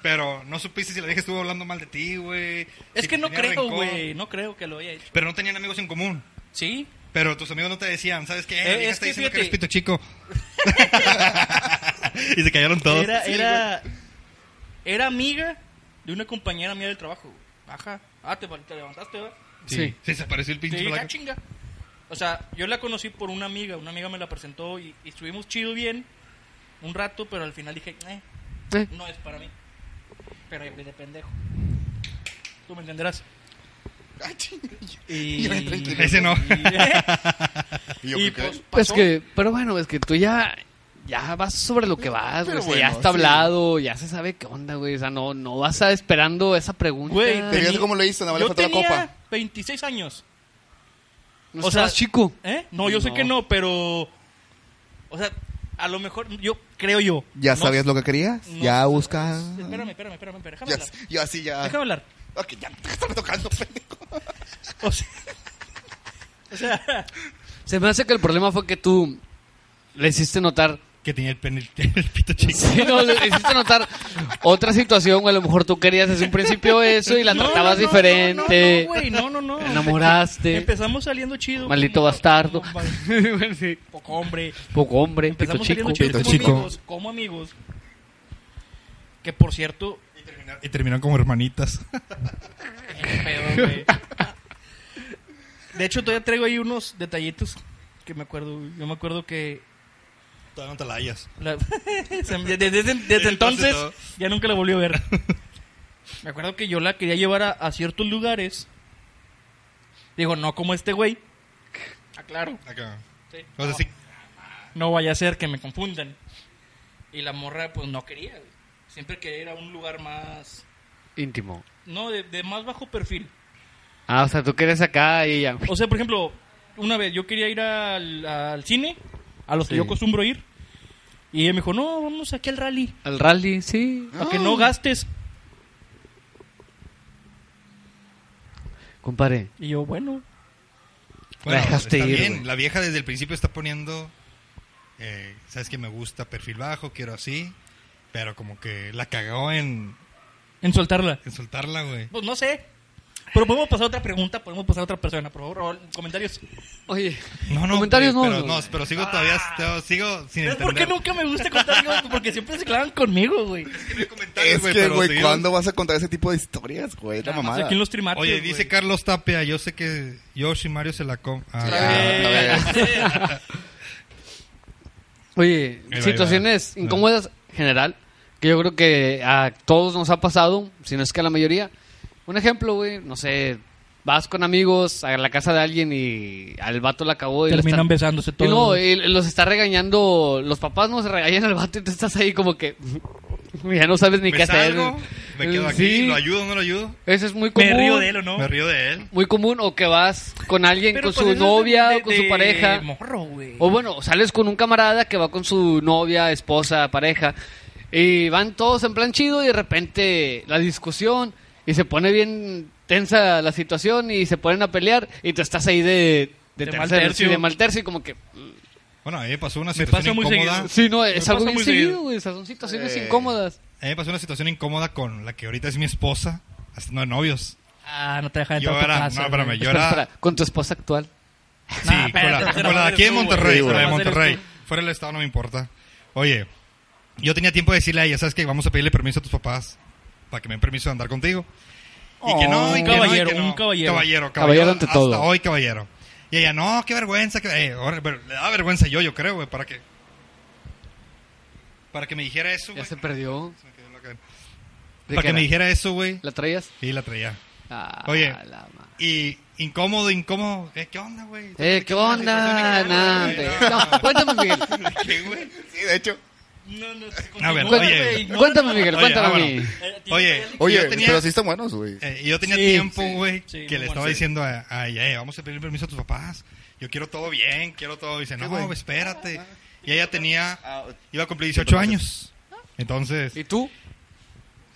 Speaker 2: Pero no supiste si la vieja estuvo hablando mal de ti, güey.
Speaker 1: Es
Speaker 2: si
Speaker 1: que
Speaker 2: te
Speaker 1: no
Speaker 2: tenía
Speaker 1: creo,
Speaker 2: rencor.
Speaker 1: güey, no creo que lo haya hecho.
Speaker 2: Pero no tenían amigos en común.
Speaker 1: Sí,
Speaker 2: Pero tus amigos no te decían, ¿sabes qué? La
Speaker 1: Eh,
Speaker 2: vieja
Speaker 1: es
Speaker 2: está
Speaker 1: que
Speaker 2: diciendo que eres
Speaker 1: fíjate.
Speaker 2: pito
Speaker 1: *laughs*
Speaker 2: chico. y se callaron todos.
Speaker 1: era, era, era amiga de una compañera mía del trabajo. güey. Ajá. Ah, te, te levantaste, ¿verdad?
Speaker 2: Sí.
Speaker 4: Sí.
Speaker 2: Se desapareció el pinche
Speaker 1: Sí,
Speaker 2: flaco.
Speaker 1: ah, chinga. O sea, yo la conocí por una amiga, una amiga me la presentó y, y estuvimos chido bien un rato, pero al final dije, eh,
Speaker 4: eh.
Speaker 1: no es para mí. Pero yo de pendejo. Tú me entenderás. Y...
Speaker 3: *laughs* Yo, tranquilo.
Speaker 1: *laughs*
Speaker 2: Ese no. *laughs*
Speaker 3: Y yo
Speaker 1: y
Speaker 3: creo
Speaker 1: pues,
Speaker 3: que-
Speaker 4: Pues
Speaker 1: pasó.
Speaker 4: que, pero bueno, es que tú ya, ya vas sobre lo que vas,
Speaker 3: Pero
Speaker 4: güey. O sea, ya
Speaker 3: bueno,
Speaker 4: está
Speaker 3: sí.
Speaker 4: hablado, ya se sabe qué onda, güey. O sea, no, no vas a esperando esa pregunta.
Speaker 1: Güey,
Speaker 3: ¿Te
Speaker 1: tenía-
Speaker 3: fijas cómo lo hizo? Nada más le
Speaker 1: yo
Speaker 3: faltó la
Speaker 1: tenía
Speaker 3: copa.
Speaker 1: 26 años.
Speaker 4: no
Speaker 1: o
Speaker 4: estabas
Speaker 1: sea-
Speaker 4: chico.
Speaker 1: ¿Eh? No, yo sé
Speaker 4: No.
Speaker 1: que no, pero... O sea, a lo mejor, yo creo yo.
Speaker 3: ¿Ya
Speaker 1: no-
Speaker 3: sabías lo que querías?
Speaker 1: no-
Speaker 3: ¿Ya buscas?
Speaker 1: Espérame, espérame, espérame, espérame, déjame
Speaker 3: Ya,
Speaker 1: hablar.
Speaker 3: yo así ya...
Speaker 1: Déjame hablar.
Speaker 3: Ok, ya, *laughs* estaba tocando, pendejo.
Speaker 1: O sea, o sea,
Speaker 4: Se me hace que el problema fue que tú le hiciste notar. *laughs*
Speaker 2: Que tenía el, pene- *laughs* el pito chico.
Speaker 4: Sí, no, le hiciste notar otra situación, güey. A lo mejor tú querías desde un principio eso y
Speaker 1: *laughs*
Speaker 4: la
Speaker 1: No,
Speaker 4: tratabas
Speaker 1: no, no,
Speaker 4: diferente.
Speaker 1: No, no, güey, no, no, no.
Speaker 4: Te enamoraste.
Speaker 1: Empezamos saliendo chido.
Speaker 4: Maldito
Speaker 1: como-
Speaker 4: bastardo.
Speaker 1: como va-
Speaker 4: *laughs* Bueno, sí.
Speaker 1: Poco hombre.
Speaker 4: Poco hombre, pito
Speaker 1: Empezamos
Speaker 4: chico.
Speaker 1: saliendo chido
Speaker 3: pito
Speaker 1: como
Speaker 3: chico.
Speaker 1: amigos. Como amigos. Que por cierto,
Speaker 2: Y terminaron- Y terminaron como hermanitas.
Speaker 1: qué pedo, güey. De hecho, todavía traigo ahí unos detallitos que me acuerdo. güey. Yo me acuerdo que
Speaker 2: Todavía no te la hallas.
Speaker 1: La- *laughs* se- desde, desde- desde
Speaker 2: Desde
Speaker 1: entonces
Speaker 2: todo.
Speaker 1: ya nunca la volví a ver. Me acuerdo que yo la quería llevar a, a ciertos lugares. Digo, no como este güey. Aclaro.
Speaker 2: Acá.
Speaker 1: Sí.
Speaker 2: O sea, sí,
Speaker 1: No vaya a ser que me confundan. Y la morra, pues no quería. güey. Siempre quería ir a un lugar más.
Speaker 4: Íntimo.
Speaker 1: No, de, de más bajo perfil.
Speaker 4: Ah, o sea, tú quieres acá y ya.
Speaker 1: O sea, por ejemplo, una vez yo quería ir al, al cine, a los que
Speaker 4: Sí.
Speaker 1: yo acostumbro ir. Y ella me dijo, no, vamos aquí al rally.
Speaker 4: Al rally, sí.
Speaker 1: Para que no gastes.
Speaker 4: Compadre.
Speaker 1: Y yo, bueno.
Speaker 2: Bueno,
Speaker 4: dejaste
Speaker 2: está
Speaker 4: ir,
Speaker 2: bien.
Speaker 4: güey.
Speaker 2: La vieja desde el principio está poniendo, eh, sabes que me gusta perfil bajo, quiero así, pero como que la cagó en,
Speaker 1: En soltarla.
Speaker 2: en soltarla, güey.
Speaker 1: Pues no sé. Pero podemos pasar a otra pregunta, podemos pasar a otra persona. Por favor, Raúl, comentarios.
Speaker 4: Oye,
Speaker 2: No, no,
Speaker 4: comentarios
Speaker 2: güey,
Speaker 4: no,
Speaker 2: pero,
Speaker 4: no.
Speaker 2: pero sigo todavía, todavía sigo sin
Speaker 1: ¿Sabes
Speaker 2: entender.
Speaker 1: por qué nunca me gusta contar? yo? Porque siempre se clavan conmigo, güey.
Speaker 2: Que no hay comentarios,
Speaker 3: Es que,
Speaker 2: pero
Speaker 3: güey,
Speaker 2: seguido-
Speaker 3: ¿cuándo vas a contar ese tipo de historias, güey? La
Speaker 1: Nada más
Speaker 3: mamada.
Speaker 1: Ah, pues, Aquí en los trimartes,
Speaker 2: Oye,
Speaker 1: güey.
Speaker 2: dice Carlos Tapia, yo sé que Yoshi Mario se la com... Ah,
Speaker 3: Está
Speaker 2: ya.
Speaker 1: Eh,
Speaker 3: bien.
Speaker 1: *laughs*
Speaker 4: Oye,
Speaker 2: Ahí va,
Speaker 4: situaciones
Speaker 2: ahí va.
Speaker 4: incómodas general, que yo creo que a todos nos ha pasado, si no es que a la mayoría. Un ejemplo, güey, no sé, vas con amigos a la casa de alguien y al vato la acabó y la
Speaker 1: Terminan
Speaker 4: está-
Speaker 1: besándose
Speaker 4: Y
Speaker 1: todos.
Speaker 4: no, eh,
Speaker 1: güey.
Speaker 4: y los está regañando, los papás nos regañan al vato y tú estás ahí como que *laughs* ya no sabes ni
Speaker 2: ¿Me
Speaker 4: qué hacer.
Speaker 2: salgo? ¿Me quedo aquí?
Speaker 4: Sí,
Speaker 2: ¿Lo ayudo o no lo ayudo?
Speaker 4: Eso es muy común.
Speaker 1: me río de él o no.
Speaker 2: Me río de él.
Speaker 4: Muy común o que vas con alguien,
Speaker 1: Pero
Speaker 4: con
Speaker 1: pues
Speaker 4: su
Speaker 1: eso es de-
Speaker 4: novia
Speaker 1: de-
Speaker 4: o con su
Speaker 1: de
Speaker 4: pareja.
Speaker 1: morro, güey.
Speaker 4: O bueno, sales con un camarada que va con su novia, esposa, pareja. Y van todos en plan chido y de repente la discusión y se pone bien tensa la situación y se ponen a pelear y tú estás ahí de, de,
Speaker 1: De
Speaker 4: tercero,
Speaker 1: mal
Speaker 4: sí,
Speaker 1: tercio.
Speaker 4: de mal tercio y como que...
Speaker 2: Bueno, a mí me pasó una
Speaker 1: Me
Speaker 2: situación
Speaker 1: pasa muy seguido.
Speaker 2: incómoda.
Speaker 4: Sí, no,
Speaker 1: Me
Speaker 4: es
Speaker 1: pasa
Speaker 4: algo bien
Speaker 1: muy
Speaker 4: seguido,
Speaker 1: seguido.
Speaker 4: güey, esas son situaciones
Speaker 3: Eh.
Speaker 4: incómodas.
Speaker 2: A mí me pasó una situación incómoda con la que ahorita es mi esposa, hasta no de novios.
Speaker 1: Ah, no te dejan
Speaker 2: Yo
Speaker 1: entrar a
Speaker 2: era-
Speaker 1: tu casa.
Speaker 2: no, espérame,
Speaker 1: güey.
Speaker 2: yo
Speaker 4: Espera,
Speaker 2: era-
Speaker 4: espera, con tu esposa actual.
Speaker 2: Sí,
Speaker 1: Nah,
Speaker 2: con, la,
Speaker 1: espérate,
Speaker 2: con
Speaker 1: no,
Speaker 2: la de aquí
Speaker 1: eres
Speaker 2: de
Speaker 1: tú,
Speaker 2: Monterrey,
Speaker 3: güey.
Speaker 2: con la de
Speaker 1: Sí, güey.
Speaker 2: Monterrey.
Speaker 1: Eres tú.
Speaker 2: Fuera del estado no me importa. Oye, yo tenía tiempo de decirle a ella, ¿sabes qué? Vamos a pedirle permiso a tus papás para que me den permiso de andar contigo. Y que no, y
Speaker 1: Oh.
Speaker 2: que no, y
Speaker 1: Caballero,
Speaker 2: que no.
Speaker 1: un caballero.
Speaker 2: Caballero, caballero.
Speaker 4: Caballero ante
Speaker 2: hasta
Speaker 4: todo.
Speaker 2: hoy, caballero. Y ella, no, qué vergüenza. Que, eh, ahora, pero le da vergüenza yo, yo creo, güey, para que... Para que me dijera eso,
Speaker 4: Ya
Speaker 2: güey.
Speaker 4: se perdió.
Speaker 2: Se me quedó la cadena.
Speaker 4: ¿De
Speaker 2: Para
Speaker 4: qué
Speaker 2: que me
Speaker 4: era?
Speaker 2: dijera eso, güey.
Speaker 4: ¿La traías?
Speaker 2: Y la traía.
Speaker 4: Ah,
Speaker 2: Oye.
Speaker 4: la ma-
Speaker 2: Y incómodo, incómodo. Eh, ¿Qué onda, güey?
Speaker 4: Eh, ¿qué onda? Nah, hombre. No, cuéntame, Miguel.
Speaker 2: ¿Qué, güey?
Speaker 3: Sí, de hecho.
Speaker 1: No, no,
Speaker 2: A ver,
Speaker 1: continúa,
Speaker 2: oye.
Speaker 1: güey, ignora,
Speaker 4: Cuéntame,
Speaker 1: no.
Speaker 4: Miguel,
Speaker 2: Oye,
Speaker 4: cuéntame
Speaker 2: ah,
Speaker 4: a mí.
Speaker 2: bueno.
Speaker 1: Eh, tiene
Speaker 2: Oye,
Speaker 1: que-
Speaker 3: Oye,
Speaker 2: yo tenía,
Speaker 3: pero sí están buenos, güey.
Speaker 2: eh, yo tenía
Speaker 1: Sí,
Speaker 2: tiempo,
Speaker 1: sí,
Speaker 2: güey,
Speaker 1: sí,
Speaker 2: que le
Speaker 1: muy
Speaker 2: estaba
Speaker 1: bueno, sí.
Speaker 2: diciendo a, a ella, eh, vamos a pedir permiso a tus papás. Yo quiero todo bien, quiero todo. Dice, no,
Speaker 3: güey?
Speaker 2: espérate. Y ella tenía,
Speaker 3: Ah,
Speaker 2: iba a cumplir 18 años. Entonces,
Speaker 4: ¿Y tú?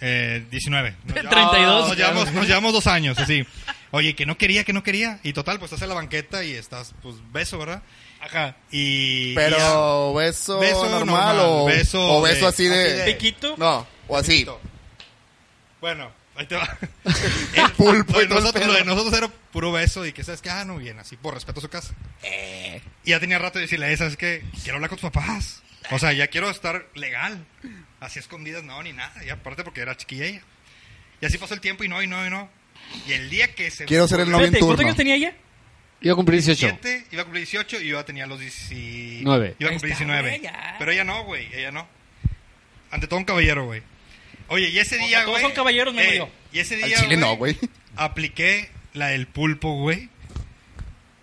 Speaker 2: eh, 19.
Speaker 1: *laughs*
Speaker 2: Nos llevamos-
Speaker 1: 32. *laughs*
Speaker 2: Nos llevamos, nos llevamos dos años, así. Oye, que no quería, que no quería. Y total, pues estás en la banqueta y estás, pues, beso, ¿verdad?
Speaker 1: Ajá.
Speaker 2: Y... y ya.
Speaker 3: Pero beso,
Speaker 2: Beso
Speaker 3: normal,
Speaker 2: normal,
Speaker 3: o
Speaker 2: beso
Speaker 3: o beso
Speaker 2: de-
Speaker 3: así
Speaker 1: Eh,
Speaker 3: de...
Speaker 2: así
Speaker 1: Piquito.
Speaker 3: No, o así.
Speaker 2: Bueno, ahí te va. *laughs*
Speaker 3: El pulpo
Speaker 2: Lo
Speaker 3: y todo el
Speaker 2: de, Ah, pues nosotros,
Speaker 3: pedo.
Speaker 2: lo de nosotros era puro beso y que sabes que, ah, no, bien, así por respeto a su casa. Y ya tenía rato de decirle, ¿sabes que Quiero hablar con tus papás. O sea, ya quiero estar legal. Así escondidas, no, ni nada. Y aparte porque era chiquilla ella. Y así pasó el tiempo y no, y no, y no. Y el día que se...
Speaker 3: Quiero ser el novio en
Speaker 1: Espérate, ¿cuántos
Speaker 3: turno.
Speaker 1: años tenía ella?
Speaker 4: Yo cumplí 18.
Speaker 2: 17, iba a cumplir 18 y yo ya tenía los 19.
Speaker 4: Nueve.
Speaker 2: Iba a
Speaker 1: Ahí
Speaker 2: cumplir
Speaker 1: está,
Speaker 2: 19.
Speaker 1: güey, ya.
Speaker 2: Pero ella no, güey, ella no. Ante todo un caballero, güey. Oye, y ese
Speaker 1: sea,
Speaker 2: día,
Speaker 1: todos
Speaker 2: güey. eh,
Speaker 1: son caballeros, menos yo.
Speaker 2: Y ese
Speaker 3: Al
Speaker 2: día,
Speaker 3: chile no, güey.
Speaker 2: apliqué la del pulpo, güey.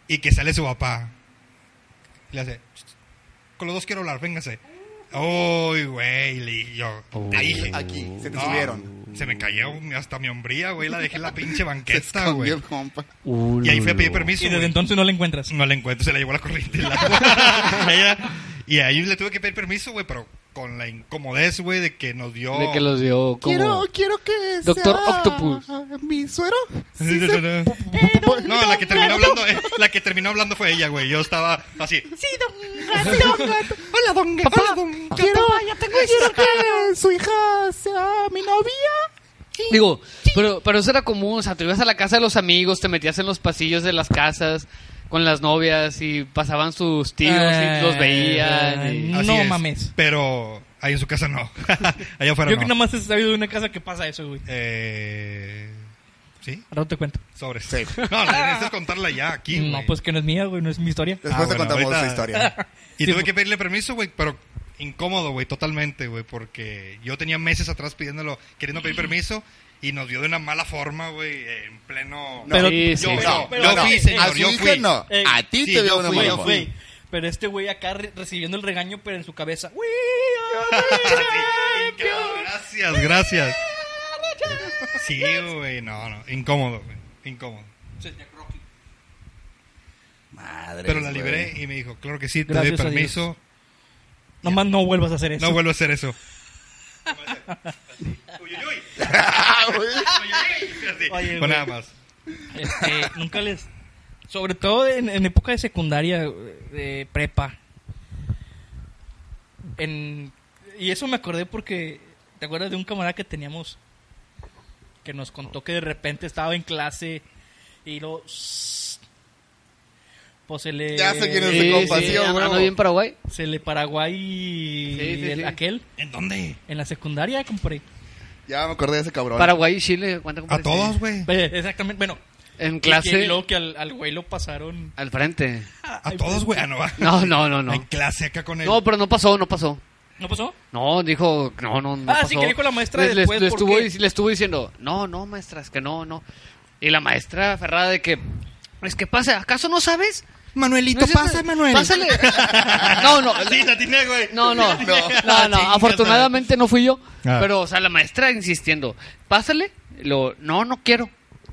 Speaker 2: Y que sale su papá. Y le hace, con los dos quiero hablar, véngase. Uy, güey, le dije yo. te dije.
Speaker 3: Aquí, se te
Speaker 2: No,
Speaker 3: subieron.
Speaker 2: Se me cayó hasta mi hombría, güey. La dejé en la pinche
Speaker 3: Se
Speaker 2: banqueta,
Speaker 3: escondió
Speaker 2: güey.
Speaker 3: el compa.
Speaker 2: Y ahí fui a pedir permiso.
Speaker 1: Y desde
Speaker 2: güey.
Speaker 1: entonces no la encuentras.
Speaker 2: No la encuentro, se la llevó la
Speaker 1: *laughs*
Speaker 2: corriente. La- Ella- y ahí le tuve que pedir permiso, güey, pero con la incomodez, güey, de que nos dio...
Speaker 4: De que los dio como...
Speaker 3: quiero que
Speaker 4: Doctor Octopus.
Speaker 3: mi suero.
Speaker 2: *laughs*
Speaker 1: *laughs*
Speaker 2: No, la que terminó hablando, eh, la que terminó hablando fue ella, güey. Yo estaba así.
Speaker 3: Hola, don Papá, quiero, quiero que su hija sea mi novia.
Speaker 4: Digo, pero, pero eso era común, o sea, te ibas a la casa de los amigos, te metías en los pasillos de las casas con las novias y pasaban sus tíos
Speaker 1: Ah,
Speaker 4: y los veían. y-
Speaker 1: No
Speaker 2: así es.
Speaker 1: mames.
Speaker 2: Pero ahí en su casa no. *laughs* Allá afuera
Speaker 1: Yo
Speaker 2: no.
Speaker 1: que nada más he sabido de una casa que pasa eso, güey.
Speaker 2: Eh, ¿Sí?
Speaker 1: Ahora te cuento.
Speaker 2: Sobres.
Speaker 3: Sí.
Speaker 2: *laughs* No, la necesitas contarla ya aquí,
Speaker 1: No,
Speaker 2: güey.
Speaker 1: pues que no es mía, güey, no es mi historia.
Speaker 3: Después
Speaker 2: Ah,
Speaker 3: te
Speaker 2: bueno,
Speaker 3: contamos
Speaker 2: ahorita-
Speaker 3: esa historia.
Speaker 1: Sí,
Speaker 2: Y tuve
Speaker 1: por-
Speaker 2: que pedirle permiso, güey, pero incómodo, güey, totalmente, güey, porque yo tenía meses atrás pidiéndolo, queriendo pedir permiso y nos dio de una mala forma, güey, en pleno... *laughs*
Speaker 3: No. Pero-
Speaker 4: Sí,
Speaker 2: yo,
Speaker 4: sí,
Speaker 2: yo-
Speaker 4: sí.
Speaker 1: no, pero
Speaker 2: yo fui,
Speaker 1: no.
Speaker 2: señor,
Speaker 3: a su
Speaker 2: yo
Speaker 3: hija
Speaker 2: fui.
Speaker 3: no.
Speaker 1: Eh,
Speaker 3: a ti
Speaker 2: sí,
Speaker 3: te
Speaker 2: yo
Speaker 3: veo una
Speaker 2: fui,
Speaker 1: Güey,
Speaker 2: yo
Speaker 3: mamá.
Speaker 1: güey, Pero este güey acá re- recibiendo el regaño, pero en su *laughs* cabeza. "We are the champions".
Speaker 2: Gracias, gracias. Sí, güey, no, no, incómodo, güey, incómodo.
Speaker 1: Sentía croquis.
Speaker 3: Madres,
Speaker 2: Pero la
Speaker 3: güey.
Speaker 2: libré y me dijo, claro que sí, te doy
Speaker 1: Gracias a
Speaker 2: permiso,
Speaker 1: Nomás no vuelvas a hacer eso.
Speaker 2: no vuelvo a hacer eso. Uy, uy, uy.
Speaker 3: Ah, güey.
Speaker 1: Oye,
Speaker 2: Así, pues
Speaker 1: güey.
Speaker 2: nada más.
Speaker 1: Este, nunca les. Sobre todo en, en época de secundaria, de prepa. En, y eso me acordé porque. ¿Te acuerdas de un camarada que teníamos? que nos contó que de repente estaba en clase y lo... *sniffs* Pues se le...
Speaker 3: Ya sé quién es
Speaker 4: Sí,
Speaker 3: ese compa,
Speaker 4: sí,
Speaker 3: sí, a
Speaker 4: ando-
Speaker 3: huevo.
Speaker 4: ando bien Paraguay.
Speaker 1: Se le Paraguay
Speaker 4: Sí, sí,
Speaker 1: el-
Speaker 4: sí.
Speaker 1: aquel
Speaker 2: ¿En dónde?
Speaker 1: en la secundaria, compré.
Speaker 3: Ya me acordé de ese cabrón.
Speaker 4: Paraguay y Chile.
Speaker 2: A
Speaker 4: ¿cuánto compraste?
Speaker 2: todos, güey.
Speaker 1: Exactamente, bueno.
Speaker 4: En
Speaker 1: Y que- y
Speaker 4: clase.
Speaker 1: luego que al, al güey lo pasaron.
Speaker 4: Al frente.
Speaker 2: A todos, güey. Ah, no, va.
Speaker 4: No, no, no,
Speaker 2: En
Speaker 4: no.
Speaker 2: clase acá con él.
Speaker 4: No, pero no pasó, no pasó.
Speaker 1: ¿No pasó?
Speaker 4: No, dijo, no, no, no
Speaker 1: Ah,
Speaker 4: pasó.
Speaker 1: sí, que dijo la maestra
Speaker 4: Le- le-
Speaker 1: después,
Speaker 4: le
Speaker 1: ¿por
Speaker 4: estuvo,
Speaker 1: qué?
Speaker 4: dic- le estuvo diciendo, no, no, maestras, que no, no. Y la maestra ferrada de que, es que pasa, ¿acaso no sabes?
Speaker 2: Manuelito,
Speaker 4: No es
Speaker 2: *laughs*
Speaker 4: cierto, Pásale. No, no.
Speaker 2: Sí, la tiene, güey.
Speaker 4: No, no,
Speaker 3: No.
Speaker 4: no, no,
Speaker 2: Chingas,
Speaker 4: afortunadamente no fui yo,
Speaker 2: Ah.
Speaker 4: pero, o sea, la maestra insistiendo, pásale, lo, no, no quiero,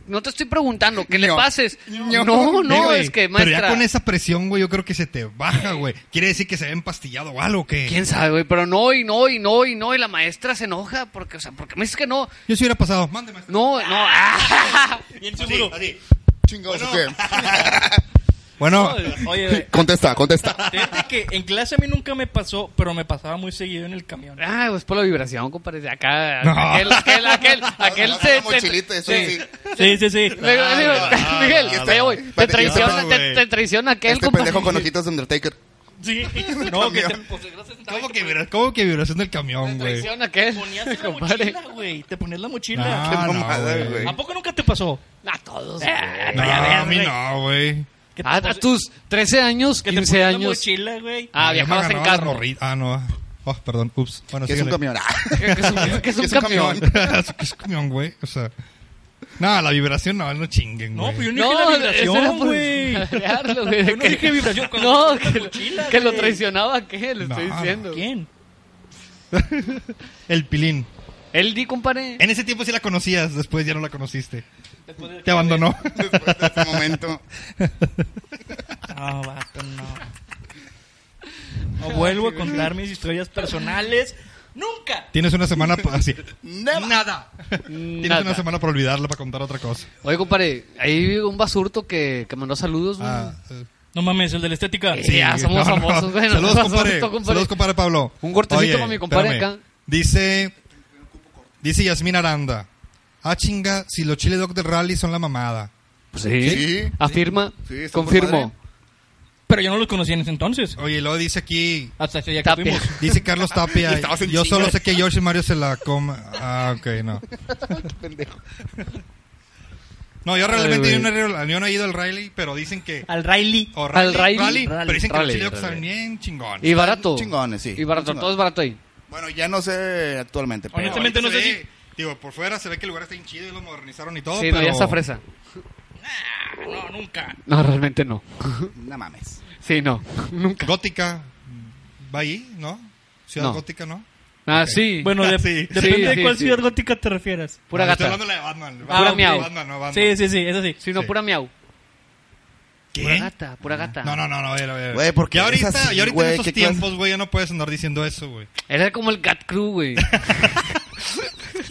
Speaker 4: no te estoy preguntando, que le
Speaker 3: Ño.
Speaker 4: pases,
Speaker 3: Ño.
Speaker 4: no,
Speaker 2: Sí,
Speaker 4: no,
Speaker 2: güey,
Speaker 4: es que
Speaker 2: Pero ya
Speaker 4: maestra,
Speaker 2: con esa presión, güey, yo creo que se te baja, güey. Quiere decir que se ve empastillado o algo, que
Speaker 4: quién sabe, güey, pero no, y no, y no, y no, y la maestra se enoja, porque, o sea, porque me dices que no,
Speaker 2: Yo si hubiera pasado. Mándeme.
Speaker 4: no, no, ah.
Speaker 1: Bien
Speaker 2: Así,
Speaker 1: seguro.
Speaker 2: así.
Speaker 3: Chingados,
Speaker 2: Bueno.
Speaker 1: No,
Speaker 2: Bueno,
Speaker 1: Oye,
Speaker 3: *laughs*
Speaker 1: güey,
Speaker 3: Contesta, contesta.
Speaker 1: fíjate que en clase a mí nunca me pasó, pero me pasaba muy seguido en el camión.
Speaker 4: Ah, pues por la vibración, compadre, de acá,
Speaker 2: *laughs* No.
Speaker 4: aquel, aquel, aquel, aquel
Speaker 3: Ah,
Speaker 4: se...
Speaker 3: la mochilita, eso sí.
Speaker 1: Sí, sí, sí.
Speaker 4: Le- le- le-
Speaker 2: Ah,
Speaker 4: *laughs* Miguel,
Speaker 3: ah,
Speaker 4: te
Speaker 3: ah,
Speaker 4: voy,
Speaker 3: ah,
Speaker 4: te
Speaker 3: espérate,
Speaker 4: traiciona,
Speaker 2: no,
Speaker 4: te,
Speaker 2: güey.
Speaker 4: te traiciona aquel,
Speaker 3: Este
Speaker 4: compadre.
Speaker 3: pendejo con ojitos de Undertaker.
Speaker 1: *laughs* Sí. No, que te, pues,
Speaker 2: ¿cómo que, vibra- cómo que vibración del camión, güey?
Speaker 4: Traiciona
Speaker 1: te
Speaker 4: aquel,
Speaker 1: ponías en la
Speaker 4: compadre.
Speaker 1: mochila, güey. Te ponías la
Speaker 2: Ah,
Speaker 1: mochila.
Speaker 2: no,
Speaker 3: mamada,
Speaker 2: güey.
Speaker 3: güey.
Speaker 1: ¿A poco nunca te pasó?
Speaker 4: A
Speaker 1: Eh.
Speaker 4: todos.
Speaker 2: No, a mí no, güey.
Speaker 1: Que te
Speaker 4: A,
Speaker 1: pos-
Speaker 4: tus 13 años,
Speaker 1: que te
Speaker 4: 15
Speaker 1: ponías la
Speaker 4: Ah, años.
Speaker 1: mochila, güey.
Speaker 4: Ah,
Speaker 2: Yo me
Speaker 4: viajabas en
Speaker 2: agarraba la
Speaker 4: carro.
Speaker 2: morri- Ah, no. Oh, perdón. Ups. Bueno,
Speaker 3: Que es un
Speaker 2: síguele.
Speaker 3: camión. Ah.
Speaker 4: Que es un- que es un
Speaker 2: *laughs*
Speaker 4: camión.
Speaker 2: es un camión, güey. O sea. No, la vibración no, no chinguen,
Speaker 1: No,
Speaker 2: güey.
Speaker 1: pues yo no, dije
Speaker 4: No,
Speaker 1: la
Speaker 4: eso era
Speaker 1: vibración,
Speaker 4: por
Speaker 1: güey.
Speaker 4: madrearlo, güey.
Speaker 1: Yo no dije vibración. cuando
Speaker 4: No,
Speaker 1: te ponías
Speaker 4: que,
Speaker 1: la mochila,
Speaker 4: que lo
Speaker 1: güey.
Speaker 4: traicionaba aquel, le
Speaker 2: No,
Speaker 4: estoy
Speaker 2: no,
Speaker 4: diciendo.
Speaker 1: ¿Quién?
Speaker 2: El pilín.
Speaker 4: Él di, compadre.
Speaker 2: En ese tiempo sí la conocías, después ya no la conociste.
Speaker 1: Después de-
Speaker 2: Te
Speaker 4: *laughs*
Speaker 2: abandonó.
Speaker 3: Después de ese momento.
Speaker 1: No, vato, no. No vuelvo a contar mis historias personales. ¡Nunca!
Speaker 2: Tienes una semana pa- así.
Speaker 3: Nada.
Speaker 2: Tienes
Speaker 4: Nada.
Speaker 2: una semana para olvidarla, para contar otra cosa.
Speaker 4: Oye, compadre, ahí un basurto que, que mandó saludos, güey.
Speaker 2: Ah, eh,
Speaker 1: No mames, el de la estética.
Speaker 4: Sí, ya Ah,
Speaker 2: *laughs*
Speaker 4: somos famosos, güey, nos
Speaker 2: Saludos,
Speaker 4: pasó
Speaker 2: compadre.
Speaker 4: esto, compadre.
Speaker 2: Saludos, compadre Pablo.
Speaker 4: Un cortecito
Speaker 2: Oye,
Speaker 4: para mi compadre
Speaker 2: espérame.
Speaker 4: acá.
Speaker 2: Dice. Dice Yasmín Aranda. Ah, chinga, si los chile dog del rally son la mamada.
Speaker 4: Pues sí.
Speaker 3: Sí.
Speaker 4: Afirma.
Speaker 3: Sí, está con
Speaker 4: confirmo.
Speaker 3: madre.
Speaker 1: Pero yo no los conocí en ese entonces.
Speaker 2: Oye, y luego dice aquí.
Speaker 1: Hasta ese día que
Speaker 4: Tapia.
Speaker 1: fuimos.
Speaker 2: Dice Carlos
Speaker 3: *laughs*
Speaker 2: Tapia.
Speaker 3: Estabas en
Speaker 2: yo
Speaker 3: chinga.
Speaker 2: solo sé que George y Mario se la coma. Ah, ok,
Speaker 3: *laughs*
Speaker 2: no.
Speaker 3: Pendejo.
Speaker 2: No, yo realmente
Speaker 4: Ay,
Speaker 2: yo no, he- yo no he ido al rally, pero dicen que.
Speaker 1: Al Riley.
Speaker 2: o
Speaker 4: Al rally,
Speaker 2: pero dicen que
Speaker 4: rally,
Speaker 2: los chile dogs
Speaker 4: rally.
Speaker 2: están bien chingones.
Speaker 4: Y barato.
Speaker 3: Chingones, sí.
Speaker 4: Y barato,
Speaker 3: Chingones.
Speaker 4: todo es barato ahí.
Speaker 3: Bueno, ya no sé actualmente. Pero
Speaker 1: Honestamente,
Speaker 2: Ahorita
Speaker 1: no
Speaker 2: se
Speaker 1: sé
Speaker 2: ve- Digo, por fuera se ve que el lugar está bien chido y lo modernizaron y todo.
Speaker 4: sí,
Speaker 2: pero...
Speaker 4: no, ya está fresa.
Speaker 1: No, nunca.
Speaker 4: No, realmente no.
Speaker 3: No mames.
Speaker 4: Sí, no. Nunca.
Speaker 2: Gótica va ahí, ¿no? Ciudad
Speaker 4: No.
Speaker 2: Gótica, ¿no?
Speaker 4: Ah,
Speaker 2: Ok.
Speaker 4: sí.
Speaker 1: Bueno, de-
Speaker 2: Sí.
Speaker 1: depende
Speaker 4: Sí,
Speaker 1: de
Speaker 4: sí,
Speaker 1: cuál
Speaker 4: sí.
Speaker 1: ciudad gótica te refieras.
Speaker 4: Pura
Speaker 2: No, Estoy
Speaker 4: gata.
Speaker 2: hablando de la de Batman.
Speaker 4: Ah,
Speaker 2: Batman,
Speaker 4: ok. miau.
Speaker 2: Batman, no, Batman.
Speaker 1: Sí, sí, sí, eso sí.
Speaker 4: Sí, no,
Speaker 2: Sí.
Speaker 4: pura miau.
Speaker 2: ¿Qué?
Speaker 4: Pura gata, pura gata.
Speaker 2: No, no, no, no, a ver, a ver.
Speaker 3: Güey, ¿por qué
Speaker 2: Y ahorita,
Speaker 3: eres así,
Speaker 2: y ahorita
Speaker 3: güey?
Speaker 2: en estos
Speaker 3: ¿Qué clase-
Speaker 2: tiempos, güey, ya no puedes andar diciendo eso, güey.
Speaker 4: Era como el Cat Crew, güey.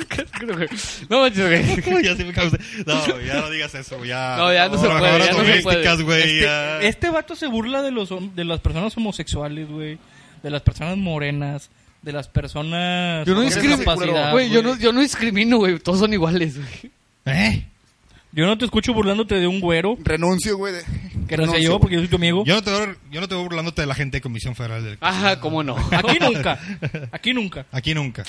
Speaker 4: Cat Crew, güey. no, manches,
Speaker 2: *laughs*
Speaker 4: güey.
Speaker 2: ya sí me causa- No, güey, ya no digas eso, güey. Ya,
Speaker 4: No, ya no se puede,
Speaker 2: Trabajadoras
Speaker 4: ya no se puede.
Speaker 2: domésticas, güey. ya.
Speaker 1: Este, este vato se burla de, los, hom- de las personas homosexuales, güey. De las personas morenas. De las personas
Speaker 4: Yo no
Speaker 1: con
Speaker 4: discrimino,
Speaker 1: discapacidad,
Speaker 4: Güey, yo no, yo no discrimino, güey. Todos son iguales, güey.
Speaker 2: ¿Eh?
Speaker 1: Yo no te escucho burlándote de un güero.
Speaker 3: Renuncio, güey. de- *laughs*
Speaker 1: Que no sé
Speaker 3: renuncio,
Speaker 1: yo, porque yo soy tu amigo.
Speaker 2: Yo no, te veo, yo no te veo burlándote de la gente de Comisión Federal del...
Speaker 4: Ajá, cómo no.
Speaker 1: Aquí nunca. Aquí nunca.
Speaker 2: Aquí nunca.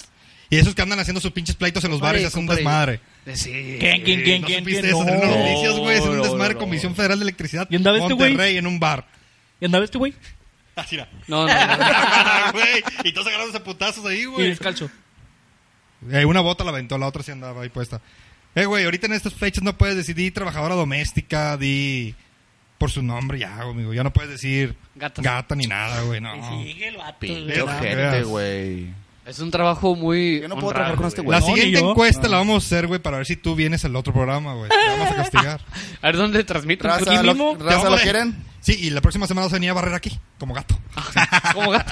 Speaker 2: Y esos que andan haciendo sus pinches pleitos en los bares
Speaker 4: Ay,
Speaker 2: hacen un
Speaker 4: compadre.
Speaker 2: desmadre.
Speaker 4: Sí.
Speaker 1: ¿Quién, quién, quién,
Speaker 2: ¿No
Speaker 1: quién?
Speaker 2: supiste
Speaker 1: quién?
Speaker 2: eso? Salieron las
Speaker 1: No.
Speaker 2: noticias, güey. Es un
Speaker 4: no,
Speaker 2: desmadre
Speaker 4: no,
Speaker 2: Comisión Federal de Electricidad.
Speaker 1: ¿Y andaba este güey?
Speaker 2: Monterrey en un bar.
Speaker 1: ¿Y andaba este güey?
Speaker 2: Así era.
Speaker 4: No, no, no.
Speaker 2: *laughs* Güey, y todos agarrándose a putazos ahí,
Speaker 1: Y
Speaker 2: güey.
Speaker 1: descalzo.
Speaker 2: Eh, una bota la aventó, la otra sí andaba ahí puesta. Eh, güey, ahorita en estas fechas no puedes decir, di trabajadora doméstica, di por su nombre, ya, amigo. Ya no puedes decir
Speaker 4: Gata.
Speaker 2: gata ni nada, güey, no.
Speaker 1: el vato.
Speaker 3: Pinche
Speaker 2: Veas,
Speaker 3: ojete,
Speaker 2: veas.
Speaker 3: güey.
Speaker 4: Es un trabajo muy.
Speaker 3: Yo no puedo
Speaker 4: honrado,
Speaker 3: trabajar con este
Speaker 4: güey.
Speaker 3: güey.
Speaker 2: La
Speaker 1: No, ni
Speaker 2: siguiente
Speaker 1: yo.
Speaker 2: encuesta la vamos a hacer, güey, para ver si tú vienes al otro programa, güey. Te vamos a castigar.
Speaker 4: A ver dónde transmiten.
Speaker 1: Aquí
Speaker 3: *laughs* Raza, lo,
Speaker 1: mismo,
Speaker 2: Te
Speaker 3: raza,
Speaker 2: vamos a
Speaker 3: ¿lo
Speaker 2: poner-
Speaker 3: quieren?
Speaker 2: Sí, y la próxima semana vas a venir a barrer aquí, como gato. *laughs*
Speaker 4: Como gato.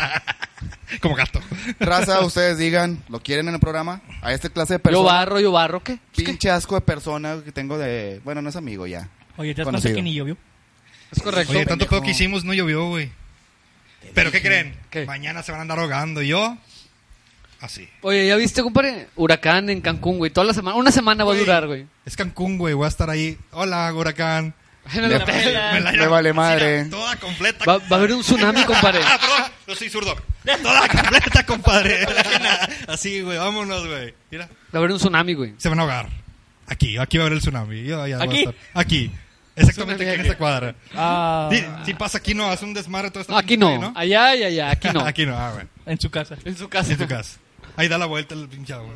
Speaker 2: Como gato.
Speaker 3: Raza, ustedes digan, ¿lo quieren en el programa? A esta clase de
Speaker 4: Yo
Speaker 3: personas.
Speaker 4: barro, yo barro, ¿qué?
Speaker 3: Pinche asco de persona que tengo de. Bueno, no es amigo ya.
Speaker 1: Oye, ¿te das cuenta
Speaker 3: Conocido.
Speaker 1: que ni llovió?
Speaker 4: Es correcto.
Speaker 2: Oye, tanto
Speaker 3: pendejo.
Speaker 2: pedo que hicimos no llovió, güey. ¿Pero qué creen?
Speaker 4: ¿Qué?
Speaker 2: Mañana se van a andar ahogando. ¿Y yo? Así.
Speaker 4: Oye, ¿ya viste, compadre? Huracán en Cancún, güey. Toda la semana. Una semana va a
Speaker 2: Güey,
Speaker 4: durar, güey.
Speaker 2: Es Cancún, güey. Voy a estar ahí. Hola, huracán.
Speaker 4: No la *laughs*
Speaker 3: Me-
Speaker 4: pela.
Speaker 1: Ah,
Speaker 2: la
Speaker 3: me vale madre.
Speaker 2: Toda completa.
Speaker 4: Va, va a haber un
Speaker 2: *laughs*
Speaker 4: tsunami, compadre.
Speaker 2: Ah, perdón, yo soy zurdo. Toda completa,
Speaker 3: *laughs*
Speaker 2: compadre. Así, güey, vámonos, güey. Mira,
Speaker 4: Va a haber un tsunami, güey.
Speaker 2: se van a ahogar. Aquí, aquí va a haber el tsunami. Yo allá voy a
Speaker 1: ¿Aquí?
Speaker 2: estar. Aquí. Exactamente
Speaker 4: Tsunami
Speaker 2: aquí en
Speaker 4: aquí.
Speaker 2: esta cuadra.
Speaker 1: Ah,
Speaker 2: Di- Si pasa aquí no, hace un desmadre todo esto.
Speaker 4: No, aquí no. Allá y allá. Aquí no.
Speaker 2: *laughs* aquí no, ah, bueno.
Speaker 1: en su casa.
Speaker 4: En su casa.
Speaker 2: En tu casa. Ahí da la vuelta el pinche
Speaker 4: *laughs*
Speaker 2: agua.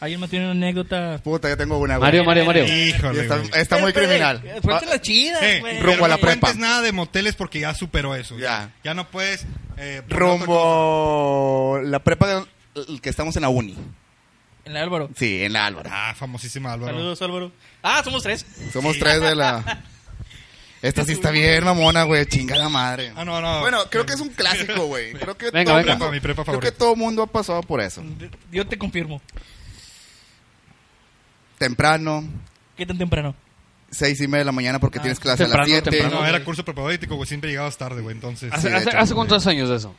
Speaker 1: ¿Alguien más tiene una anécdota?
Speaker 3: Puta, yo tengo una, güey.
Speaker 4: Mario, Mario, Mario.
Speaker 3: Y
Speaker 2: Híjole,
Speaker 3: Está,
Speaker 2: güey.
Speaker 3: está muy
Speaker 1: Pero,
Speaker 3: criminal. Ah.
Speaker 1: pero, eh, Cuéntalas chidas,
Speaker 2: Eh,
Speaker 1: güey.
Speaker 3: Rumbo
Speaker 2: pero
Speaker 3: a la
Speaker 2: no cuentes
Speaker 3: prepa.
Speaker 2: nada de moteles porque ya superó eso.
Speaker 3: Ya.
Speaker 2: Ya no puedes... eh, poner otra
Speaker 3: Ah, Rumbo la prepa de, el que estamos en la uni.
Speaker 1: En la Álvaro.
Speaker 3: Sí, en la Álvaro.
Speaker 2: cosa. Ah, famosísima Álvaro.
Speaker 1: Saludos, Álvaro. Ah, somos tres.
Speaker 3: Somos tres de la. Esta sí está bien, mamona, güey. Chinga la madre.
Speaker 2: Ah, no, no.
Speaker 3: Bueno, creo que es un clásico, güey. Creo que
Speaker 4: Venga,
Speaker 3: todo
Speaker 4: venga.
Speaker 3: mundo-
Speaker 2: Mi prepa
Speaker 3: creo
Speaker 2: favorita.
Speaker 3: que todo mundo ha pasado por eso.
Speaker 1: Yo te confirmo.
Speaker 3: Temprano,
Speaker 1: ¿Qué tan temprano?
Speaker 3: seis y media de la mañana porque
Speaker 1: Ah,
Speaker 3: tienes clase a las
Speaker 4: temprano,
Speaker 3: siete.
Speaker 4: temprano.
Speaker 2: No, era curso propedéutico, güey. Siempre llegabas tarde, güey. Entonces, eh,
Speaker 3: sí,
Speaker 4: ¿Hace,
Speaker 3: de
Speaker 4: hace-
Speaker 3: hecho,
Speaker 4: hace
Speaker 3: güey.
Speaker 4: cuántos años de eso?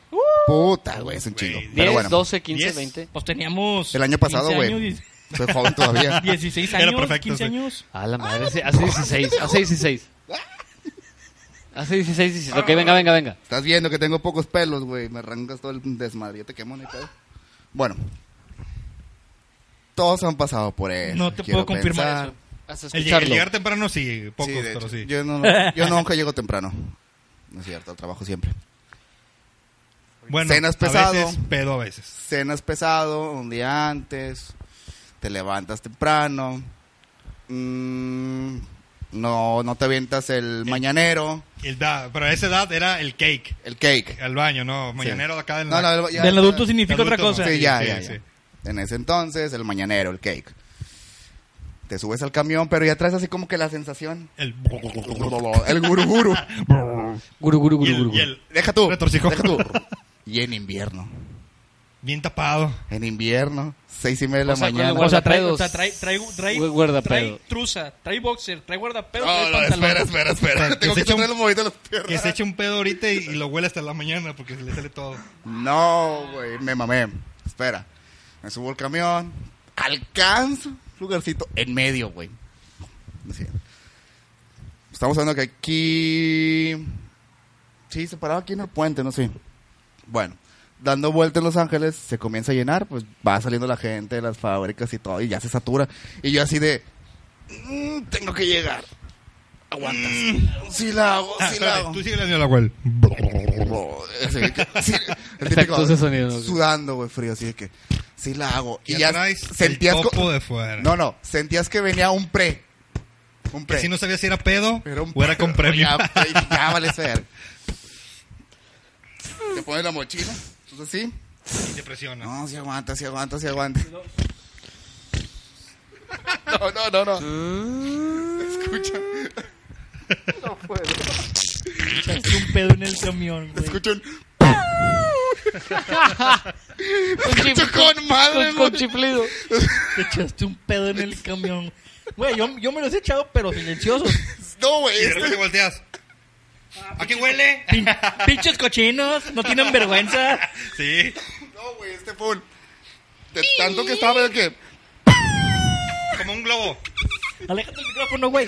Speaker 3: Puta, güey, es un chingo.
Speaker 2: Güey,
Speaker 3: Pero
Speaker 4: 10,
Speaker 3: bueno,
Speaker 4: 12, 15,
Speaker 2: 10.
Speaker 4: 20.
Speaker 1: Pues teníamos.
Speaker 3: el año pasado,
Speaker 1: 15
Speaker 3: güey.
Speaker 1: años,
Speaker 3: Soy
Speaker 1: *laughs*
Speaker 3: joven
Speaker 4: *laughs*
Speaker 3: todavía. *laughs*
Speaker 1: 16
Speaker 2: Era
Speaker 1: años,
Speaker 2: perfecto,
Speaker 1: 15
Speaker 2: sí.
Speaker 1: años.
Speaker 4: A la madre. sí, Hace 16. Hace 16. Hace 16, 16. Ok, venga, venga, venga.
Speaker 3: Estás viendo que tengo pocos pelos, güey. Me arrancas todo el desmadre. Yo te quemo, ni pedo. Bueno. Todos han pasado por él.
Speaker 1: No te puedo confirmar eso.
Speaker 4: Hasta
Speaker 2: el, llegar- el
Speaker 4: escucharlo.
Speaker 2: llegar temprano sí, pocos,
Speaker 3: Sí, de
Speaker 2: pero
Speaker 3: hecho,
Speaker 2: sí.
Speaker 3: Yo, no-
Speaker 1: *laughs*
Speaker 3: yo nunca llego temprano. No es cierto, trabajo siempre.
Speaker 2: Bueno,
Speaker 3: Cenas
Speaker 2: a
Speaker 3: pesado.
Speaker 2: veces, pedo a veces.
Speaker 3: Cenas pesado, un día antes. Te levantas temprano. mm, no, no te avientas el
Speaker 1: Eh.
Speaker 3: mañanero,
Speaker 2: El da- pero a esa edad era el cake,
Speaker 3: el cake.
Speaker 2: al baño, ¿no? Mañanero de acá del...
Speaker 3: No, no, ya-
Speaker 1: Del adulto significa
Speaker 2: adulto
Speaker 1: otra cosa.
Speaker 2: no.
Speaker 3: Sí, ya,
Speaker 2: Sí,
Speaker 3: ya,
Speaker 2: sí.
Speaker 3: ya. En ese entonces, el mañanero, el cake. Te subes al camión, pero ya traes así como que la sensación.
Speaker 2: El...
Speaker 3: El
Speaker 2: *laughs*
Speaker 3: guruguru.
Speaker 4: Guru, guru,
Speaker 2: Y
Speaker 4: guru,
Speaker 2: el,
Speaker 4: guru.
Speaker 2: y el-
Speaker 3: Deja tú.
Speaker 2: Retorcijón.
Speaker 3: Deja tú. Y en invierno.
Speaker 2: Bien tapado.
Speaker 3: En invierno, seis y media de la
Speaker 4: O sea, con el
Speaker 3: mañana.
Speaker 1: O sea, trae,
Speaker 4: Guardapedos.
Speaker 1: o sea, trae, trae, trae,
Speaker 4: Gu- guardapedo.
Speaker 1: trae trusa, trae boxer, trae guardapedo,
Speaker 3: No,
Speaker 1: trae
Speaker 3: no,
Speaker 1: pantalón.
Speaker 3: espera, espera,
Speaker 2: O sea,
Speaker 3: espera.
Speaker 2: que
Speaker 3: Tengo
Speaker 2: se
Speaker 3: que
Speaker 2: echa un-
Speaker 3: tener los movidos de las
Speaker 2: Que
Speaker 3: piernas.
Speaker 2: se echa un pedo ahorita y, y lo huele hasta la mañana porque le sale todo.
Speaker 3: No, güey, me mamé. Espera. Me subo al camión. Alcanzo un lugarcito en medio, güey. Así. Estamos hablando que aquí. Sí, se paraba aquí en el puente, no sé. Bueno, dando vueltas en Los Ángeles, se comienza a llenar, pues va saliendo la gente de las fábricas y todo, y ya se satura. Y yo así de. "Mm, tengo que llegar. Aguantas. Sí la hago,
Speaker 2: Ah,
Speaker 3: sí la
Speaker 2: espérate,
Speaker 3: hago.
Speaker 2: tú sigue la señora, güey.
Speaker 3: Así de que- sí, el
Speaker 4: Efectos
Speaker 3: típico,
Speaker 4: de sonido, ¿no?
Speaker 3: Sudando, güey, frío, así de que sí la hago. Y
Speaker 2: Ya,
Speaker 3: ya
Speaker 2: traes
Speaker 3: sentías
Speaker 2: el
Speaker 3: co-
Speaker 2: topo de fuera.
Speaker 3: No, no, sentías que venía un pre. Un
Speaker 2: que
Speaker 3: pre.
Speaker 2: si no sabía si era pedo
Speaker 3: Era un
Speaker 2: o era con premio.
Speaker 3: Ya,
Speaker 2: *laughs*
Speaker 3: ya, ya vale ser. Te pones la mochila, entonces sí.
Speaker 2: Y te presiona.
Speaker 3: No, si aguanta, si aguanta, si aguanta. *laughs* No, no, no, no. Escucha,
Speaker 1: Es un pedo en el camión, güey.
Speaker 3: escucha un
Speaker 4: Con chif-
Speaker 3: *laughs* con madre,
Speaker 4: con- con
Speaker 3: ¿no?
Speaker 4: chiflido.
Speaker 1: Te echaste un pedo en el camión. Güey, yo, yo me los he echado, pero silenciosos.
Speaker 3: No, güey,
Speaker 2: Y de repente
Speaker 3: este-
Speaker 2: volteas. ¿A qué *laughs* huele?
Speaker 1: Pin- pinches cochinos, no tienen vergüenza.
Speaker 2: Sí.
Speaker 3: no, güey, este fue un- De tanto que estaba, de que.
Speaker 2: Como un globo.
Speaker 1: Aléjate del micrófono, güey.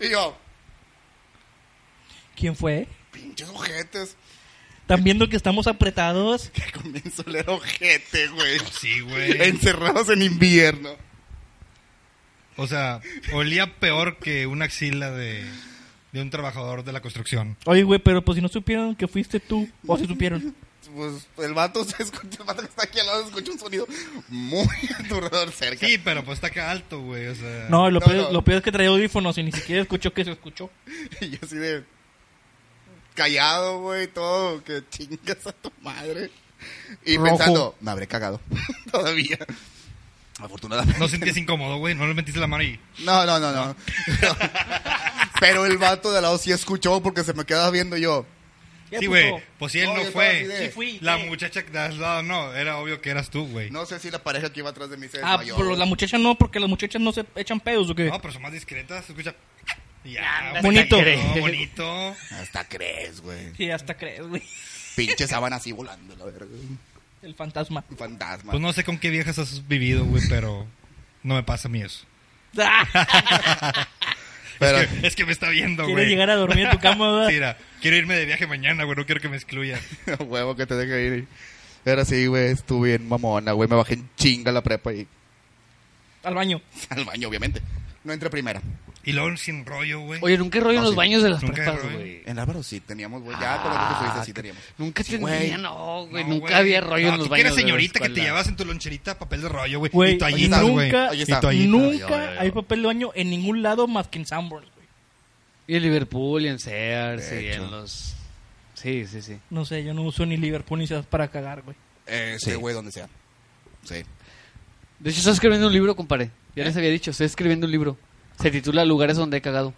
Speaker 3: Y yo,
Speaker 1: ¿Quién fue?
Speaker 3: pinches ojetes.
Speaker 1: Están viendo que estamos apretados.
Speaker 3: Que comienzo a oler ojete, güey.
Speaker 2: Sí, güey.
Speaker 3: Encerrados en invierno.
Speaker 2: O sea, olía peor que una axila de, de un trabajador de la construcción.
Speaker 1: Oye, güey, pero pues si no supieron que fuiste tú, o si supieron.
Speaker 3: Pues el vato se escucha, el vato que está aquí al lado escucha un sonido muy *laughs* aturrador cerca.
Speaker 2: Sí, pero pues está acá alto, güey. O sea,
Speaker 1: No, lo,
Speaker 3: No,
Speaker 1: peor,
Speaker 3: no.
Speaker 1: lo peor es que traía audífonos y ni siquiera escuchó que se escuchó.
Speaker 3: Y yo así de callado, güey, todo, que chingas a tu madre. Y
Speaker 1: Rojo.
Speaker 3: pensando, me habré cagado. *laughs* Todavía. Afortunadamente.
Speaker 2: no sentías incómodo, güey. No le metiste la mano y.
Speaker 3: No, no, no, *laughs* no. Pero el vato de al lado sí escuchó porque se me quedaba viendo yo.
Speaker 1: Ya,
Speaker 2: Sí,
Speaker 1: puto.
Speaker 2: güey. Pues si él
Speaker 3: No,
Speaker 2: no
Speaker 3: yo estaba así
Speaker 2: fue.
Speaker 3: de-
Speaker 1: Sí fui, eh.
Speaker 2: La
Speaker 1: ¿qué?
Speaker 2: muchacha que te has dado, no. Era obvio que eras tú, güey. No,
Speaker 3: No sé si la pareja que iba atrás de mí se
Speaker 1: Ah,
Speaker 3: desmayó.
Speaker 1: pero la muchacha no, porque las muchachas no se echan pedos, ¿o qué?
Speaker 2: pero son más discretas. se Escucha. Ya,
Speaker 1: Bonito.
Speaker 2: güey, no, bonito.
Speaker 3: Hasta crees, güey.
Speaker 1: Sí, hasta crees, güey.
Speaker 3: Pinche sábana así volando, la verga.
Speaker 1: El fantasma.
Speaker 3: Un fantasma.
Speaker 2: Pues no sé con qué viejas has vivido, güey, pero no me pasa a mí eso.
Speaker 1: Ah,
Speaker 3: Pero,
Speaker 2: Es, que, es que me está viendo, güey.
Speaker 1: Quiere llegar a dormir en tu cama, ¿verdad?
Speaker 2: Sí, mira, quiero irme de viaje mañana, güey, no quiero que me excluya.
Speaker 3: *laughs* huevo que te deje ir. Pero sí, güey, estuve bien mamona, güey. Me bajé en chinga la prepa y *laughs*
Speaker 1: Al baño.
Speaker 3: al baño, obviamente. No entré primera.
Speaker 2: Y luego sin rollo, güey.
Speaker 4: *laughs* Oye, nunca hay rollo
Speaker 3: No,
Speaker 4: en los
Speaker 3: sí.
Speaker 4: baños de las
Speaker 2: Nunca hay
Speaker 4: prepas,
Speaker 2: rollo.
Speaker 4: güey. Ah,
Speaker 3: En Álvaro sí teníamos, güey. Ya, todo lo que tú dices
Speaker 2: Ah,
Speaker 3: sí teníamos.
Speaker 4: Nunca
Speaker 3: Sí,
Speaker 4: tenía,
Speaker 3: güey.
Speaker 4: no, güey.
Speaker 2: No,
Speaker 4: nunca
Speaker 2: güey.
Speaker 4: había rollo
Speaker 2: No,
Speaker 4: en los
Speaker 2: tú
Speaker 4: baños.
Speaker 2: que eres
Speaker 4: de la
Speaker 2: señorita que te
Speaker 4: escuela.
Speaker 2: llevas en tu loncherita papel de rollo, güey.
Speaker 1: Güey,
Speaker 2: y toallitas,
Speaker 3: ahí está,
Speaker 2: güey.
Speaker 1: nunca-
Speaker 3: ahí
Speaker 2: Y
Speaker 3: está.
Speaker 2: toallitas.
Speaker 1: Nunca
Speaker 4: yo, yo.
Speaker 1: hay papel de baño en ningún lado más que en Sanborns, güey.
Speaker 4: Y en Liverpool, y en Sears,
Speaker 3: De
Speaker 4: y
Speaker 3: hecho.
Speaker 4: en los. Sí, sí, sí.
Speaker 1: No sé, yo no uso ni Liverpool ni Sears para cagar, güey.
Speaker 3: Eh, sí,
Speaker 2: este,
Speaker 4: Sí.
Speaker 3: güey, donde sea. Sí.
Speaker 4: De hecho, estoy escribiendo un libro, compadre. Ya les había dicho, estoy escribiendo un libro. Se titula Lugares donde he cagado.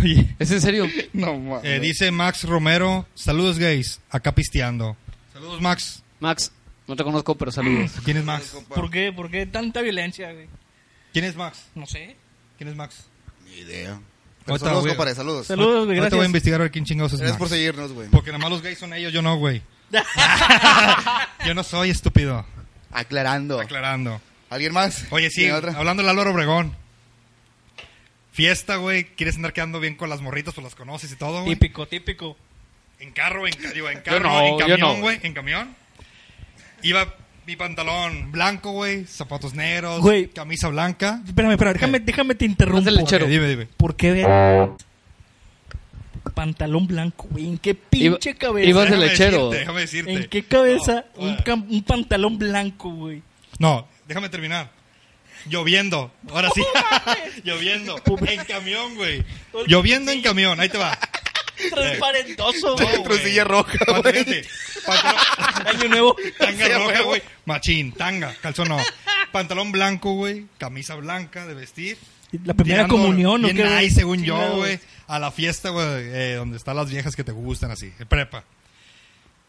Speaker 2: Oye,
Speaker 4: ¿Es en serio?
Speaker 3: No, mames.
Speaker 2: eh, dice Max Romero, saludos gays, acá pisteando. Saludos Max.
Speaker 4: Max, no te conozco, pero saludos.
Speaker 2: *clears throat* ¿Quién es Max?
Speaker 1: ¿Por qué? ¿Por qué tanta violencia, güey?
Speaker 2: ¿Quién es Max?
Speaker 1: No sé.
Speaker 2: ¿Quién es Max?
Speaker 3: Ni idea.
Speaker 2: Ahorita
Speaker 3: Pero saludos,
Speaker 2: voy a-
Speaker 3: compadre, saludos.
Speaker 1: Saludos. güey,
Speaker 2: Ahora te voy a
Speaker 1: gracias.
Speaker 2: investigar a ver quién chingados es
Speaker 3: Gracias por
Speaker 2: Max.
Speaker 3: seguirnos, güey.
Speaker 2: Porque nomás los gays son ellos, yo no, güey. *laughs* yo no soy estúpido.
Speaker 3: Aclarando.
Speaker 2: Aclarando.
Speaker 3: ¿Alguien más?
Speaker 2: Oye, sí,
Speaker 3: ¿Tiene otra?
Speaker 2: hablando de Álvaro Obregón. Fiesta, güey. ¿Quieres andar quedando bien con las morritas? Pues las conoces y todo, güey.
Speaker 1: Típico, típico.
Speaker 2: En carro, en, ca- digo, en carro,
Speaker 4: no,
Speaker 2: en
Speaker 4: yo
Speaker 2: camión,
Speaker 4: no.
Speaker 2: güey. En camión. Iba mi pantalón blanco, güey. Zapatos negros.
Speaker 1: Güey.
Speaker 2: Camisa blanca.
Speaker 1: Espérame, espérame, déjame, déjame te interrumpo.
Speaker 4: Pásale el chero.
Speaker 2: Ok, dime, dime.
Speaker 1: ¿Por qué ver- pantalón blanco, güey? ¿En qué pinche
Speaker 4: Iba-
Speaker 1: cabeza?
Speaker 4: ibas de
Speaker 2: Déjame
Speaker 4: lechero.
Speaker 2: decirte, déjame decirte.
Speaker 1: ¿En qué cabeza
Speaker 2: No,
Speaker 1: un,
Speaker 2: bueno.
Speaker 1: cam- un pantalón blanco, güey?
Speaker 2: No, déjame terminar. Lloviendo, ahora
Speaker 4: *laughs*
Speaker 2: sí. Lloviendo. En camión, güey. Lloviendo en camión, ahí te
Speaker 4: *laughs*
Speaker 2: va.
Speaker 1: Transparentoso, güey.
Speaker 3: Dentro de silla roja,
Speaker 2: Pantalón-
Speaker 3: güey.
Speaker 2: fíjate, pantalón-
Speaker 1: Año nuevo.
Speaker 2: Tanga
Speaker 3: Sí, a
Speaker 2: roja,
Speaker 3: huevo.
Speaker 2: güey. Machín, tanga, calzón no. Pantalón blanco, güey. Camisa blanca de vestir.
Speaker 1: La primera
Speaker 2: Tirando
Speaker 1: comunión, ¿no?
Speaker 2: bien
Speaker 1: ¿Qué, güey?
Speaker 2: nice, según yo,
Speaker 1: Chingados.
Speaker 2: güey. A la fiesta, güey, eh, donde están las viejas que te gustan, así. eh, Prepa.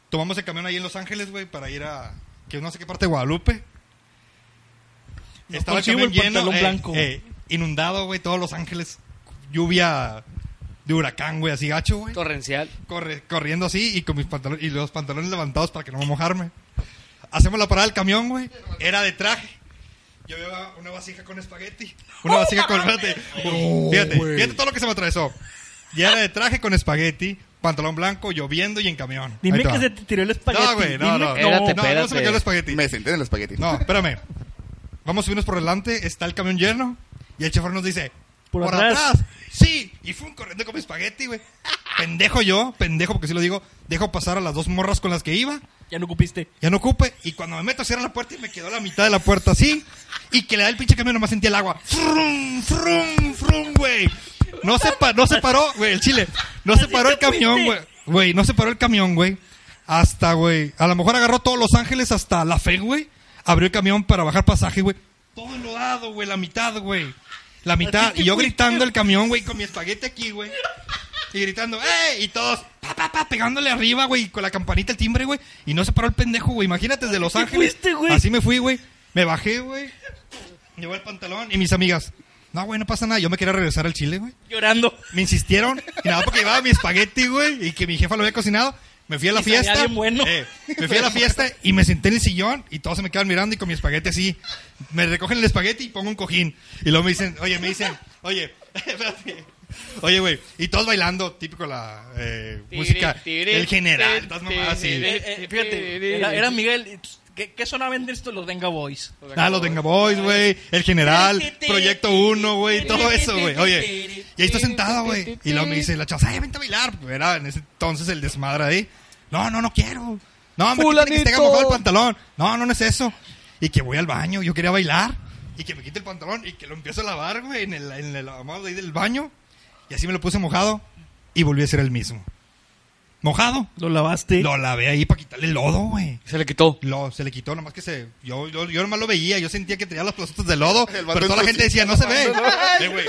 Speaker 2: Tomamos el camión ahí en Los Ángeles, güey, para ir a... Que no sé qué parte de Guadalupe.
Speaker 1: No
Speaker 2: Estaba el
Speaker 1: consigo
Speaker 2: camión
Speaker 1: el
Speaker 2: lleno,
Speaker 1: pantalón
Speaker 2: eh,
Speaker 1: blanco.
Speaker 2: eh, inundado, güey, todos Los Ángeles. Lluvia de huracán, güey, así gacho, güey.
Speaker 4: Torrencial.
Speaker 2: Corre- corriendo así y con mis pantalones y los pantalones levantados para que no me mojarme. Hacemos la parada del camión, güey. Era de traje. Yo llevaba una vasija con espagueti. Una vasija con. Fíjate, fíjate, fíjate todo lo que se me atravesó. Y era de traje con espagueti, pantalón blanco, lloviendo y en camión. Ahí
Speaker 1: Dime
Speaker 2: te
Speaker 1: que
Speaker 2: va.
Speaker 1: se te tiró el espagueti.
Speaker 2: No, güey, no,
Speaker 1: Dime
Speaker 2: no.
Speaker 1: que-
Speaker 2: No,
Speaker 4: Espérate,
Speaker 2: no se me
Speaker 4: espérate.
Speaker 2: quedó el espagueti.
Speaker 3: Me senté en el espagueti.
Speaker 2: No, espérame. Vamos a subirnos por delante, está el camión lleno y el chofer nos dice,
Speaker 1: Por
Speaker 2: por,
Speaker 1: atrás".
Speaker 2: atrás. Sí, y fue un corriendo con mi espagueti, güey. Pendejo yo, pendejo porque si lo digo, dejo pasar a las dos morras con las que iba,
Speaker 1: Ya no cupiste.
Speaker 2: ya no ocupe y cuando me meto cierra la puerta y me quedó la mitad de la puerta así y que le da el pinche camión nomás sentía el agua. Frum, frum, frum, güey. No se, pa- no se paró, güey, el chile. No se
Speaker 1: Así
Speaker 2: paró
Speaker 1: te
Speaker 2: el camión, güey.
Speaker 1: fuiste.
Speaker 2: Güey, no se paró el camión, güey. Hasta, güey. A lo mejor agarró todo Los Ángeles hasta La Fe, güey. Abrió el camión para bajar pasaje, güey. Todo enlodado, güey. La mitad, güey. La mitad.
Speaker 1: te
Speaker 2: Y yo
Speaker 1: fuiste.
Speaker 2: gritando el camión, güey, con mi espaguete aquí, güey. Y gritando, ¡eh! Y todos, pa, pa, pa, pegándole arriba, güey. y Con la campanita, el timbre, güey. Y no se paró el pendejo, güey. Imagínate, desde Los
Speaker 1: te
Speaker 2: Ángeles.
Speaker 1: fuiste, güey.
Speaker 2: Así me fui, güey. Me bajé, güey. Llevó el pantalón. Y mis amigas, no, güey, no pasa nada. Yo me quería regresar al Chile, güey
Speaker 1: Llorando.
Speaker 2: me insistieron y nada porque llevaba mi espagueti, güey, y que mi jefa lo había cocinado. Me fui a la
Speaker 1: Y sabía
Speaker 2: fiesta.
Speaker 1: bien bueno.
Speaker 2: eh, me fui a la fiesta y me senté en el sillón y todos se me quedan mirando y con mi espagueti así. Me recogen el espagueti y pongo un cojín. Y luego me dicen, oye, me dicen, oye, *laughs* espérate. Oye, güey, y todos bailando, típico la eh, música.
Speaker 4: tiri,
Speaker 2: el general,
Speaker 4: tiri,
Speaker 2: todas mamadas así.
Speaker 4: tiri.
Speaker 1: Eh, eh, fíjate, era, era Miguel. pues, ¿Qué, qué sonaba en esto los Venga Boys?
Speaker 2: Ah, los Venga Boys, güey. El General, Proyecto 1, güey. Todo eso, güey. Oye, y ahí está sentado, güey. Y luego me dice la chava, ay, vente a bailar. Era en ese entonces el desmadre ahí. No, no, no quiero. No, me quita que se te haga mojado el pantalón. No, no, no es eso. Y que voy al baño. Yo quería bailar. Y que me quite el pantalón y que lo empiezo a lavar, güey, en el, en el lavamanos de ahí del baño. Y así me lo puse mojado y volví a ser el mismo. Mojado.
Speaker 1: Lo lavaste.
Speaker 2: Lo lavé ahí para quitarle el lodo, güey.
Speaker 4: Se le quitó.
Speaker 2: Lo, se le quitó, nomás que se. Yo, yo, yo nomás lo veía, yo sentía que tenía las plazotas de lodo,
Speaker 3: El vato
Speaker 2: pero toda la gente decía, no se ve.
Speaker 3: *laughs*
Speaker 2: Eh, güey.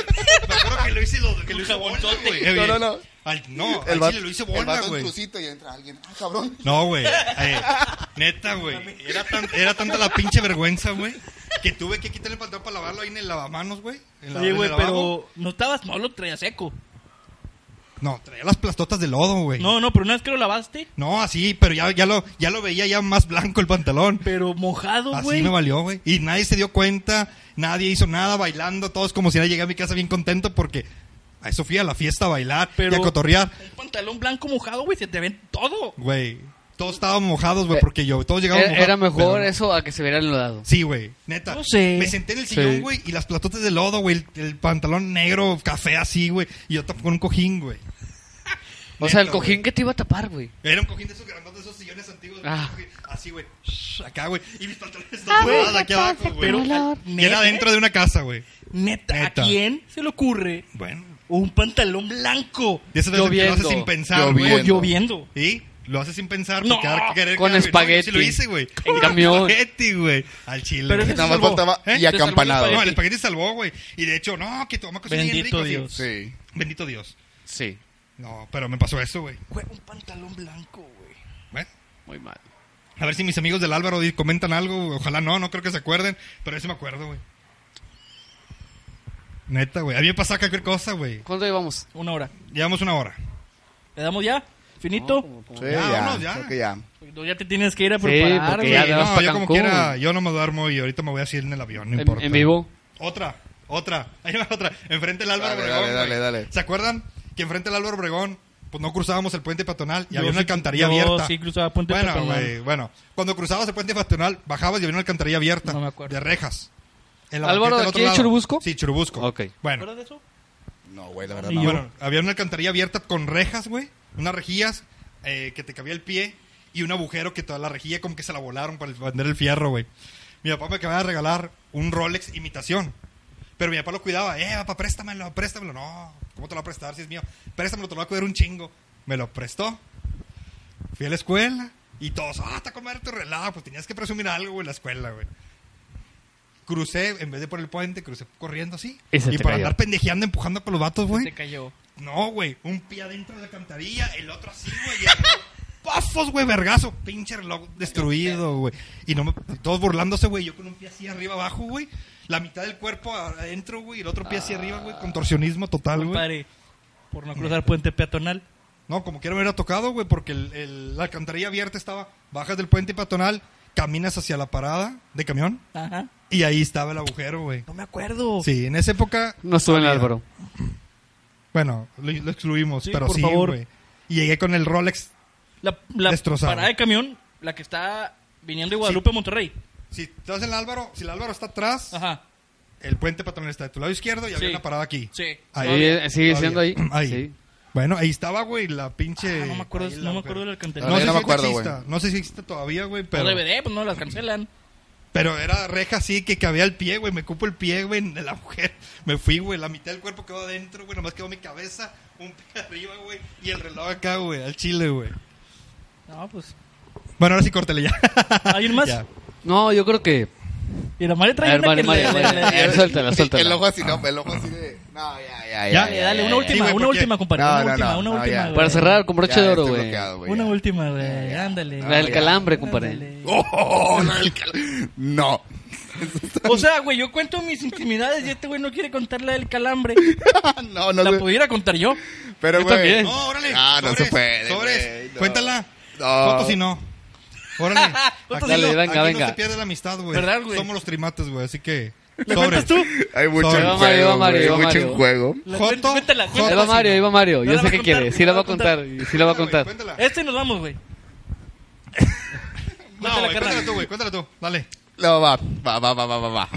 Speaker 2: Me acuerdo que lo hice, lo, que lo hice bola, güey.
Speaker 3: No,
Speaker 2: Eh, güey.
Speaker 3: no, no.
Speaker 2: Al, no, al
Speaker 3: El vato,
Speaker 2: chile lo hice
Speaker 3: el
Speaker 2: bola,
Speaker 3: vato en
Speaker 2: güey.
Speaker 3: crucito y entra alguien. Ah, cabrón.
Speaker 2: No, güey.
Speaker 3: *laughs*
Speaker 2: Eh, neta, güey. Era, tan- era tanta la pinche vergüenza, güey, que tuve que quitarle el pantalón para lavarlo ahí en el lavamanos, güey. en la-
Speaker 1: Oye,
Speaker 2: en el
Speaker 1: güey,
Speaker 2: lavabo.
Speaker 1: pero no estabas, no lo traía seco.
Speaker 2: No, traía las plastotas de lodo, güey.
Speaker 1: No, no, pero una vez que lo lavaste,
Speaker 2: No, así, pero ya, ya, lo, ya lo veía ya más blanco el pantalón.
Speaker 1: pero mojado,
Speaker 2: Así
Speaker 1: güey.
Speaker 2: me valió, güey. Y nadie se dio cuenta, nadie hizo nada, bailando, todos como si ya llegué a mi casa bien contento porque a eso fui a la fiesta a bailar
Speaker 1: Pero-
Speaker 2: y a cotorrear.
Speaker 1: Un pantalón blanco mojado, güey, se te ven todo.
Speaker 2: Güey, todos estábamos mojados, güey,
Speaker 4: Eh,
Speaker 2: porque yo, todos
Speaker 4: Era,
Speaker 2: llegábamos mojados.
Speaker 4: era mejor
Speaker 2: pero-
Speaker 4: eso a que se hubiera enlodado.
Speaker 2: Sí, güey, neta.
Speaker 1: No sé.
Speaker 2: Me senté en el
Speaker 4: Sí.
Speaker 2: sillón, güey, y las platotas de lodo, güey, el, el pantalón negro, café así, güey, y yo tapé con un cojín, güey.
Speaker 4: O sea, el
Speaker 2: Neta, güey.
Speaker 4: cojín que te iba a tapar, güey.
Speaker 2: Era un cojín de esos grandotes, esos sillones antiguos. güey,
Speaker 4: Ah.
Speaker 2: Así, güey. shh, Acá, güey. Y mis pantalones
Speaker 3: Ah,
Speaker 2: están pegados aquí abajo, güey.
Speaker 1: Pero
Speaker 2: Y era dentro de una casa, güey.
Speaker 1: Neta,
Speaker 2: Neta.
Speaker 1: ¿a quién se le ocurre
Speaker 2: Bueno.
Speaker 1: un pantalón blanco?
Speaker 2: Y eso lo haces
Speaker 4: Lloviendo.
Speaker 2: sin pensar, güey.
Speaker 1: Como lloviendo.
Speaker 3: Lloviendo.
Speaker 2: ¿Y? Lo haces sin pensar.
Speaker 1: No,
Speaker 2: porque ahora que querer
Speaker 4: con
Speaker 2: cambiar, güey. No, yo
Speaker 4: espagueti.
Speaker 2: Sí lo hice, güey.
Speaker 4: En
Speaker 2: Con
Speaker 4: camión.
Speaker 2: Espagueti, güey. Al chile.
Speaker 1: Pero
Speaker 2: güey.
Speaker 1: ese
Speaker 3: Nada más
Speaker 1: salvó.
Speaker 3: faltaba
Speaker 2: ¿Eh?
Speaker 3: y
Speaker 2: Te
Speaker 3: acampanado.
Speaker 1: salvó
Speaker 2: No, el espagueti salvó, güey. Y de hecho, no, que tu mamá cocina bien
Speaker 1: Bendito
Speaker 2: rico. sí.
Speaker 1: Dios.
Speaker 3: Sí.
Speaker 2: Bendito Dios.
Speaker 4: Sí,
Speaker 2: No, pero me pasó eso, güey.
Speaker 1: Güey, un pantalón blanco, güey.
Speaker 2: Bueno.
Speaker 4: muy mal.
Speaker 2: A ver si mis amigos del Álvaro di- comentan algo. güey. Ojalá no, no creo que se acuerden. Pero eso me acuerdo, güey. Neta, güey. A mí me pasaba cualquier cosa, güey.
Speaker 4: ¿Cuánto llevamos?
Speaker 1: Una hora.
Speaker 2: Llevamos una hora.
Speaker 1: ¿Le damos ya? ¿Finito?
Speaker 4: No, como- como-
Speaker 3: Sí,
Speaker 2: Ya,
Speaker 3: ya.
Speaker 2: vámonos, ya.
Speaker 3: Creo que ya.
Speaker 1: Porque tú ya te tienes que ir a
Speaker 4: Sí,
Speaker 1: preparar,
Speaker 4: porque
Speaker 1: güey.
Speaker 4: ya
Speaker 2: Sí,
Speaker 4: te vas
Speaker 2: no,
Speaker 4: pa'
Speaker 2: yo como
Speaker 4: Cancún.
Speaker 2: quiera, yo no me duermo y ahorita me voy así en el avión, no
Speaker 4: en,
Speaker 2: importa.
Speaker 4: en vivo.
Speaker 2: Otra, otra, *laughs* ahí va otra, enfrente del Álvaro
Speaker 3: Dale,
Speaker 2: Obregón.
Speaker 3: dale,
Speaker 2: güey.
Speaker 3: dale, dale.
Speaker 2: ¿Se acuerdan que enfrente del Álvaro Obregón pues no cruzábamos el puente peatonal y
Speaker 1: Yo
Speaker 2: había una
Speaker 1: sí-
Speaker 2: alcantarilla
Speaker 1: yo
Speaker 2: abierta?
Speaker 1: sí cruzaba puente
Speaker 2: bueno,
Speaker 1: peatonal.
Speaker 2: güey, bueno, cuando cruzabas el puente peatonal bajabas y había una alcantarilla abierta
Speaker 1: No me acuerdo.
Speaker 2: de rejas. En banqueta
Speaker 4: ¿Álvaro de
Speaker 2: del
Speaker 4: aquí
Speaker 2: otro
Speaker 4: de
Speaker 2: lado.
Speaker 4: Churubusco?
Speaker 2: Sí, Churubusco.
Speaker 4: Ok.
Speaker 2: Bueno,
Speaker 1: ¿Recuerdas de eso?
Speaker 3: No, güey, la verdad
Speaker 1: Y
Speaker 3: no.
Speaker 1: yo-
Speaker 2: bueno, había una alcantarilla abierta con rejas, güey. Unas rejillas eh, que te cabía el pie y un agujero que toda la rejilla como que se la volaron para vender el fierro, güey. Mi papá me acababa de regalar un Rolex imitación. Pero mi papá lo cuidaba. Eh, papá, préstamelo, préstamelo. No, ¿cómo te lo va a prestar si es mío? Préstamelo, te lo va a cuidar un chingo. Me lo prestó. Fui a la escuela y todos, ah, está con madre tu relajo. Pues tenías que presumir algo, güey, en la escuela, güey. Crucé, en vez de por el puente, crucé corriendo así.
Speaker 4: Y se
Speaker 2: y
Speaker 4: te
Speaker 2: para
Speaker 4: cayó.
Speaker 2: andar pendejeando, empujando con los vatos, güey.
Speaker 1: Te cayó.
Speaker 2: No, güey. Un pie adentro de la alcantarilla, el otro así, güey. y
Speaker 1: *laughs*
Speaker 2: el reloj, Pafos, güey, vergazo. Pinche reloj destruido, güey. Y no me- todos burlándose, güey. Yo con un pie así arriba abajo, güey. La mitad del cuerpo adentro, güey. y El otro pie así arriba,
Speaker 1: Ah.
Speaker 2: güey. Contorsionismo total, güey.
Speaker 1: Compadre, por no cruzar puente peatonal.
Speaker 2: No, como quiera me hubiera tocado, güey, porque el- el- la alcantarilla abierta estaba. Bajas del puente peatonal, caminas hacia la parada de camión.
Speaker 1: Ajá.
Speaker 2: Y ahí estaba el agujero, güey.
Speaker 1: No me acuerdo.
Speaker 2: Sí, en esa época
Speaker 4: No estuve en el Álvaro.
Speaker 2: Bueno, lo, lo excluimos,
Speaker 1: Sí,
Speaker 2: pero
Speaker 1: por
Speaker 2: sí,
Speaker 1: favor.
Speaker 2: güey. Y llegué con el Rolex.
Speaker 1: La, la
Speaker 2: Destrozado.
Speaker 1: parada de camión, la que está viniendo de Guadalupe a Monterrey.
Speaker 2: Si estás en el Álvaro, si el Álvaro está atrás,
Speaker 1: Ajá.
Speaker 2: el puente patronal está de tu lado izquierdo y había
Speaker 1: Sí.
Speaker 2: una parada aquí.
Speaker 1: Sí.
Speaker 2: Ahí.
Speaker 4: Ahí, eh, sigue
Speaker 2: Todavía.
Speaker 4: siendo ahí.
Speaker 2: Ahí.
Speaker 4: Sí.
Speaker 2: Bueno, ahí estaba, güey, la pinche.
Speaker 1: Ah, no me acuerdo,
Speaker 2: ahí la
Speaker 1: no me
Speaker 2: mujer.
Speaker 1: acuerdo de la alcantarilla.
Speaker 2: No,
Speaker 3: No,
Speaker 2: sé
Speaker 3: ya no
Speaker 2: si
Speaker 3: me acuerdo,
Speaker 2: exista,
Speaker 3: güey.
Speaker 2: no sé si existe todavía, güey,
Speaker 1: No
Speaker 2: pero,
Speaker 1: DVD, pues no las cancelan.
Speaker 2: pero era reja así que cabía el pie, güey, me cupo el pie, güey, en la mujer. *laughs* Me fui, güey, la mitad del cuerpo quedó adentro, güey, nomás quedó mi cabeza, un pie *laughs* arriba, güey, y el reloj acá, güey, al chile, güey.
Speaker 1: No,
Speaker 2: *laughs*
Speaker 1: pues.
Speaker 2: Bueno, ahora sí córtele ya.
Speaker 1: ¿Alguien más?
Speaker 2: *laughs* Ya.
Speaker 4: No, yo creo que.
Speaker 1: Y la madre trae
Speaker 4: A ver,
Speaker 1: una
Speaker 4: vale,
Speaker 1: que
Speaker 4: vale,
Speaker 1: le-
Speaker 4: vale.
Speaker 1: le-
Speaker 4: A ver,
Speaker 1: le-
Speaker 4: suéltala, suéltala.
Speaker 3: El ojo así, no, el ojo así de. No, ya, ya, ya.
Speaker 2: Ya,
Speaker 1: Dale, dale, una
Speaker 2: Sí,
Speaker 1: última,
Speaker 2: güey,
Speaker 1: una
Speaker 2: porque-
Speaker 1: última, compadre. Una
Speaker 3: No, no,
Speaker 1: última,
Speaker 3: no,
Speaker 1: una
Speaker 3: no,
Speaker 1: última.
Speaker 3: ya.
Speaker 1: güey.
Speaker 4: Para cerrar con broche
Speaker 3: Ya,
Speaker 4: de oro,
Speaker 3: estoy
Speaker 4: güey.
Speaker 3: bloqueado, güey,
Speaker 1: Una
Speaker 3: ya.
Speaker 1: última, güey.
Speaker 3: ya.
Speaker 1: Ándale.
Speaker 4: La del
Speaker 3: ya.
Speaker 4: calambre, compadre.
Speaker 1: Ándale.
Speaker 3: *laughs* Oh, la del cal- No. *laughs*
Speaker 1: O sea, güey, yo cuento mis intimidades y este güey no quiere contar la del calambre.
Speaker 3: no, no
Speaker 1: La
Speaker 3: sé.
Speaker 1: pudiera contar yo.
Speaker 3: Pero,
Speaker 4: Yo
Speaker 3: güey.
Speaker 4: también.
Speaker 2: No, órale.
Speaker 3: Ah, no
Speaker 2: sobres,
Speaker 3: se puede,
Speaker 2: sobres.
Speaker 3: güey, no.
Speaker 2: Cuéntala.
Speaker 3: No.
Speaker 2: Fotos si no. Órale.
Speaker 1: Foto
Speaker 2: Aquí
Speaker 1: si
Speaker 4: no.
Speaker 2: no-
Speaker 4: Dale, venga,
Speaker 2: aquí
Speaker 4: venga.
Speaker 2: No se pierde la amistad, güey.
Speaker 1: ¿Verdad, güey?
Speaker 2: Somos los trimates, güey, así que.
Speaker 1: ¿La cuentas tú?
Speaker 3: Hay mucho
Speaker 2: Sobre.
Speaker 3: en
Speaker 2: Va
Speaker 3: juego.
Speaker 4: Mario, va Mario,
Speaker 3: güey,
Speaker 4: va
Speaker 3: hay mucho
Speaker 4: Mario.
Speaker 3: en juego.
Speaker 1: La-
Speaker 2: Joto,
Speaker 1: cuént- cuéntala,
Speaker 2: Joto,
Speaker 1: cuéntala.
Speaker 4: Ahí va Mario, ahí va Mario.
Speaker 1: No
Speaker 4: Yo
Speaker 1: la
Speaker 4: sé
Speaker 1: va a
Speaker 4: que quiere.
Speaker 1: contar,
Speaker 4: Sí
Speaker 1: no
Speaker 4: la
Speaker 1: la
Speaker 4: va
Speaker 1: va
Speaker 4: a
Speaker 1: a contar.
Speaker 4: contar. y Sí la va a contar.
Speaker 2: Cuéntala.
Speaker 1: Este nos vamos, güey.
Speaker 2: No, güey,
Speaker 1: carnal.
Speaker 2: cuéntala tú, güey. Cuéntala tú. Dale.
Speaker 3: No, va, va, va, va, va, va. va.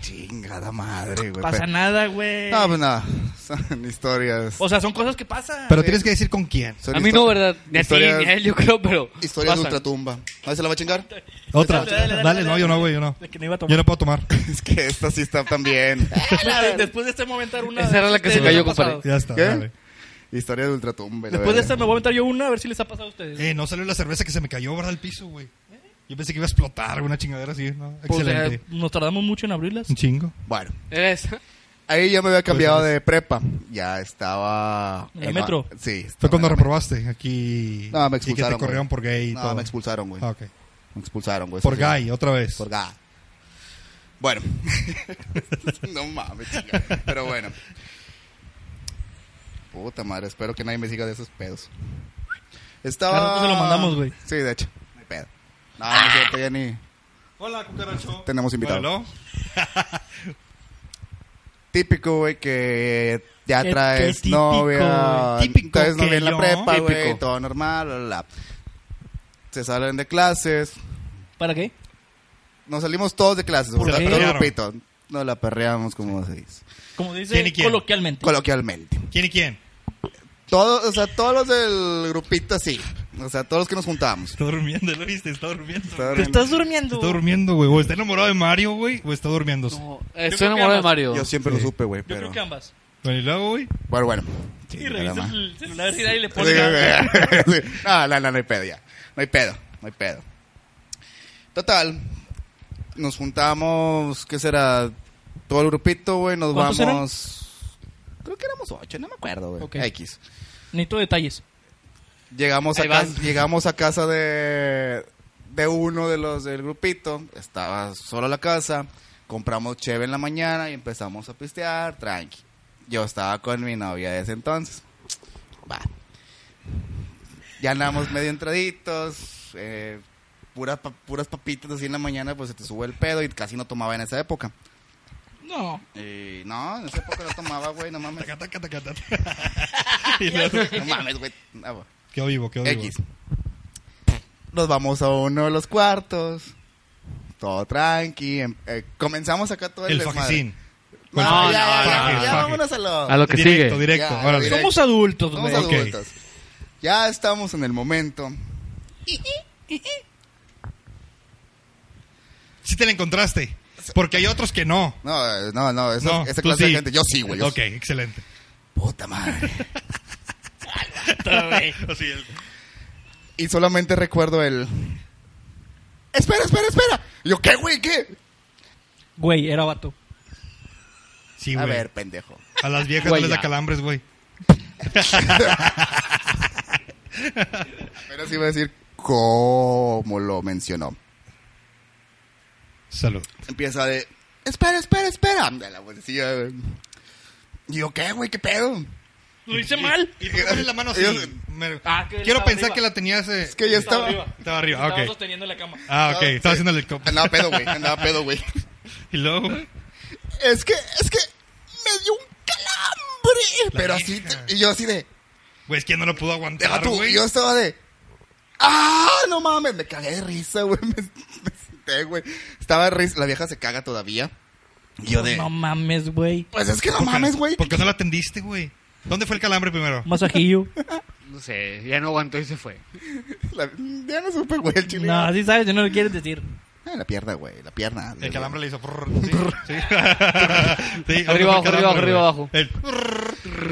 Speaker 3: Chingada madre, güey.
Speaker 1: Pasa
Speaker 3: pero-
Speaker 1: nada, güey.
Speaker 3: No, pues nada. Son historias.
Speaker 1: O sea, son cosas que pasan.
Speaker 2: Pero tienes que decir con quién.
Speaker 3: Son
Speaker 4: A mí
Speaker 3: histo-
Speaker 4: no, ¿verdad? Ni a ti,
Speaker 3: historias-
Speaker 4: ni a él, yo creo, pero.
Speaker 3: Historias de
Speaker 4: pasan.
Speaker 3: ultratumba. ¿Ahí se la va a chingar? *laughs*
Speaker 2: Otra.
Speaker 1: Dale,
Speaker 2: Dale,
Speaker 1: dale, dale, dale,
Speaker 2: no, yo no, güey, yo no.
Speaker 1: De que no iba a tomar.
Speaker 2: Yo no puedo tomar.
Speaker 3: Es que esta sí está también.
Speaker 1: Después de- Después de este momento era una. este,
Speaker 4: Esa era la que se
Speaker 1: Ustedes
Speaker 4: cayó,
Speaker 1: les ha pasado.
Speaker 4: compadre.
Speaker 2: Ya está,
Speaker 3: ¿Qué?
Speaker 2: dale.
Speaker 3: Historia de ultratumba. la
Speaker 1: Después de
Speaker 3: verdad.
Speaker 1: esta me voy a aventar yo una a ver si les ha pasado a ustedes.
Speaker 2: Eh, no salió la cerveza que se me cayó, ¿verdad? Al piso, güey. Yo pensé que iba a explotar, una chingadera así, ¿no?
Speaker 1: Pues,
Speaker 2: Excelente.
Speaker 1: eh, nos tardamos mucho en abrirlas.
Speaker 2: Un chingo.
Speaker 3: Bueno,
Speaker 4: Era esa.
Speaker 3: ahí ya me había cambiado
Speaker 2: Pues,
Speaker 3: de prepa. Ya estaba.
Speaker 1: ¿En la
Speaker 3: en
Speaker 1: metro?
Speaker 3: Sí.
Speaker 2: Fue
Speaker 3: estaba
Speaker 2: cuando
Speaker 3: en la metro.
Speaker 2: reprobaste aquí.
Speaker 3: No, me
Speaker 2: y
Speaker 3: expulsaron.
Speaker 2: que te corrieron
Speaker 3: güey.
Speaker 2: por gay y
Speaker 3: No,
Speaker 2: todo.
Speaker 3: me expulsaron, güey.
Speaker 2: Ah, ok.
Speaker 3: Me expulsaron, güey.
Speaker 2: Por
Speaker 3: eso sí.
Speaker 2: gay, otra vez.
Speaker 3: Por gay. Bueno. *laughs* no mames, chica. Pero bueno. Puta madre, espero que nadie me siga de esos pedos. Estaba.
Speaker 1: Claro, pues se lo mandamos, güey.
Speaker 3: Sí, de hecho. No hay pedo. No, no es cierto, ya ni.
Speaker 2: Hola, cucaracho.
Speaker 3: Tenemos invitado.
Speaker 2: Bueno,
Speaker 3: Típico, güey, que ya
Speaker 1: Qué-
Speaker 3: traes
Speaker 1: qué típico,
Speaker 3: novia.
Speaker 2: güey. Típico
Speaker 3: traes
Speaker 2: que
Speaker 3: novia en la
Speaker 2: yo-
Speaker 3: prepa, güey.
Speaker 4: Típico.
Speaker 3: Todo normal, bla, bla, bla. Se salen de clases.
Speaker 1: ¿Para qué?
Speaker 3: Nos salimos todos de clases,
Speaker 1: ¿Por
Speaker 3: güey.
Speaker 1: qué?
Speaker 3: Todo el
Speaker 2: Claro.
Speaker 3: grupito. Nos la perreamos, como se dice.
Speaker 1: Como dice
Speaker 2: ¿Quién y quién?
Speaker 1: coloquialmente.
Speaker 3: Coloquialmente.
Speaker 2: ¿Quién y quién?
Speaker 3: Todos, o sea, todos los del grupito sí. O sea, todos los que nos juntábamos.
Speaker 2: Está durmiendo, ¿lo viste? Está durmiendo.
Speaker 3: Está
Speaker 1: Te estás durmiendo.
Speaker 2: Está durmiendo, güey. O está enamorado de Mario, güey. O está durmiendo.
Speaker 4: No,
Speaker 1: Yo creo que
Speaker 4: estoy enamorado de
Speaker 1: ambas.
Speaker 4: Mario.
Speaker 3: Yo siempre lo
Speaker 2: Sí.
Speaker 3: supe, güey,
Speaker 1: Yo
Speaker 3: pero...
Speaker 1: creo que ambas.
Speaker 2: Bueno, y luego, güey.
Speaker 3: Bueno, bueno.
Speaker 1: Sí,
Speaker 3: Chingada
Speaker 1: revisa
Speaker 3: madre.
Speaker 1: el celular y de ahí le
Speaker 3: Sí,
Speaker 1: pone.
Speaker 3: güey. Sí. *laughs* No, no, no, no hay pedo ya. No hay pedo, no hay pedo. Total, nos juntamos, ¿qué será? Todo el grupito, güey, nos
Speaker 1: ¿Cuántos
Speaker 3: vamos...
Speaker 1: eran?
Speaker 3: Creo que éramos ocho, no me acuerdo, güey.
Speaker 1: Ok.
Speaker 3: X.
Speaker 1: Necesito detalles.
Speaker 3: Llegamos a,
Speaker 4: Ahí
Speaker 3: casa,
Speaker 4: van.
Speaker 3: llegamos a casa de, de uno de los del grupito. Estaba solo la casa. Compramos cheve en la mañana y empezamos a pistear, tranqui. Yo estaba con mi novia de ese entonces. Va. Ya andamos medio entraditos. eh, puras, pa- puras papitas así en la mañana, pues se te sube el pedo y casi no tomaba en esa época.
Speaker 1: No.
Speaker 3: Y no, en esa época no tomaba, güey, no
Speaker 4: *laughs*
Speaker 3: mames.
Speaker 2: Taca, taca, taca, taca. *laughs* Y luego,
Speaker 3: No mames, güey. Ah, bueno.
Speaker 2: Quedó vivo, quedó vivo.
Speaker 3: X. Nos vamos a uno de los cuartos. Todo tranqui. em- eh, comenzamos acá todo el,
Speaker 2: El
Speaker 3: desmadre.
Speaker 2: fajecín.
Speaker 3: No,
Speaker 4: No,
Speaker 3: ya, ya,
Speaker 4: no, no,
Speaker 3: ya,
Speaker 2: no.
Speaker 3: vámonos a lo.
Speaker 4: A lo que
Speaker 2: directo,
Speaker 4: sigue.
Speaker 2: Directo,
Speaker 3: Ya,
Speaker 2: órale.
Speaker 3: directo.
Speaker 1: Somos adultos,
Speaker 3: Somos
Speaker 1: güey.
Speaker 2: a- ok.
Speaker 3: adultos. Ya estamos en el momento.
Speaker 2: Si te la encontraste. Porque hay otros que no.
Speaker 3: No, eh, no, no, esa,
Speaker 2: No,
Speaker 3: esa
Speaker 2: tú
Speaker 3: clase
Speaker 2: sí.
Speaker 3: de gente. Yo sí, güey. yo
Speaker 2: Ok,
Speaker 3: sí.
Speaker 2: excelente.
Speaker 3: Puta madre.
Speaker 1: *laughs*
Speaker 2: Así el-
Speaker 3: Y solamente recuerdo el. Espera, espera, espera. Y Yo, ¿qué, güey? ¿Qué?
Speaker 1: Güey, era vato.
Speaker 2: Sí,
Speaker 3: a
Speaker 2: güey.
Speaker 3: ver, pendejo.
Speaker 2: A las viejas
Speaker 4: Güey,
Speaker 2: no les da
Speaker 4: ya.
Speaker 2: calambres, güey.
Speaker 3: Apenas iba a decir cómo lo mencionó.
Speaker 2: Salud.
Speaker 3: empieza de espera, espera, espera. De la vocecilla, güey. Y yo, ¿qué, güey? ¿Qué pedo?
Speaker 1: Lo hice mal.
Speaker 2: ¿Y por qué pones la mano así?
Speaker 3: Ellos-
Speaker 2: Me-
Speaker 1: Ah, que él
Speaker 2: Quiero
Speaker 1: estaba
Speaker 2: pensar
Speaker 1: arriba.
Speaker 2: que la tenías... eh,
Speaker 3: Es que ya estaba.
Speaker 1: arriba.
Speaker 2: Estaba arriba,
Speaker 1: Estaba
Speaker 2: ok.
Speaker 1: sosteniendo la cama.
Speaker 2: Ah, ok. Estaba
Speaker 3: Sí.
Speaker 2: haciendo el cop.
Speaker 3: Andaba pedo, güey. Andaba pedo, güey.
Speaker 2: Y luego, güey.
Speaker 3: Es que, es que me dio un calambre.
Speaker 2: La
Speaker 3: pero
Speaker 2: hija.
Speaker 3: así, y yo así de,
Speaker 2: Güey, es que no lo pudo
Speaker 3: deja
Speaker 2: aguantar,
Speaker 3: tú.
Speaker 2: güey.
Speaker 3: Y yo estaba de, ¡ah! No mames, me cagué de risa, güey. *laughs* Me, me senté, güey. Estaba de risa. La vieja se caga todavía. Y yo de,
Speaker 1: No mames, güey.
Speaker 3: pues es que no
Speaker 2: ¿Por qué-
Speaker 3: mames, güey.
Speaker 2: ¿Por qué no la atendiste, güey? ¿Dónde fue el calambre primero?
Speaker 1: Masajillo.
Speaker 4: No sé, ya no aguantó y se fue.
Speaker 3: La- ya no supe, güey, el chile.
Speaker 1: no, así sabes, ya no lo quieres decir.
Speaker 3: Ah, la pierna, güey. La pierna.
Speaker 2: El calambre le hizo... prrr, sí, sí. *laughs* Sí, fue
Speaker 4: Arriba, abajo,
Speaker 2: el
Speaker 4: arriba,
Speaker 2: calambre, güey.
Speaker 4: arriba, abajo.
Speaker 2: El-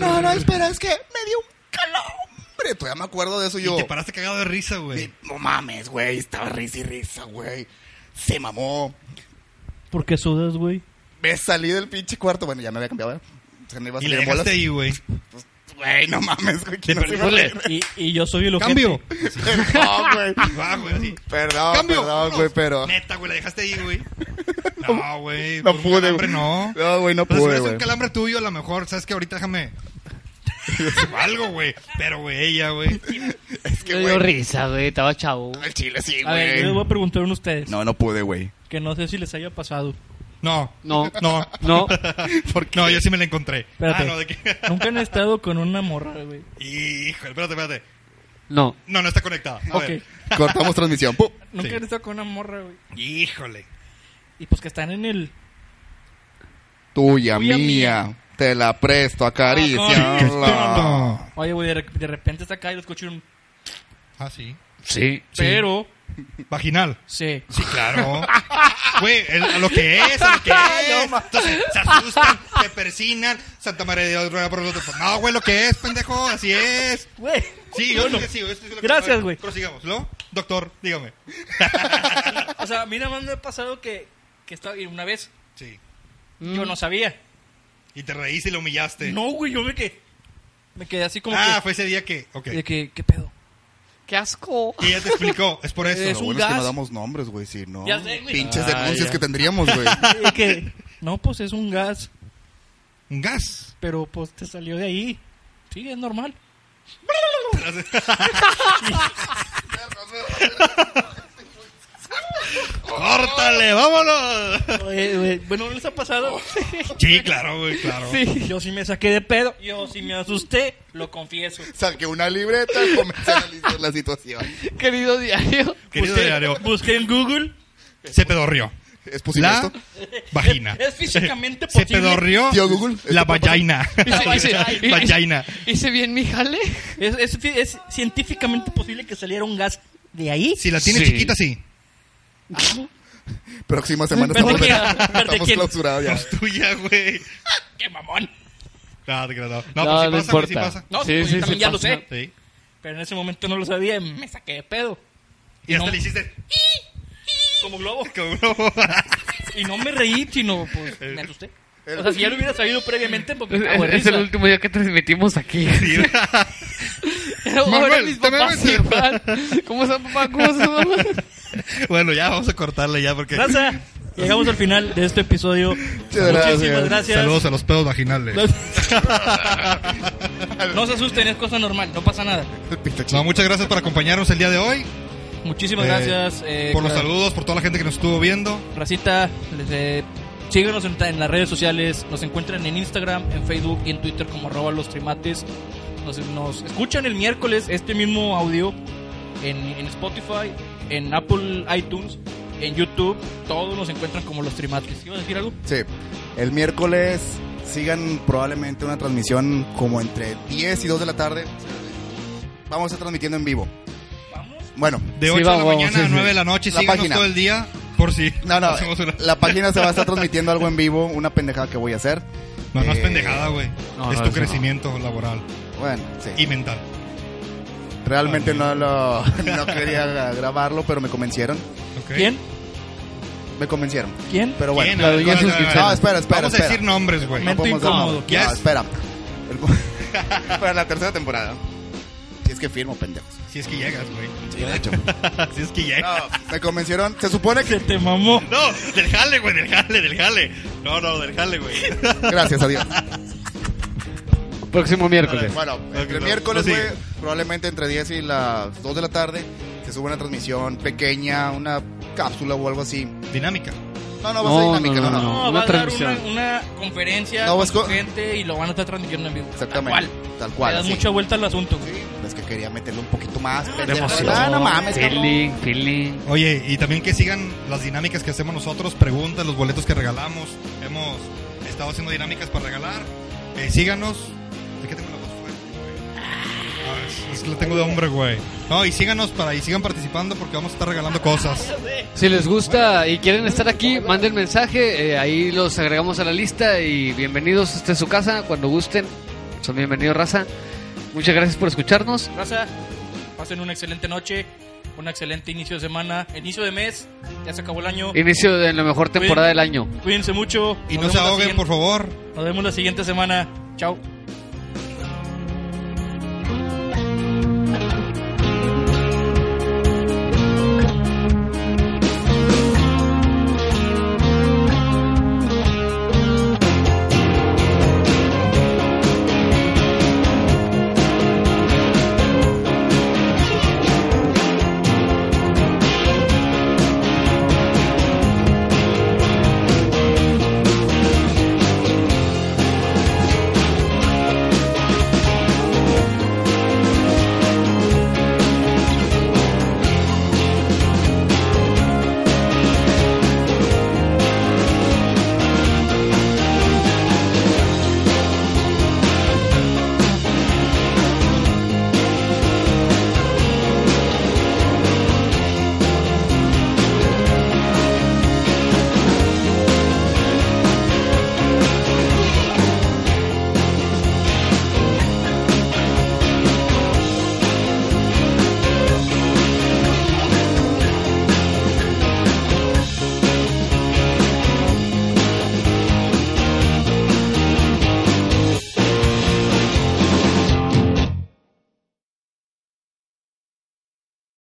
Speaker 3: No, no, espera, es que me dio un calambre. Todavía me acuerdo de eso yo.
Speaker 2: Y te paraste cagado de risa, güey.
Speaker 3: me- No mames, güey. Estaba risa y risa, güey. Se mamó.
Speaker 1: ¿Por qué sudas, güey?
Speaker 3: Me salí del pinche cuarto. Bueno, ya me había cambiado, ¿verdad? Se me iba a
Speaker 2: Y le
Speaker 3: salir en bolas.
Speaker 2: dejaste ahí, güey.
Speaker 3: Pues, Güey, no mames, güey. ¿quién no
Speaker 2: Te
Speaker 3: se iba a
Speaker 4: perdí.
Speaker 3: reír?
Speaker 1: Y, y yo soy el ojete.
Speaker 3: *laughs*
Speaker 2: ¡Cambio!
Speaker 3: No, güey.
Speaker 2: Va, güey, así.
Speaker 3: Perdón,
Speaker 2: Cambio.
Speaker 3: perdón, güey, pero...
Speaker 2: Neta, güey, la dejaste ahí, güey. No, güey.
Speaker 3: No
Speaker 2: por un
Speaker 3: pude,
Speaker 2: calambre,
Speaker 3: güey.
Speaker 2: No.
Speaker 3: No, güey, no
Speaker 2: Pues si
Speaker 3: pude,
Speaker 2: hubiera sido
Speaker 3: güey.
Speaker 2: un calambre tuyo, a lo mejor, ¿sabes que Ahorita déjame. *laughs* Algo, güey. Pero, güey, ella, güey.
Speaker 3: Es que,
Speaker 4: Me dio
Speaker 3: güey,
Speaker 4: risa, güey, estaba chavo.
Speaker 3: al chile sí,
Speaker 1: A ver, yo les voy
Speaker 3: güey.
Speaker 1: a preguntar a ustedes.
Speaker 3: No, no pude, güey.
Speaker 1: Que no sé si les haya pasado.
Speaker 2: No.
Speaker 4: No,
Speaker 2: No.
Speaker 4: no.
Speaker 2: No, yo sí me la encontré.
Speaker 1: Espérate.
Speaker 2: Ah, no, de qué.
Speaker 1: Nunca han estado con una morra, güey.
Speaker 2: Híjole, espérate, espérate.
Speaker 4: No.
Speaker 2: No, no está conectada. A
Speaker 1: Ok.
Speaker 2: ver.
Speaker 3: Cortamos transmisión. ¡Pum!
Speaker 1: Nunca
Speaker 2: Sí.
Speaker 1: han estado con una morra, güey.
Speaker 2: Híjole.
Speaker 1: Y pues que están en el.
Speaker 3: Tuya,
Speaker 1: Tuya,
Speaker 3: mía.
Speaker 1: mía.
Speaker 3: Te la presto,
Speaker 1: Ah,
Speaker 3: acaricia.
Speaker 1: no. Oye, güey, de, re- de repente está acá y lo escucho un.
Speaker 2: Ah, sí.
Speaker 4: Sí.
Speaker 1: Pero.
Speaker 2: Vaginal.
Speaker 1: Sí.
Speaker 2: Sí, claro. *laughs* Güey, es- a lo que es, a
Speaker 1: *laughs*
Speaker 2: lo que es. Entonces, se asustan, se persinan. Santa María de Dios ruega por nosotros. No, güey, lo que es, pendejo, así es.
Speaker 1: Güey.
Speaker 2: Sí, yo no. sí, yo estoy-
Speaker 1: Gracias,
Speaker 2: A ver,
Speaker 1: güey.
Speaker 2: Prosigamos, ¿no? Doctor, dígame.
Speaker 1: O sea, a mí nada más me ha pasado que. Que estaba. Y una vez.
Speaker 2: Sí.
Speaker 1: Yo no sabía.
Speaker 2: Y te reíste y lo humillaste.
Speaker 1: No, güey, yo me quedé. Me quedé así como
Speaker 2: Ah,
Speaker 1: que.
Speaker 2: fue ese día que. Ok.
Speaker 1: De que, ¿qué pedo?
Speaker 4: ¡Qué asco!
Speaker 2: Y ella te explicó, es por eso.
Speaker 1: Es
Speaker 3: Lo
Speaker 1: un
Speaker 3: bueno es que
Speaker 1: gas.
Speaker 3: no damos nombres, güey, si no.
Speaker 1: Ya sé, güey.
Speaker 3: Pinches
Speaker 4: Ah,
Speaker 3: denuncias
Speaker 4: ya.
Speaker 3: que tendríamos, güey.
Speaker 1: Y que. No, pues es un gas.
Speaker 2: Un gas.
Speaker 1: Pero pues te salió de ahí. Sí, es normal.
Speaker 2: *laughs* ¡Córtale, vámonos!
Speaker 1: Eh, bueno, ¿no les ha pasado?
Speaker 2: Sí, claro, güey, claro.
Speaker 1: Sí. Yo sí me saqué de pedo. Yo sí me asusté. Lo confieso.
Speaker 3: Saqué una libreta y comencé a analizar la situación.
Speaker 4: Querido diario.
Speaker 2: Querido
Speaker 1: Busqué-
Speaker 2: diario,
Speaker 1: Busqué en Google.
Speaker 2: se pedorrió.
Speaker 3: ¿Es posible
Speaker 2: La
Speaker 3: esto?
Speaker 2: vagina.
Speaker 1: Es
Speaker 2: *laughs*
Speaker 1: físicamente
Speaker 2: Se
Speaker 1: posible.
Speaker 2: pedorrió
Speaker 3: Tío Google, ¿esto
Speaker 2: la
Speaker 3: puede pasar?
Speaker 2: vagina.
Speaker 4: Hice- hice-
Speaker 2: Vagina.
Speaker 4: ¿Hice bien mi jale?
Speaker 1: Es, es fi- es científicamente posible que saliera un gas de ahí.
Speaker 2: Si la tiene
Speaker 4: Sí.
Speaker 2: chiquita, sí.
Speaker 3: Próxima semana
Speaker 1: Pero
Speaker 3: estamos,
Speaker 1: que- pero
Speaker 3: estamos
Speaker 1: que-
Speaker 3: clausurados ya.
Speaker 2: *laughs* Es tuya, güey.
Speaker 1: ¡Qué mamón!
Speaker 2: No, te creo, no. No, pues sí pasa, güey, sí pasa.
Speaker 1: No, pues
Speaker 4: Sí,
Speaker 1: yo
Speaker 4: sí,
Speaker 1: también
Speaker 4: sí
Speaker 1: ya lo
Speaker 4: pasa.
Speaker 1: sé.
Speaker 2: Sí.
Speaker 1: Pero en ese momento no lo sabía. y Me saqué de pedo.
Speaker 2: Y hasta
Speaker 1: No.
Speaker 2: le hiciste
Speaker 1: Como globo.
Speaker 2: como un *laughs* lobo.
Speaker 1: Y no me reí, sino
Speaker 2: *laughs*
Speaker 1: pues me asusté. O sea, si ya lo hubiera sabido previamente, porque me cago de
Speaker 4: Es el
Speaker 1: risa.
Speaker 4: último día que transmitimos aquí.
Speaker 2: Sí, güey.
Speaker 4: *laughs* Ahora
Speaker 2: Manuel,
Speaker 4: mis
Speaker 2: te
Speaker 4: papás
Speaker 2: memes.
Speaker 4: se van. ¿Cómo están, papá? ¿Cómo están, mamá?
Speaker 2: Bueno, ya vamos a cortarle ya porque...
Speaker 1: Raza, llegamos al final de este episodio. Muchísimas
Speaker 3: gracias.
Speaker 1: gracias.
Speaker 2: Saludos a los pedos vaginales.
Speaker 1: *laughs* No se asusten, es cosa normal, no pasa nada.
Speaker 3: El pito
Speaker 2: No,
Speaker 3: chico.
Speaker 2: muchas gracias por acompañarnos el día de hoy.
Speaker 1: Muchísimas
Speaker 2: Eh,
Speaker 1: gracias. eh,
Speaker 2: por los
Speaker 1: Ra-
Speaker 2: saludos, por toda la gente que nos estuvo viendo.
Speaker 1: Racita, les, eh, síganos en, ta- en las redes sociales. Nos encuentran en Instagram, en Facebook y en Twitter como arroba los trimates. Nos, nos escuchan el miércoles este mismo audio en, en Spotify, en Apple iTunes, en YouTube. Todos nos encuentran como los trimates. ¿Ibas a decir algo?
Speaker 3: Sí. El miércoles sigan probablemente una transmisión como entre 10 y 2 de la tarde. Vamos a estar transmitiendo en vivo.
Speaker 1: Vamos.
Speaker 3: Bueno,
Speaker 2: De
Speaker 4: Sí,
Speaker 2: 8 de la
Speaker 4: vamos, vamos,
Speaker 2: mañana
Speaker 4: sí,
Speaker 2: a
Speaker 4: sí.
Speaker 2: 9 de la noche.
Speaker 3: La
Speaker 2: Síganos
Speaker 3: página.
Speaker 2: todo el día. Por si.
Speaker 3: no, no.
Speaker 2: hacemos una-
Speaker 3: La página se va a estar transmitiendo algo en vivo, una pendejada que voy a hacer.
Speaker 2: No, no es
Speaker 3: Eh,
Speaker 2: pendejada, güey.
Speaker 4: no,
Speaker 2: es
Speaker 4: no,
Speaker 2: tu
Speaker 4: eso
Speaker 2: crecimiento laboral
Speaker 3: Bueno, sí.
Speaker 2: y mental.
Speaker 3: Realmente no lo *laughs* no quería gra- grabarlo, pero me convencieron.
Speaker 2: ¿ok?
Speaker 1: ¿Quién?
Speaker 3: Me convencieron.
Speaker 1: ¿Quién?
Speaker 3: Pero bueno.
Speaker 2: ¿Quién?
Speaker 4: la
Speaker 2: A ver,
Speaker 4: dueña
Speaker 2: a ver,
Speaker 4: de sus
Speaker 2: a ver, a ver.
Speaker 4: quincenas.
Speaker 3: No, espera, espera,
Speaker 2: Vamos
Speaker 3: espera.
Speaker 2: a decir nombres, güey.
Speaker 1: Momento
Speaker 3: podemos
Speaker 1: incómodo.
Speaker 3: grabar.
Speaker 2: ¿Qué
Speaker 3: No,
Speaker 2: es?
Speaker 3: espera. El- *laughs* Para la tercera temporada. Si es que firmo, pendejos.
Speaker 2: Si es que llegas, güey.
Speaker 3: Sí, de hecho.
Speaker 2: *laughs* si es que llegas.
Speaker 3: No, me convencieron. Se supone que.
Speaker 1: Se te mamó.
Speaker 2: No, del jale, güey, del jale, del jale. No, no, del jale, güey.
Speaker 3: *laughs* Gracias, adiós.
Speaker 4: *laughs* Próximo miércoles.
Speaker 3: Bueno,
Speaker 2: no,
Speaker 3: entre
Speaker 2: no
Speaker 3: miércoles,
Speaker 2: sigue.
Speaker 3: güey, probablemente entre 10 y las 2 de la tarde, se sube una transmisión pequeña, una cápsula o algo así.
Speaker 2: Dinámica.
Speaker 3: No, no, va a ser
Speaker 4: No,
Speaker 3: dinámica, no, no.
Speaker 4: no.
Speaker 1: No,
Speaker 4: una
Speaker 1: va a dar una,
Speaker 4: transmisión.
Speaker 1: una conferencia
Speaker 3: No,
Speaker 1: con
Speaker 3: vas
Speaker 1: su
Speaker 3: co-
Speaker 1: gente y lo van a estar transmitiendo en vivo.
Speaker 3: Exactamente. Tal
Speaker 1: Le
Speaker 3: cual.
Speaker 1: das
Speaker 3: sí.
Speaker 1: mucha vuelta al asunto. güey.
Speaker 3: Sí, Es que quería meterle un poquito más.
Speaker 4: De
Speaker 3: pendejo.
Speaker 4: emoción.
Speaker 3: Ah, no mames, cabrón.
Speaker 4: Feeling, feeling.
Speaker 2: Oye, y también que sigan las dinámicas que hacemos nosotros, preguntas, los boletos que regalamos. Hemos estado haciendo dinámicas para regalar. Eh, síganos. ¿De qué tengo la voz fuerte, güey? Ah, Es que la tengo de hombre, güey. No, y síganos para y sigan participando porque vamos a estar regalando cosas.
Speaker 4: Si les gusta y quieren estar aquí, manden mensaje. eh, ahí los agregamos a la lista. Y bienvenidos hasta su casa cuando gusten. Son bienvenidos, raza. Muchas gracias por escucharnos.
Speaker 1: Raza, pasen una excelente noche, un excelente inicio de semana, inicio de mes, ya se acabó el año.
Speaker 4: Inicio de la mejor temporada del año.
Speaker 1: Cuídense mucho.
Speaker 2: Y
Speaker 1: nos
Speaker 2: no
Speaker 1: vemos
Speaker 2: se
Speaker 1: la
Speaker 2: ahoguen,
Speaker 1: siguiente-
Speaker 2: por favor.
Speaker 1: Nos vemos la siguiente semana. Chao.